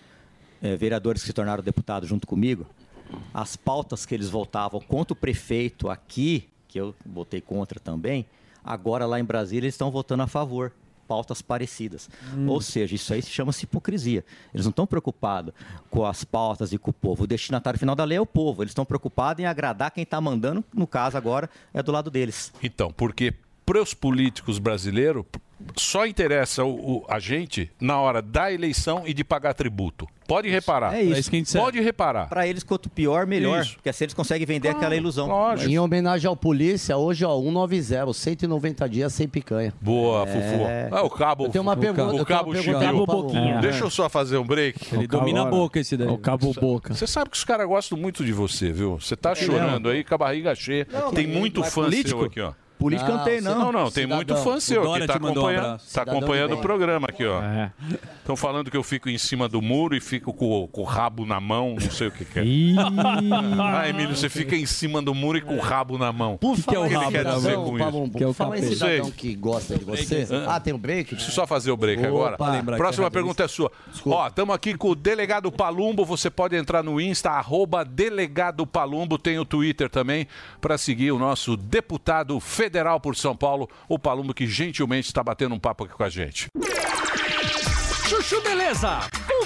[SPEAKER 20] eh, vereadores que se tornaram deputados junto comigo, as pautas que eles votavam contra o prefeito aqui, que eu votei contra também, agora lá em Brasília eles estão votando a favor. Pautas parecidas. Ou seja, isso aí se chama-se hipocrisia. Eles não estão preocupados com as pautas e com o povo. O destinatário final da lei é o povo. Eles estão preocupados em agradar quem está mandando, no caso agora, é do lado deles.
[SPEAKER 2] Então, porque para os políticos brasileiros só interessa o- o- a gente na hora da eleição e de pagar tributo. Pode reparar.
[SPEAKER 20] É isso. É isso que a gente sabe.
[SPEAKER 2] Pode reparar.
[SPEAKER 20] Para eles, quanto pior, melhor.
[SPEAKER 2] Isso.
[SPEAKER 20] Porque assim eles conseguem vender aquela ilusão.
[SPEAKER 8] Em homenagem ao polícia, hoje, ó, 190, 190 dias sem picanha.
[SPEAKER 2] Boa,
[SPEAKER 8] É.
[SPEAKER 2] Fufu. Ah, o cabo.
[SPEAKER 8] Eu tenho uma
[SPEAKER 2] o
[SPEAKER 8] pergunta, eu
[SPEAKER 2] O
[SPEAKER 8] tenho
[SPEAKER 2] cabo um
[SPEAKER 8] uma pergunta
[SPEAKER 2] Chiu.
[SPEAKER 8] pro
[SPEAKER 20] É.
[SPEAKER 8] Boquinha.
[SPEAKER 2] Deixa eu só fazer um break.
[SPEAKER 4] Ele domina a boca esse daí. O cabo
[SPEAKER 2] boca. Você sabe que os caras gostam muito de você, viu? Você tá chorando aí com a barriga cheia.
[SPEAKER 20] Não,
[SPEAKER 2] tem
[SPEAKER 20] mas-
[SPEAKER 2] muito
[SPEAKER 20] mas
[SPEAKER 2] fã seu
[SPEAKER 20] político?
[SPEAKER 2] aqui, ó. Ah,
[SPEAKER 20] Político eu não tenho, não.
[SPEAKER 2] Não, não, tem
[SPEAKER 20] Cidadão.
[SPEAKER 2] muito fã
[SPEAKER 20] O
[SPEAKER 2] seu
[SPEAKER 20] Dória
[SPEAKER 2] que tá
[SPEAKER 20] te mandou um
[SPEAKER 2] acompanhando,
[SPEAKER 20] abraço.
[SPEAKER 2] tá
[SPEAKER 20] Cidadão É.
[SPEAKER 2] acompanhando
[SPEAKER 20] de
[SPEAKER 2] o
[SPEAKER 20] bem.
[SPEAKER 2] programa aqui, ó. Estão falando que eu fico em cima do muro e fico com, o- com o rabo na mão, não sei o que, que é. ah, Emílio, você fica em cima do muro e com o rabo na mão.
[SPEAKER 8] Por
[SPEAKER 2] que, que é o
[SPEAKER 8] falar em
[SPEAKER 2] rabo quer
[SPEAKER 8] cidadão,
[SPEAKER 2] dizer com
[SPEAKER 8] Pablo,
[SPEAKER 2] isso?
[SPEAKER 8] fala em
[SPEAKER 2] Não sei.
[SPEAKER 8] cidadão que gosta de você.
[SPEAKER 2] Hã?
[SPEAKER 8] Ah, tem um break?
[SPEAKER 2] Deixa eu só fazer o break
[SPEAKER 8] Opa.
[SPEAKER 2] agora. Próxima pergunta é sua. Ó, estamos aqui com o Delegado Palumbo. Você pode entrar no Insta, arroba Delegado Palumbo. Tem o Twitter também para seguir o nosso deputado federal por São Paulo, o Palumbo, que gentilmente está batendo um papo aqui com a gente.
[SPEAKER 22] É. Chuchu Beleza, com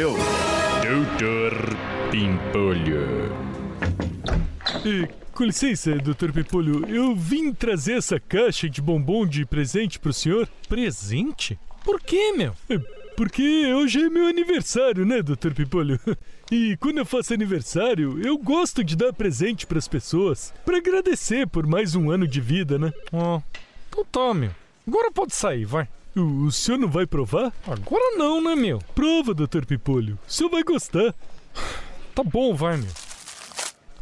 [SPEAKER 23] Doutor Pimpolho.
[SPEAKER 24] Com licença, Dr. Pipolho, eu vim trazer essa caixa de bombom de presente pro senhor. Presente? Por quê, meu? É, Porque hoje é meu aniversário, né, Dr. Pipolho? E quando eu faço aniversário, eu gosto de dar presente pras pessoas, pra agradecer por mais um ano de vida, né? Ó, então tá, meu. Agora pode sair, vai. O, o senhor não vai provar? Agora não, né, meu? Prova, Dr. Pipolho. O senhor vai gostar. Tá bom, vai, meu.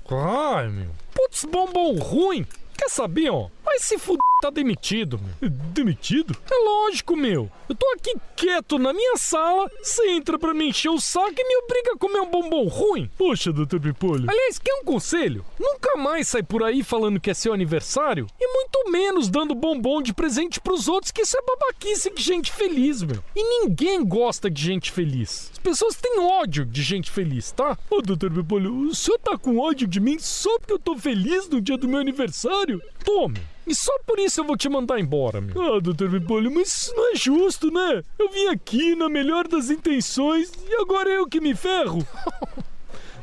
[SPEAKER 24] Ai, meu. Putz, bombom ruim. Quer saber, ó? Mas se fuder, tá demitido, meu. Demitido? É lógico, meu. Eu tô aqui quieto na minha sala, você entra pra me encher o saco e me obriga a comer um bombom ruim. Poxa, doutor Pipolho. Aliás, quer um conselho? Nunca mais sai por aí falando que é seu aniversário e muito menos dando bombom de presente pros outros, que isso é babaquice de gente feliz, meu. E ninguém gosta de gente feliz. As pessoas têm ódio de gente feliz, tá? Ô, doutor Pipolho, o senhor tá com ódio de mim só porque eu tô feliz no dia do meu aniversário? Tome. E só por isso eu vou te mandar embora, meu. Ah, doutor Pipolho, mas isso não é justo, né? Eu vim aqui na melhor das intenções e agora é eu que me ferro.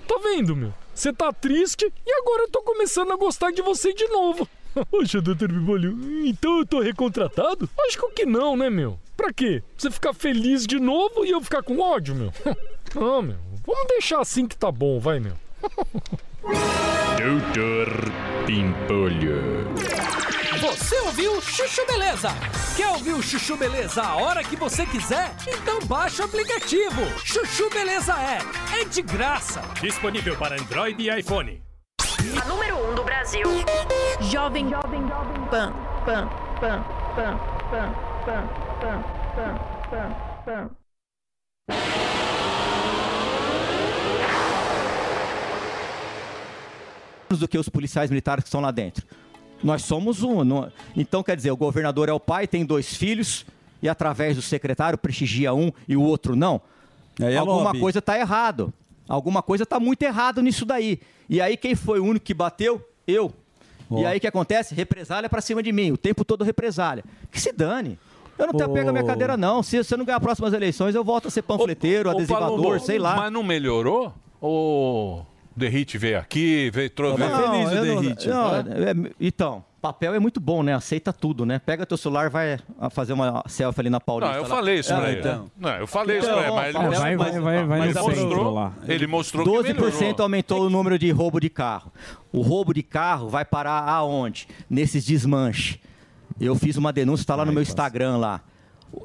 [SPEAKER 24] Tá vendo, meu? Você tá triste e agora eu tô começando a gostar de você de novo. Poxa, doutor Bibolho, então eu tô recontratado? Lógico que não, né, meu? Pra quê? Você ficar feliz de novo e eu ficar com ódio, meu? Não, meu. Vamos deixar assim que tá bom, vai, meu.
[SPEAKER 23] Doutor Pimpolho.
[SPEAKER 22] Você ouviu Chuchu Beleza? Quer ouvir o Chuchu Beleza a hora que você quiser? Então baixa o aplicativo. Chuchu Beleza é. É de graça.
[SPEAKER 23] Disponível para Android e iPhone.
[SPEAKER 1] A número 1 um do Brasil. Jovem, jovem, jovem. Pan, pan, pan, pan, pan, pan, pan, pan, pan, pan.
[SPEAKER 20] menos do que os policiais militares que estão lá dentro. Nós somos um. não- Então, quer dizer, o governador é o pai, tem dois filhos, e através do secretário prestigia um e o outro não.
[SPEAKER 4] é
[SPEAKER 20] Alguma
[SPEAKER 4] lobby.
[SPEAKER 20] coisa está errado. Alguma coisa está muito errado nisso daí. E aí, quem foi o único que bateu? Eu. E aí, o que acontece? Represália para cima de mim. O tempo todo represália. Que se dane. Eu não tenho pego a minha
[SPEAKER 2] Ô.
[SPEAKER 20] cadeira, não. Se você não ganhar as próximas eleições, eu volto a ser panfleteiro,
[SPEAKER 2] Ô,
[SPEAKER 20] adesivador,
[SPEAKER 2] Palombo,
[SPEAKER 20] sei lá.
[SPEAKER 2] Mas não melhorou? Ou o The Hit veio aqui, veio, Ah, trouxe...
[SPEAKER 20] eu não- não, é- então, papel é muito bom, né? Aceita tudo, né? Pega teu celular, vai ah, fazer uma selfie ali na Paulista.
[SPEAKER 2] Não, eu
[SPEAKER 20] lá.
[SPEAKER 2] falei isso
[SPEAKER 20] Ah,
[SPEAKER 2] pra ele. Não, eu falei isso
[SPEAKER 20] Então,
[SPEAKER 2] pra ele, mas ele
[SPEAKER 20] ó,
[SPEAKER 2] mostrou.
[SPEAKER 20] vai, vai, vai, vai
[SPEAKER 2] mas
[SPEAKER 20] no
[SPEAKER 2] ele
[SPEAKER 20] centro
[SPEAKER 2] mostrou,
[SPEAKER 20] lá.
[SPEAKER 2] Ele mostrou que
[SPEAKER 20] 12%
[SPEAKER 2] melhorou.
[SPEAKER 20] aumentou o número de roubo de carro. O roubo de carro vai parar aonde? Nesses desmanches. Eu fiz uma denúncia, está lá no meu Instagram lá.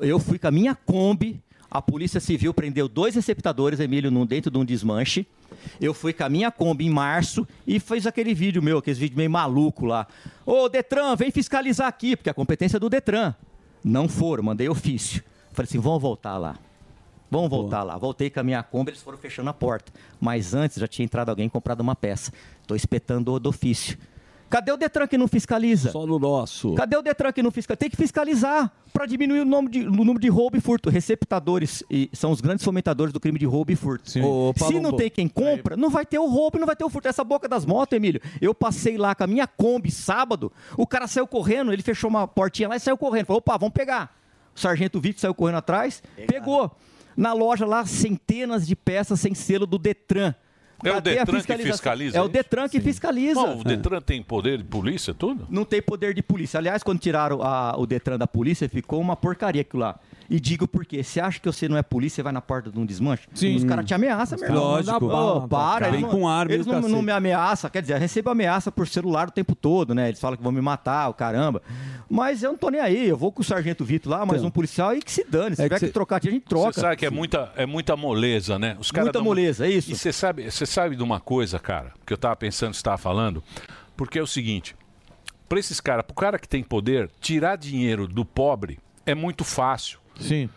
[SPEAKER 20] Eu fui com a minha Kombi, a Polícia Civil prendeu dois receptadores, Emílio, num, dentro de um desmanche. Eu fui com a minha Kombi em março e fiz aquele vídeo meu, aquele vídeo meio maluco lá. Ô, Detran, vem fiscalizar aqui, porque a competência é do Detran. Não foram, mandei ofício. Falei assim, vão voltar lá. Vamos voltar lá. Voltei com a minha Kombi, eles foram fechando a porta. Mas antes já tinha entrado alguém e comprado uma peça. Estou espetando o do ofício. Cadê o Detran que não fiscaliza? Só
[SPEAKER 4] no nosso.
[SPEAKER 20] Cadê o Detran que não fiscaliza? Tem que fiscalizar para diminuir o, nome de- o número de roubo e furto. Receptadores e são os grandes fomentadores do crime de roubo e furto. Se não
[SPEAKER 4] Palombo.
[SPEAKER 20] tem quem compra, não vai ter o roubo, não vai ter o furto. Essa boca das motos, Emílio. Eu passei lá com a minha Kombi sábado, o cara saiu correndo, ele fechou uma portinha lá e saiu correndo. Falou, opa, vamos pegar. O sargento Vitor saiu correndo atrás, pegou. Na loja lá, centenas de peças sem selo do Detran.
[SPEAKER 2] É o
[SPEAKER 20] Cadê a
[SPEAKER 2] Detran que
[SPEAKER 20] fiscalização?
[SPEAKER 2] fiscaliza?
[SPEAKER 20] É o Detran que fiscaliza. É.
[SPEAKER 2] Bom, o Detran tem poder de polícia, tudo?
[SPEAKER 20] Não tem poder de polícia. Aliás, quando tiraram a- o Detran da polícia, ficou uma porcaria aquilo lá. E digo por quê? Você acha que você não é polícia, você vai na porta de um desmanche?
[SPEAKER 4] Sim.
[SPEAKER 20] Os caras te ameaçam, meu irmão.
[SPEAKER 4] Lógico.
[SPEAKER 20] Manda bala,
[SPEAKER 4] Pá,
[SPEAKER 20] para.
[SPEAKER 4] cara.
[SPEAKER 20] eles
[SPEAKER 4] Vem
[SPEAKER 20] não-
[SPEAKER 4] com arma e
[SPEAKER 20] Eles
[SPEAKER 4] o
[SPEAKER 20] não,
[SPEAKER 4] cacete.
[SPEAKER 20] não me ameaçam. Quer dizer, eu recebo ameaça por celular o tempo todo, né? Eles falam que vão me matar, o caramba. Mas eu não tô nem aí. Eu vou com o sargento Vitor lá, mais
[SPEAKER 4] Então.
[SPEAKER 20] um policial, e que se dane.
[SPEAKER 4] É
[SPEAKER 20] Se tiver que, trocar, a gente troca.
[SPEAKER 2] Você sabe que é muita, é muita moleza, né? Os caras
[SPEAKER 20] Muita
[SPEAKER 2] dão-
[SPEAKER 20] moleza, é isso.
[SPEAKER 2] E você sabe, você sabe de uma coisa, cara, que eu tava pensando, você tava falando, porque é o seguinte, para esses caras, pro cara que tem poder, tirar dinheiro do pobre é muito fácil.
[SPEAKER 7] Sim.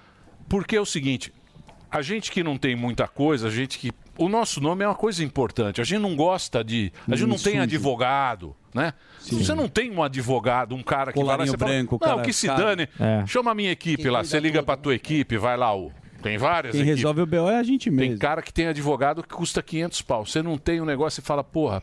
[SPEAKER 2] Porque é o seguinte, a gente que não tem muita coisa, a gente que o nosso nome é uma coisa importante. A gente não gosta de, a gente não tem
[SPEAKER 4] Sujo.
[SPEAKER 2] advogado, né? Você não tem um advogado, um cara que vai lá,
[SPEAKER 4] Colarinho
[SPEAKER 2] você fala,
[SPEAKER 4] branco,
[SPEAKER 2] não,
[SPEAKER 4] cara-
[SPEAKER 2] que se
[SPEAKER 4] cara-
[SPEAKER 2] dane.
[SPEAKER 4] É.
[SPEAKER 2] Chama a minha equipe lá, você liga pra
[SPEAKER 20] né?
[SPEAKER 2] tua equipe, vai lá o tem várias
[SPEAKER 4] Quem
[SPEAKER 2] equipes.
[SPEAKER 4] resolve o BO é a gente mesmo.
[SPEAKER 2] Tem cara que tem advogado que custa 500 pau. Você não tem o negócio e fala, porra,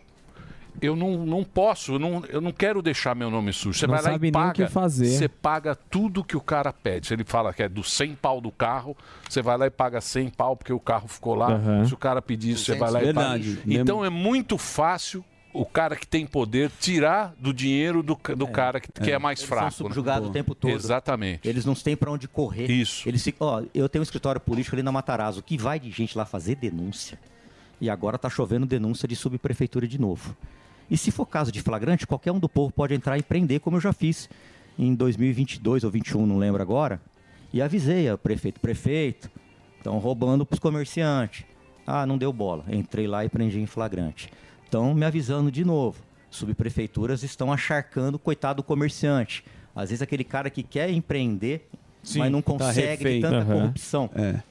[SPEAKER 2] eu não, não posso, eu não, eu não quero deixar meu nome sujo. Você
[SPEAKER 10] Não
[SPEAKER 2] vai lá
[SPEAKER 10] sabe
[SPEAKER 2] e
[SPEAKER 10] nem o
[SPEAKER 2] paga.
[SPEAKER 10] que fazer.
[SPEAKER 2] Você paga tudo que o cara pede. Se ele fala que é do 100 pau do carro, você vai lá e paga 100 pau porque o carro ficou lá.
[SPEAKER 10] Aham.
[SPEAKER 2] Se o cara pedir isso, você vai lá e
[SPEAKER 4] Verdade.
[SPEAKER 2] paga. Então é muito fácil o cara que tem poder tirar do dinheiro do, ca- do cara que, que é mais fraco.
[SPEAKER 20] são subjugados
[SPEAKER 2] né?
[SPEAKER 20] o tempo todo.
[SPEAKER 2] Exatamente.
[SPEAKER 20] Eles não têm pra onde correr.
[SPEAKER 2] Isso.
[SPEAKER 20] Eles ficam, ó, eu tenho um escritório político ali na Matarazzo, que vai de gente lá fazer denúncia. E agora tá chovendo denúncia de subprefeitura de novo. E se for caso de flagrante, qualquer um do povo pode entrar e prender, como eu já fiz em 2022 ou 21, não lembro agora. E avisei ao prefeito, prefeito, estão roubando pros comerciantes. Ah, não deu bola. Entrei lá e prendi em flagrante. Estão me avisando de novo. Subprefeituras estão acharcando o coitado do comerciante. Às vezes aquele cara que quer empreender,
[SPEAKER 2] Sim,
[SPEAKER 20] mas não
[SPEAKER 2] tá
[SPEAKER 20] consegue de
[SPEAKER 2] refém.
[SPEAKER 20] tanta
[SPEAKER 2] Aham.
[SPEAKER 20] corrupção. É.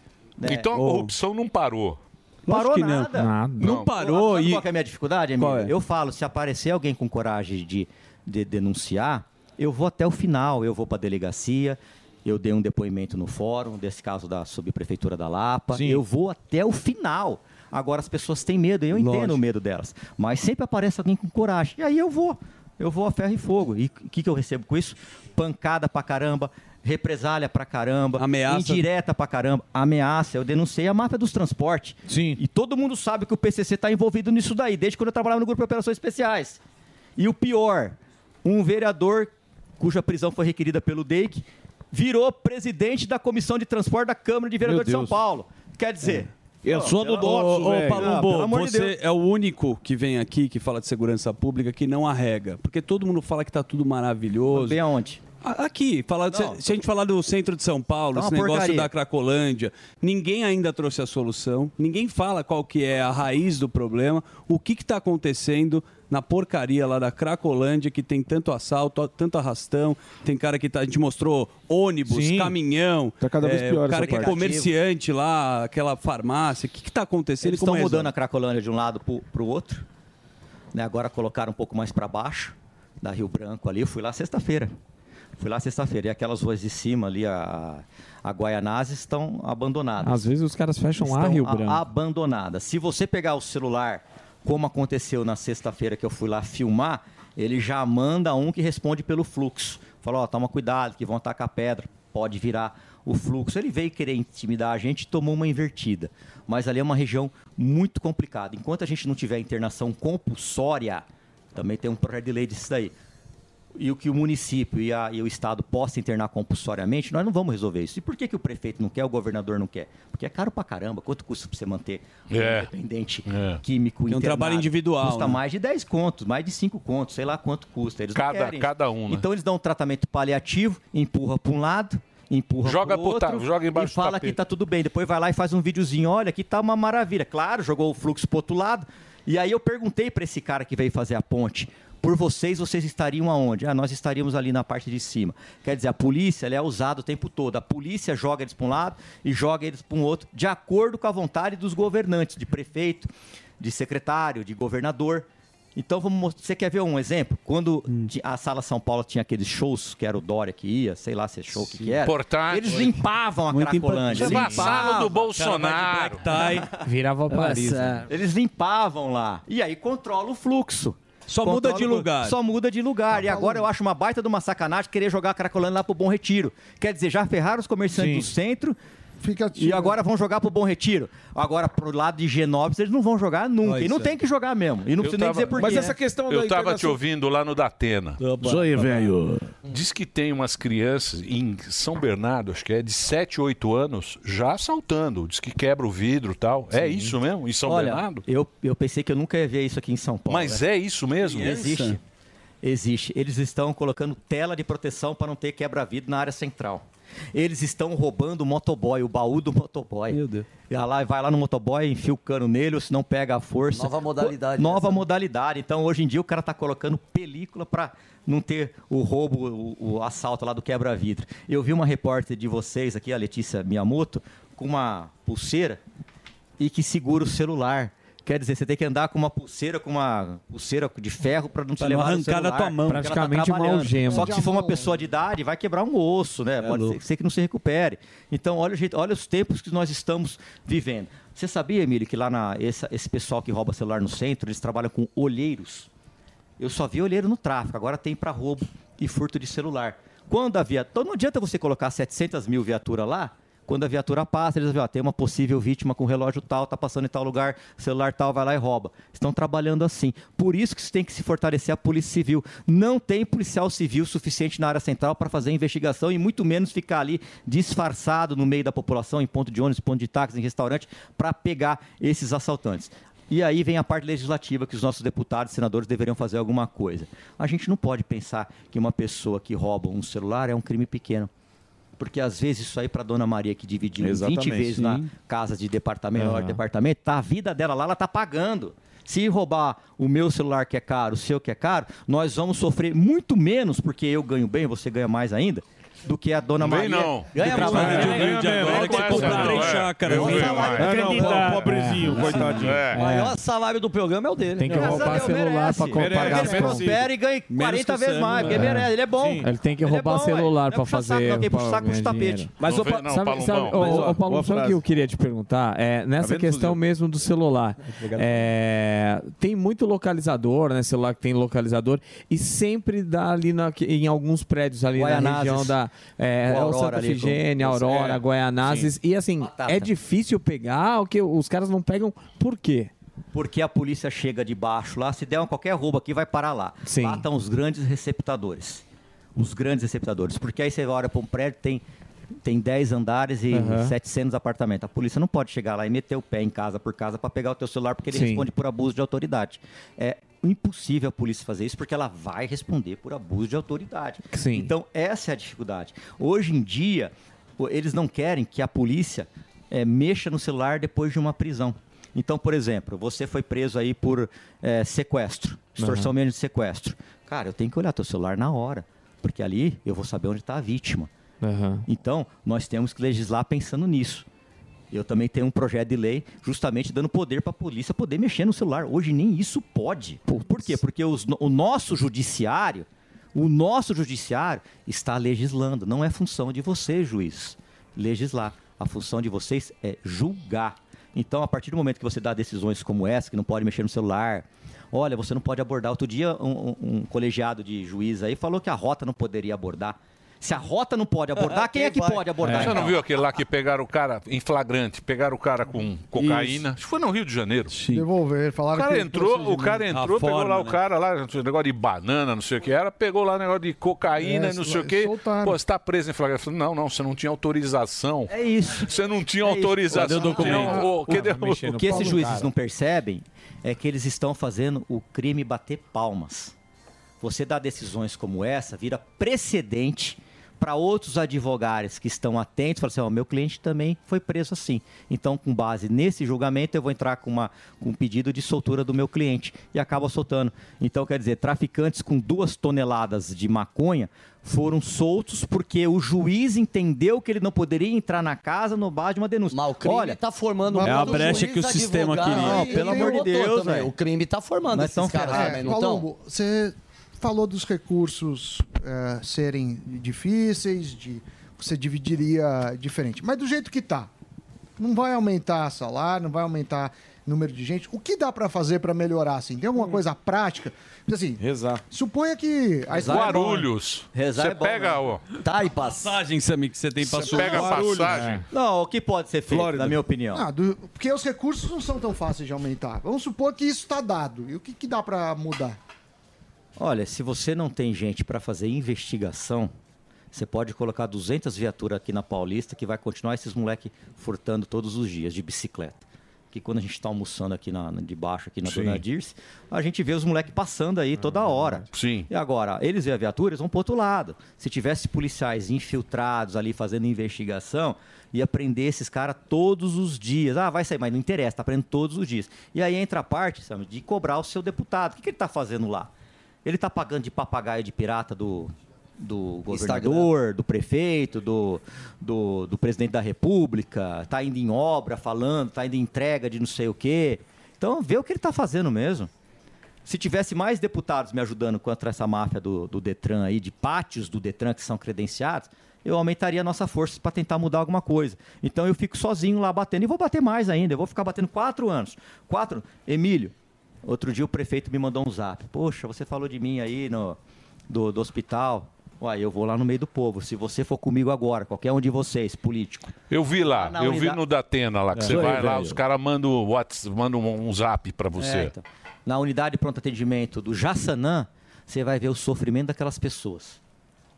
[SPEAKER 2] Então a
[SPEAKER 20] Ou-
[SPEAKER 2] corrupção não parou.
[SPEAKER 20] Parou nada.
[SPEAKER 2] Não,
[SPEAKER 20] parou. Sabe qual que é a minha dificuldade, amigo? Eu falo, se aparecer alguém com coragem de, de denunciar, eu vou até o final, eu vou para a delegacia, eu dei um depoimento no fórum, desse caso da subprefeitura da Lapa,
[SPEAKER 10] Sim.
[SPEAKER 20] eu vou até o final. Agora as pessoas têm medo, eu entendo
[SPEAKER 10] Lógico.
[SPEAKER 20] o medo delas, mas sempre aparece alguém com coragem. E aí eu vou, eu vou a ferro e fogo. E o que, que eu recebo com isso? Pancada pra caramba, represália pra caramba,
[SPEAKER 4] Ameaça.
[SPEAKER 20] indireta pra caramba, ameaça. Eu denunciei a máfia dos transportes. Sim. E todo mundo sabe que o PCC está tá envolvido nisso daí, desde quando eu trabalhava no Grupo de Operações Especiais. E o pior, um vereador cuja prisão foi requerida pelo DEIC virou presidente da Comissão de Transporte da Câmara de Vereadores de São
[SPEAKER 4] Deus. É.
[SPEAKER 20] Paulo. Quer dizer...
[SPEAKER 4] Eu
[SPEAKER 20] pô,
[SPEAKER 4] sou do
[SPEAKER 20] pelo amor-
[SPEAKER 4] Doxo,
[SPEAKER 20] Ô,
[SPEAKER 4] Ô, Palumbo,
[SPEAKER 20] de
[SPEAKER 4] você
[SPEAKER 20] Deus.
[SPEAKER 4] é o único que vem aqui que fala de segurança pública que não arrega. Porque todo mundo fala que tá tudo maravilhoso. Bem
[SPEAKER 20] aonde? tá
[SPEAKER 4] Aqui, falar, se, se a gente falar do centro de São Paulo,
[SPEAKER 10] Tá uma
[SPEAKER 4] esse negócio
[SPEAKER 10] porcaria.
[SPEAKER 4] da Cracolândia, ninguém ainda trouxe a solução, ninguém fala qual que é a raiz do problema, o que está tá acontecendo na porcaria lá da Cracolândia, que tem tanto assalto, tanto arrastão. Tem cara que tá, a gente mostrou ônibus,
[SPEAKER 3] Sim.
[SPEAKER 4] caminhão.
[SPEAKER 3] Tá cada vez pior
[SPEAKER 4] O cara
[SPEAKER 3] essa
[SPEAKER 4] que é
[SPEAKER 3] parte.
[SPEAKER 4] comerciante lá, aquela farmácia. O que, que tá acontecendo? e
[SPEAKER 20] Eles
[SPEAKER 4] como
[SPEAKER 20] estão
[SPEAKER 4] resolve?
[SPEAKER 20] mudando a Cracolândia de um lado para o outro. Né? Agora colocaram um pouco mais para baixo, da Rio Branco ali. Eu fui lá sexta-feira. Fui lá sexta-feira. E aquelas ruas de cima ali, a, a Guaianazes, estão abandonadas.
[SPEAKER 10] Às vezes os caras fecham a
[SPEAKER 20] Estão
[SPEAKER 10] Rio
[SPEAKER 20] a-
[SPEAKER 10] Branco.
[SPEAKER 20] abandonadas. Se você pegar o celular, como aconteceu na sexta-feira que eu fui lá filmar, ele já manda um que responde pelo fluxo. Falou, ó, toma cuidado que vão tacar pedra, pode virar o fluxo. Ele veio querer intimidar a gente, tomou uma invertida. Mas ali é uma região muito complicada. Enquanto a gente não tiver internação compulsória, também tem um projeto de lei disso daí e o que o município e, a- e o Estado possam internar compulsoriamente, nós não vamos resolver isso. E por que, que o prefeito não quer, o governador não quer? Porque é caro pra caramba. Quanto custa pra você manter um
[SPEAKER 4] É.
[SPEAKER 20] dependente químico
[SPEAKER 4] Tem um
[SPEAKER 20] internado?
[SPEAKER 4] trabalho individual,
[SPEAKER 20] Custa
[SPEAKER 4] né?
[SPEAKER 20] mais de 10 contos, mais de 5 contos, sei lá quanto custa. Eles não
[SPEAKER 2] Cada-
[SPEAKER 20] querem.
[SPEAKER 2] cada um, né?
[SPEAKER 20] Então eles dão um tratamento paliativo, empurra pra um lado, empurra
[SPEAKER 2] Joga
[SPEAKER 20] pro
[SPEAKER 2] pro ta-
[SPEAKER 20] outro,
[SPEAKER 2] joga embaixo do
[SPEAKER 20] e fala
[SPEAKER 2] tapete.
[SPEAKER 20] que tá tudo bem. Depois vai lá e faz um videozinho, olha, aqui tá uma maravilha. Claro, jogou o fluxo pro outro lado. E aí eu perguntei pra esse cara que veio fazer a ponte, por vocês, vocês estariam aonde? Ah, nós estaríamos ali na parte de cima. Quer dizer, a polícia ela é usada o tempo todo. A polícia joga eles para um lado e joga eles para um outro, de acordo com a vontade dos governantes, de prefeito, de secretário, de governador. Então, vamos mostrar. Você quer ver um exemplo? Quando ti- a Sala São Paulo tinha aqueles shows, que era o Dória que ia, sei lá se é show que, que era.
[SPEAKER 2] Importante.
[SPEAKER 20] Eles limpavam a
[SPEAKER 2] Muito importante.
[SPEAKER 20] Cracolândia.
[SPEAKER 2] Isso é vassalo
[SPEAKER 20] limpavam.
[SPEAKER 2] do Bolsonaro.
[SPEAKER 20] Cara vai de black tie. é
[SPEAKER 10] Virava
[SPEAKER 2] É
[SPEAKER 10] o Paris. né?
[SPEAKER 20] Eles limpavam lá. E aí controla o fluxo.
[SPEAKER 4] Só
[SPEAKER 20] Controla
[SPEAKER 4] muda
[SPEAKER 20] o
[SPEAKER 4] de
[SPEAKER 20] fluxo.
[SPEAKER 4] lugar.
[SPEAKER 20] Só muda de lugar. e
[SPEAKER 2] Tá
[SPEAKER 20] agora eu acho uma baita de uma sacanagem querer jogar a Cracolândia lá pro Bom Retiro. Quer dizer, já ferraram os comerciantes do centro. e agora vão jogar pro Bom Retiro. Agora, pro lado de Genópolis, eles não vão jogar nunca.
[SPEAKER 2] Olha
[SPEAKER 20] e não
[SPEAKER 2] isso
[SPEAKER 20] tem que jogar mesmo. E não
[SPEAKER 2] Eu
[SPEAKER 20] precisa nem
[SPEAKER 2] tava-
[SPEAKER 20] dizer por quê. né?
[SPEAKER 2] Eu tava te ouvindo lá no Datena.
[SPEAKER 7] Zoi, velho.
[SPEAKER 2] Diz que tem umas crianças em São Bernardo, acho que é, de 7, 8 anos, já assaltando. Diz que quebra o vidro e tal. É
[SPEAKER 20] Sim.
[SPEAKER 2] isso mesmo? Em São
[SPEAKER 20] Olha,
[SPEAKER 2] Bernardo?
[SPEAKER 20] Eu, eu pensei que eu nunca ia ver isso aqui em São Paulo.
[SPEAKER 2] Mas
[SPEAKER 20] né?
[SPEAKER 2] é isso mesmo?
[SPEAKER 20] Existe. Existe. Eles estão colocando tela de proteção para não ter quebra-vidro na área central. Eles estão roubando o motoboy, o baú do motoboy. Meu Deus. Lá, vai lá no motoboy, enfia o cano nele, ou se não pega a força.
[SPEAKER 8] Nova modalidade,
[SPEAKER 20] Nova modalidade. Então, hoje em dia, o cara está colocando película para não ter o roubo, o, o assalto lá do quebra-vidro. Eu vi uma repórter de vocês aqui, a Letícia Miyamoto, com uma pulseira e que segura o celular. Quer dizer, você tem que andar com uma pulseira, com uma pulseira de ferro para não te
[SPEAKER 4] Pra não
[SPEAKER 20] levar no
[SPEAKER 4] arrancar da
[SPEAKER 20] celular,
[SPEAKER 4] tua mão.
[SPEAKER 20] porque ela tá
[SPEAKER 4] Praticamente uma
[SPEAKER 20] trabalhando.
[SPEAKER 4] algema. É
[SPEAKER 20] Só que se for uma pessoa de idade, vai quebrar um osso, né? Pode ser, ser que não se recupere. Então, olha, o jeito, olha os tempos que nós estamos vivendo. Você sabia, Emílio, que lá na essa- esse pessoal que rouba celular no centro, eles trabalham com olheiros? Eu só vi olheiro no tráfico, agora tem para roubo e furto de celular. Quando a viatura. Então não adianta você colocar 700 mil viatura lá. Quando a viatura passa, eles vão, ó, tem uma possível vítima com relógio tal, tá passando em tal lugar, celular tal, vai lá e rouba. Estão trabalhando assim. Por isso que você tem que se fortalecer a Polícia Civil. Não tem policial civil suficiente na área central para fazer a investigação e muito menos ficar ali disfarçado no meio da população, em ponto de ônibus, ponto de táxi, em restaurante, para pegar esses assaltantes. E aí vem a parte legislativa que os nossos deputados e senadores deveriam fazer alguma coisa. A gente não pode pensar que uma pessoa que rouba um celular é um crime pequeno. Porque às vezes isso aí para dona Maria que dividiu
[SPEAKER 7] Exatamente.
[SPEAKER 20] 20 vezes na
[SPEAKER 7] Sim.
[SPEAKER 20] casa de departamento,
[SPEAKER 7] Aham.
[SPEAKER 20] maior departamento, tá a vida dela lá, ela tá pagando. Se roubar o meu celular que é caro, o seu que é caro, nós vamos sofrer muito menos, porque eu ganho bem, você ganha mais ainda, do que a dona
[SPEAKER 2] Bem,
[SPEAKER 20] Maria.
[SPEAKER 2] não.
[SPEAKER 20] Ganha
[SPEAKER 2] Depois
[SPEAKER 20] mais.
[SPEAKER 2] do Rio Grande agora que você compra três chácaras. né? É.
[SPEAKER 20] Ganha
[SPEAKER 2] Ganha
[SPEAKER 20] mais.
[SPEAKER 2] mais.
[SPEAKER 20] Ganha
[SPEAKER 2] Acredita.
[SPEAKER 20] mais.
[SPEAKER 7] Pobrezinho, coitadinho.
[SPEAKER 20] O maior salário do programa é o dele.
[SPEAKER 10] Tem que
[SPEAKER 20] Graças a
[SPEAKER 10] roubar
[SPEAKER 20] Deus,
[SPEAKER 10] celular
[SPEAKER 20] merece.
[SPEAKER 10] pra co- pagar as
[SPEAKER 20] Ele
[SPEAKER 10] contas.
[SPEAKER 20] prospera e ganha
[SPEAKER 10] Menos
[SPEAKER 20] 40
[SPEAKER 10] que o
[SPEAKER 20] vezes
[SPEAKER 10] Sandro,
[SPEAKER 20] mais, porque
[SPEAKER 10] né?
[SPEAKER 20] merece, ele é bom.
[SPEAKER 10] Ele tem que roubar celular pra fazer.
[SPEAKER 20] alguém puxar
[SPEAKER 10] pra
[SPEAKER 20] saco de
[SPEAKER 10] ganhar
[SPEAKER 20] tapete.
[SPEAKER 10] dinheiro.
[SPEAKER 20] Mas, ô, Pa-
[SPEAKER 10] sabe,
[SPEAKER 20] Palomão,
[SPEAKER 10] sabe, ô,
[SPEAKER 20] mas, ó, boa
[SPEAKER 10] ô, Paulo, sabe o que
[SPEAKER 20] frase. Tá
[SPEAKER 10] eu queria te perguntar? É, nessa
[SPEAKER 20] vendo, Tá
[SPEAKER 10] questão mesmo do celular. é, tem muito localizador, né? Celular que tem localizador. E sempre dá ali na- em alguns prédios ali na
[SPEAKER 20] Guaianazes.
[SPEAKER 10] região da é,
[SPEAKER 20] O
[SPEAKER 10] o
[SPEAKER 20] Aurora
[SPEAKER 10] Santa
[SPEAKER 20] ali,
[SPEAKER 10] Figênia,
[SPEAKER 20] com-
[SPEAKER 10] Aurora,
[SPEAKER 20] é,
[SPEAKER 10] Guaianazes.
[SPEAKER 20] sim.
[SPEAKER 10] E assim,
[SPEAKER 20] Batata.
[SPEAKER 10] é difícil pegar, o que os caras não pegam. Por quê?
[SPEAKER 20] Porque a polícia chega de baixo lá, se der uma qualquer roubo aqui, vai parar lá. Lá estão os grandes receptadores. Os grandes receptadores. Porque aí você olha para um prédio, tem, tem 10 andares e
[SPEAKER 10] Aham.
[SPEAKER 20] 700 apartamentos. A polícia não pode chegar lá e meter o pé em casa por casa para pegar o teu celular, porque ele
[SPEAKER 10] Sim.
[SPEAKER 20] responde por abuso de autoridade. É impossível a polícia fazer isso, porque ela vai responder por abuso de autoridade.
[SPEAKER 10] Sim.
[SPEAKER 20] Então, essa é a dificuldade. Hoje em é, dia, pô, eles não querem que a polícia eh, mexa no celular depois de uma prisão. Então, por exemplo, você foi preso aí por eh, sequestro, extorsão
[SPEAKER 10] Aham.
[SPEAKER 20] mesmo de sequestro. Cara, eu tenho que olhar teu celular na hora, porque ali eu vou saber onde está a vítima. Então, nós temos que legislar pensando nisso. Eu também tenho um projeto de lei justamente dando poder para a polícia poder mexer no celular. Hoje nem isso pode. Por quê? Porque os no- o nosso judiciário, o nosso judiciário está legislando. Não é função de você, juiz, legislar. A função de vocês é julgar. Então, a partir do momento que você dá decisões como essa, que não pode mexer no celular, olha, você não pode abordar. Outro dia, um, um- um colegiado de juiz aí falou que a rota não poderia abordar. Se a rota não pode abordar, quem, é que pode abordar?
[SPEAKER 2] Você
[SPEAKER 20] então?
[SPEAKER 2] não viu aquele lá que pegaram o cara em flagrante, pegaram o cara com cocaína? Acho que foi no Rio de Janeiro.
[SPEAKER 3] Devolver,
[SPEAKER 2] O
[SPEAKER 3] falaram que
[SPEAKER 2] cara
[SPEAKER 3] ele
[SPEAKER 2] entrou,
[SPEAKER 3] precisa
[SPEAKER 2] o
[SPEAKER 3] de
[SPEAKER 2] cara
[SPEAKER 3] mim.
[SPEAKER 2] entrou,
[SPEAKER 3] A
[SPEAKER 2] pegou
[SPEAKER 3] forma,
[SPEAKER 2] lá o
[SPEAKER 3] né?
[SPEAKER 2] cara lá, negócio de banana, não sei o que era, pegou lá negócio de cocaína,
[SPEAKER 3] É,
[SPEAKER 2] e não
[SPEAKER 3] sol-
[SPEAKER 2] sei o que.
[SPEAKER 3] soltaram.
[SPEAKER 2] Pô, você tá preso em flagrante. Eu falei, Não, não, você não tinha autorização.
[SPEAKER 20] É isso.
[SPEAKER 2] Você não tinha
[SPEAKER 20] isso.
[SPEAKER 2] autorização.
[SPEAKER 20] Cadê o documento?
[SPEAKER 2] Não, ô,
[SPEAKER 20] um- O-
[SPEAKER 2] cadê
[SPEAKER 20] o que esses juízes não percebem é que eles estão fazendo o crime bater palmas. Você dá decisões como essa, vira precedente para outros advogados que estão atentos, falam assim, ó, meu cliente também foi preso assim. Então, com base nesse julgamento, eu vou entrar com, uma, com um pedido de soltura do meu cliente e acaba soltando. Então, quer dizer, traficantes com duas toneladas de maconha foram soltos porque o juiz entendeu que ele não poderia entrar na casa no base de uma denúncia. Mal
[SPEAKER 8] crime tá formando
[SPEAKER 20] é
[SPEAKER 8] quando
[SPEAKER 20] a brecha
[SPEAKER 8] juiz,
[SPEAKER 20] que o sistema
[SPEAKER 8] advogado
[SPEAKER 20] queria. Não,
[SPEAKER 8] e
[SPEAKER 20] pelo
[SPEAKER 8] quem
[SPEAKER 20] amor de
[SPEAKER 8] votou
[SPEAKER 20] Deus,
[SPEAKER 8] também.
[SPEAKER 20] velho.
[SPEAKER 8] O crime tá formando
[SPEAKER 20] Nós
[SPEAKER 8] esses
[SPEAKER 20] estamos
[SPEAKER 8] caras
[SPEAKER 20] ferrados.
[SPEAKER 8] também, não estão?
[SPEAKER 3] Palombo, você falou dos recursos eh, serem difíceis, de você dividiria diferente. Mas do jeito que tá, não vai aumentar salário, não vai aumentar número de gente. O que dá pra fazer pra melhorar assim? Tem alguma coisa prática? Porque, Assim,
[SPEAKER 7] Rezar.
[SPEAKER 3] suponha que a escola-
[SPEAKER 2] Guarulhos.
[SPEAKER 20] Rezar
[SPEAKER 2] você
[SPEAKER 20] é bom,
[SPEAKER 2] pega
[SPEAKER 20] né?
[SPEAKER 2] o.
[SPEAKER 20] Tá, e
[SPEAKER 4] Passagem, Samir, que você tem pra
[SPEAKER 20] Você
[SPEAKER 4] sua-
[SPEAKER 20] pega a
[SPEAKER 4] Guarulhos,
[SPEAKER 20] passagem.
[SPEAKER 4] né?
[SPEAKER 20] Não, o que pode ser feito, na minha opinião?
[SPEAKER 3] Ah, do- porque os recursos não são tão fáceis de aumentar. Vamos supor que isso está dado. E o que, que dá pra mudar?
[SPEAKER 20] Olha, se você não tem gente para fazer investigação, você pode colocar 200 viaturas aqui na Paulista que vai continuar esses moleque furtando todos os dias de bicicleta. Que quando a gente está almoçando aqui na, na- de baixo, aqui na
[SPEAKER 10] Sim.
[SPEAKER 20] Dona Dirce, a gente vê os moleques passando aí toda hora.
[SPEAKER 2] Sim.
[SPEAKER 20] E agora, eles e a viatura eles vão para outro lado. Se tivesse policiais infiltrados ali fazendo investigação, ia prender esses caras todos os dias. Ah, vai sair, mas não interessa, tá prendendo todos os dias. E aí entra a parte, sabe, de cobrar o seu deputado. O que, que ele tá fazendo lá? Ele tá pagando de papagaio de pirata do, do governador, do prefeito, do, do, do presidente da república, tá indo em obra falando, tá indo em entrega de não sei o quê. Então vê o que ele tá fazendo mesmo. Se tivesse mais deputados me ajudando contra essa máfia do, do Detran aí, de pátios do Detran que são credenciados, eu aumentaria a nossa força para tentar mudar alguma coisa. Então eu fico sozinho lá batendo. E vou bater mais ainda. Eu vou ficar batendo quatro anos. Quatro. Emílio, outro dia o prefeito me mandou um zap. Poxa, você falou de mim aí no, do, do hospital. Uai, eu vou lá no meio do povo. Se você for comigo agora, qualquer um de vocês, político.
[SPEAKER 2] Eu vi lá,
[SPEAKER 20] Ah, na
[SPEAKER 2] eu vi
[SPEAKER 20] unidade-
[SPEAKER 2] no Datena lá, que
[SPEAKER 20] É.
[SPEAKER 2] você
[SPEAKER 20] Isso aí,
[SPEAKER 2] vai lá,
[SPEAKER 20] velho.
[SPEAKER 2] os caras mandam um whats- mandam um um zap pra você.
[SPEAKER 20] É, então. Na unidade de pronto atendimento do Jaçanã, você vai ver o sofrimento daquelas pessoas.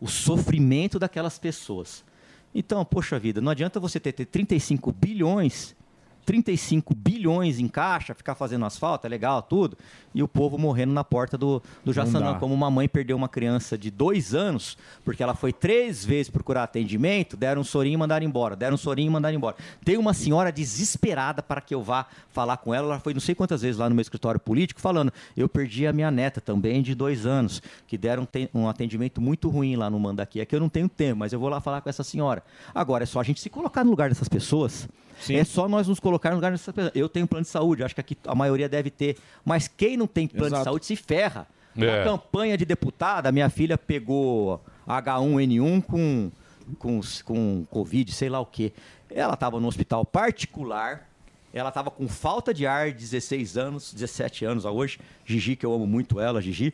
[SPEAKER 20] O sofrimento daquelas pessoas. Então, poxa vida, não adianta você ter, ter 35 bilhões, 35 bilhões em caixa, ficar fazendo asfalto, é legal, tudo, e o povo morrendo na porta do, do Jaçanã,
[SPEAKER 10] dá.
[SPEAKER 20] como uma mãe perdeu uma criança de dois anos, porque ela foi três vezes procurar atendimento, deram um sorinho e mandaram embora, deram um sorinho e mandaram embora. Tem uma senhora desesperada para que eu vá falar com ela, ela foi não sei quantas vezes lá no meu escritório político falando, eu perdi a minha neta também de dois anos, que deram te- um atendimento muito ruim lá no Mandaqui, é que eu não tenho tempo, mas eu vou lá falar com essa senhora. Agora, é só a gente se colocar no lugar dessas pessoas, é só nós nos colocar no lugar dessas pessoas. Eu tenho plano de saúde, acho que aqui a maioria deve ter, mas quem não tem plano de
[SPEAKER 10] Exato.
[SPEAKER 20] saúde se ferra.
[SPEAKER 10] É.
[SPEAKER 20] Na campanha de deputada, minha filha pegou H1N1 com, com, com Covid, sei lá o quê. Ela estava no hospital particular, ela estava com falta de ar, 16 anos, 17 anos a hoje. Gigi, que eu amo muito ela, Gigi.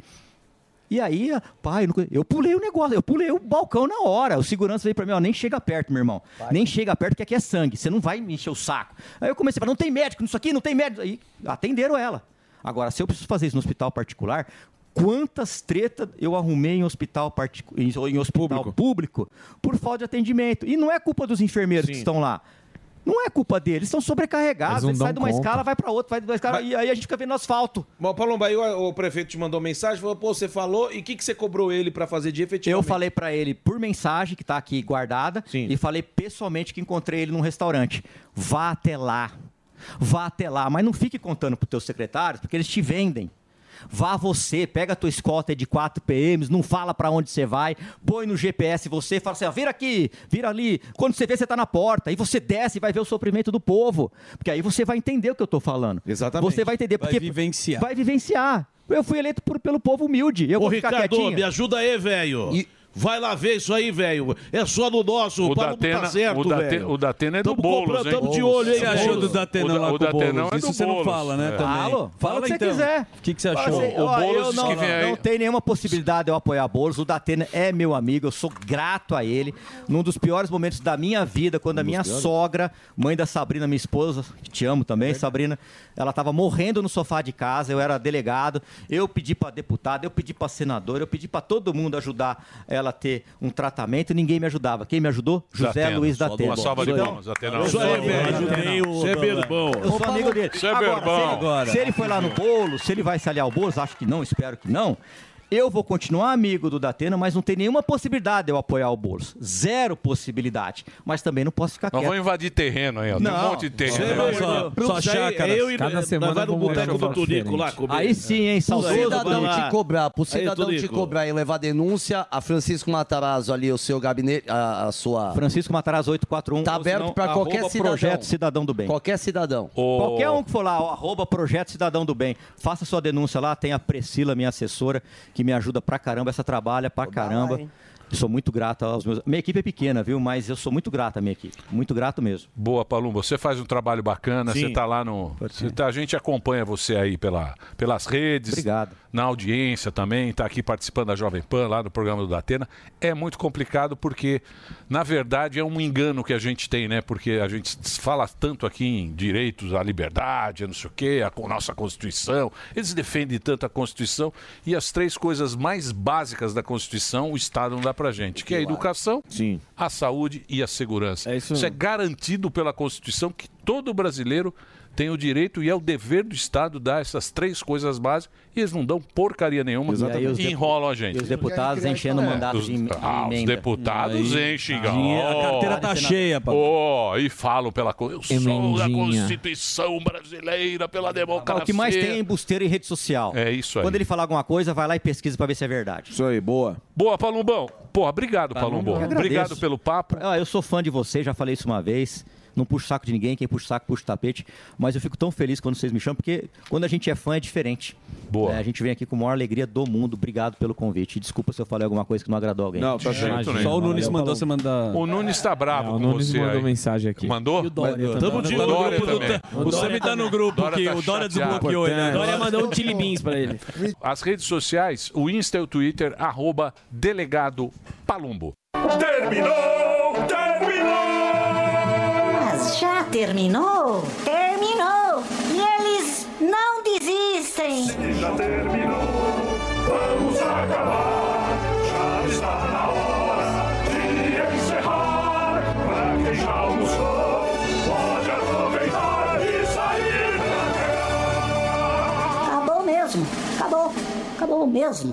[SPEAKER 20] E aí, pai, eu não conhe- eu pulei o negócio, eu pulei o balcão na hora. O segurança veio pra mim, ó, nem chega perto, meu irmão. Nem chega perto, que aqui é sangue, você não vai me encher o saco. Aí eu comecei a falar, não tem médico nisso aqui, não tem médico. Aí atenderam ela. Agora, se eu preciso fazer isso no hospital particular, quantas tretas eu arrumei em hospital, particu... em, em hospital público. por falta de atendimento. E não é culpa dos enfermeiros que estão lá. Não é culpa deles, eles estão
[SPEAKER 7] Eles
[SPEAKER 20] sobrecarregados.
[SPEAKER 7] não
[SPEAKER 20] Eles saem de
[SPEAKER 7] dão
[SPEAKER 20] uma
[SPEAKER 7] conta.
[SPEAKER 20] escala, vai pra outra, vai de uma escala, e aí a gente fica vendo asfalto.
[SPEAKER 7] Bom, Palombo, aí o, o prefeito te mandou mensagem, falou, pô, você falou, e o que, que você cobrou ele pra fazer de efetivo?
[SPEAKER 20] Eu falei pra ele por mensagem, que tá aqui guardada, e falei pessoalmente que encontrei ele num restaurante. Vá até lá. Vá até lá, mas não fique contando para os teus secretários, porque eles te vendem. Vá você, pega a tua escolta aí de 4 PMs, não fala para onde você vai, põe no GPS você, e fala assim, ó, vira aqui, vira ali. Quando você vê, você tá na porta. Aí você desce e vai ver o sofrimento do povo. Porque aí você vai entender o que eu tô falando. Exatamente. Você vai entender.
[SPEAKER 4] Vai
[SPEAKER 20] Porque
[SPEAKER 4] vivenciar.
[SPEAKER 20] Vai vivenciar. Eu fui eleito por- pelo povo humilde. Eu
[SPEAKER 5] Ô,
[SPEAKER 20] vou ficar
[SPEAKER 5] Ricardo,
[SPEAKER 20] quietinho.
[SPEAKER 5] me ajuda aí, velho. Vai lá ver isso aí, velho. É só no nosso, o para não tá certo,
[SPEAKER 2] o, Date-
[SPEAKER 5] velho.
[SPEAKER 2] o Datena é do
[SPEAKER 5] Tamo
[SPEAKER 2] Boulos,
[SPEAKER 5] comprando,
[SPEAKER 2] hein?
[SPEAKER 5] tamo de olho, hein,
[SPEAKER 2] Você
[SPEAKER 5] Boulos?
[SPEAKER 2] achou do
[SPEAKER 4] Datena
[SPEAKER 2] o,
[SPEAKER 4] lá
[SPEAKER 2] da-
[SPEAKER 4] com
[SPEAKER 2] o
[SPEAKER 4] o
[SPEAKER 2] Datenão
[SPEAKER 4] Boulos?
[SPEAKER 2] é do
[SPEAKER 4] Isso você não
[SPEAKER 2] Boulos,
[SPEAKER 4] fala, né,
[SPEAKER 2] é.
[SPEAKER 4] também.
[SPEAKER 20] Fala,
[SPEAKER 4] Fala
[SPEAKER 20] fala o que
[SPEAKER 4] então.
[SPEAKER 20] você quiser.
[SPEAKER 4] O que que você achou?
[SPEAKER 20] Assim,
[SPEAKER 4] O
[SPEAKER 20] ó,
[SPEAKER 4] Boulos
[SPEAKER 20] eu não,
[SPEAKER 4] que vem
[SPEAKER 20] não,
[SPEAKER 4] aí.
[SPEAKER 20] não tem nenhuma possibilidade de eu apoiar Boulos. O Datena é meu amigo, eu sou grato a ele. Num dos piores momentos da minha vida, quando a minha
[SPEAKER 5] piores?
[SPEAKER 20] sogra, mãe da Sabrina, minha esposa, que te amo também, Sabrina, ela estava morrendo no sofá de casa, eu era delegado, eu pedi para deputado, eu pedi para senador, eu pedi para todo mundo ajudar ela a ter um tratamento e ninguém me ajudava. Quem me ajudou? José
[SPEAKER 2] Datena.
[SPEAKER 20] Luiz Datena.
[SPEAKER 2] Uma salva de
[SPEAKER 20] Então,
[SPEAKER 2] palmas, Datena.
[SPEAKER 20] eu sou
[SPEAKER 2] Uma salva
[SPEAKER 20] amigo
[SPEAKER 2] de palmas.
[SPEAKER 20] dele.
[SPEAKER 2] Ajudei o-
[SPEAKER 20] Você é berbão. Eu sou amigo dele.
[SPEAKER 2] Você é
[SPEAKER 20] Agora, se
[SPEAKER 2] berbão.
[SPEAKER 20] ele-
[SPEAKER 2] Agora.
[SPEAKER 20] Se ele foi lá no bolo, se ele vai se aliar ao Boulos, acho que não, espero que não. Eu vou continuar amigo do Datena, mas não tem nenhuma possibilidade de eu apoiar o Boulos. Zero possibilidade. Mas também não posso ficar
[SPEAKER 2] Nós
[SPEAKER 20] quieto.
[SPEAKER 2] vamos invadir terreno aí, ó. Tem um
[SPEAKER 20] Não. é
[SPEAKER 2] monte de terreno.
[SPEAKER 20] Só-
[SPEAKER 2] aí, ó.
[SPEAKER 20] só- só
[SPEAKER 2] Isso aí,
[SPEAKER 20] chácaras.
[SPEAKER 2] eu e-
[SPEAKER 20] Cada
[SPEAKER 2] nós
[SPEAKER 20] semana
[SPEAKER 2] vai no
[SPEAKER 20] vamos
[SPEAKER 2] boteco
[SPEAKER 20] mudar
[SPEAKER 2] do
[SPEAKER 20] um
[SPEAKER 2] Tunico
[SPEAKER 20] diferente.
[SPEAKER 2] lá comer.
[SPEAKER 8] Aí sim, hein,
[SPEAKER 2] Pro
[SPEAKER 8] saudoso. cidadão
[SPEAKER 2] Tunico.
[SPEAKER 8] te cobrar, pro
[SPEAKER 2] Aí,
[SPEAKER 8] cidadão te
[SPEAKER 2] Tunico.
[SPEAKER 8] cobrar e levar denúncia, a Francisco Matarazzo ali, o seu gabinete, a, a sua...
[SPEAKER 20] Francisco Matarazzo 841.
[SPEAKER 8] Tá aberto para qualquer cidadão.
[SPEAKER 20] Projeto Cidadão do Bem.
[SPEAKER 8] Qualquer cidadão.
[SPEAKER 20] Qualquer um que for lá, ó, arroba Projeto Cidadão do Bem, faça sua denúncia lá, tem a Priscila, minha assessora, que me ajuda pra caramba, essa trabalha pra caramba. sou muito grato aos meus. Minha equipe é pequena, viu? Mas eu sou muito grato à minha equipe. Muito grato mesmo.
[SPEAKER 2] Boa, Palumbo. Você faz um trabalho bacana,
[SPEAKER 20] Sim.
[SPEAKER 2] você tá está lá no. você tá- a gente acompanha você aí pela, pelas redes.
[SPEAKER 20] Obrigado.
[SPEAKER 2] Na audiência também, está aqui participando da Jovem Pan, lá no programa do Datena. É muito complicado porque, na verdade, é um engano que a gente tem, né? Porque a gente fala tanto aqui em direitos à liberdade, não sei o quê, a co- nossa Constituição. Eles defendem tanto a Constituição e as três coisas mais básicas da Constituição o Estado não dá pra gente, que é a educação, a saúde e a segurança. isso é garantido pela Constituição que todo brasileiro tem o direito e é o dever do Estado dar essas três coisas básicas e eles não dão porcaria nenhuma
[SPEAKER 20] Exatamente. E aí os
[SPEAKER 2] e
[SPEAKER 20] depu-
[SPEAKER 2] enrolam a gente.
[SPEAKER 20] e os deputados enchendo o mandato de em-
[SPEAKER 2] Ah, os
[SPEAKER 20] emenda.
[SPEAKER 2] deputados
[SPEAKER 20] Aí,
[SPEAKER 2] enchem.
[SPEAKER 20] tá. Dinheiro, a
[SPEAKER 2] ó.
[SPEAKER 20] carteira tá cheia, papai.
[SPEAKER 2] Ó, e falam pela coisa. Eu sou da
[SPEAKER 20] Emendinha.
[SPEAKER 2] Constituição brasileira, pela democracia.
[SPEAKER 20] o que mais tem é embusteiro em rede social.
[SPEAKER 2] É isso aí.
[SPEAKER 20] Quando ele falar alguma coisa, vai lá e pesquisa pra ver se é verdade. Tá,
[SPEAKER 2] Isso aí, boa. Boa, Palumbão. Porra, obrigado, Palumbo.
[SPEAKER 20] Eu agradeço.
[SPEAKER 2] Obrigado pelo papo.
[SPEAKER 20] Ah, eu sou fã de você, já falei isso uma vez. Não puxo saco de ninguém, quem puxa saco puxa tapete. Mas eu fico tão feliz quando vocês me chamam, porque quando a gente é fã é diferente.
[SPEAKER 2] Boa.
[SPEAKER 20] a gente vem aqui com a maior alegria do mundo. Obrigado pelo convite. E Desculpa se eu falei alguma coisa que não agradou alguém.
[SPEAKER 4] Não, tá certo, Imagina. né? Só o Nunes mandou você mandar-
[SPEAKER 2] O Nunes está bravo
[SPEAKER 4] o
[SPEAKER 2] com
[SPEAKER 4] Nunes
[SPEAKER 2] você
[SPEAKER 4] mandou
[SPEAKER 2] aí.
[SPEAKER 4] mensagem aqui.
[SPEAKER 2] Mandou?
[SPEAKER 4] E o Dória
[SPEAKER 2] Mandou.
[SPEAKER 4] também.
[SPEAKER 2] Tamo de
[SPEAKER 4] Tá no
[SPEAKER 2] Dória
[SPEAKER 4] grupo do-
[SPEAKER 2] também.
[SPEAKER 4] O Dória tá no grupo aqui, o Dória desbloqueou ele, né? Dória mandou um
[SPEAKER 2] Tilly Beans pra ele. As redes sociais, o Insta e o Twitter, arroba delegado Palumbo.
[SPEAKER 6] Terminou! Terminou! Mas já terminou? Terminou! E eles não desistem! Se já terminou, vamos acabar! Já está na hora de encerrar! Pra quem já almoçou, pode aproveitar e sair pra cagar! Acabou mesmo! Acabou! Acabou mesmo!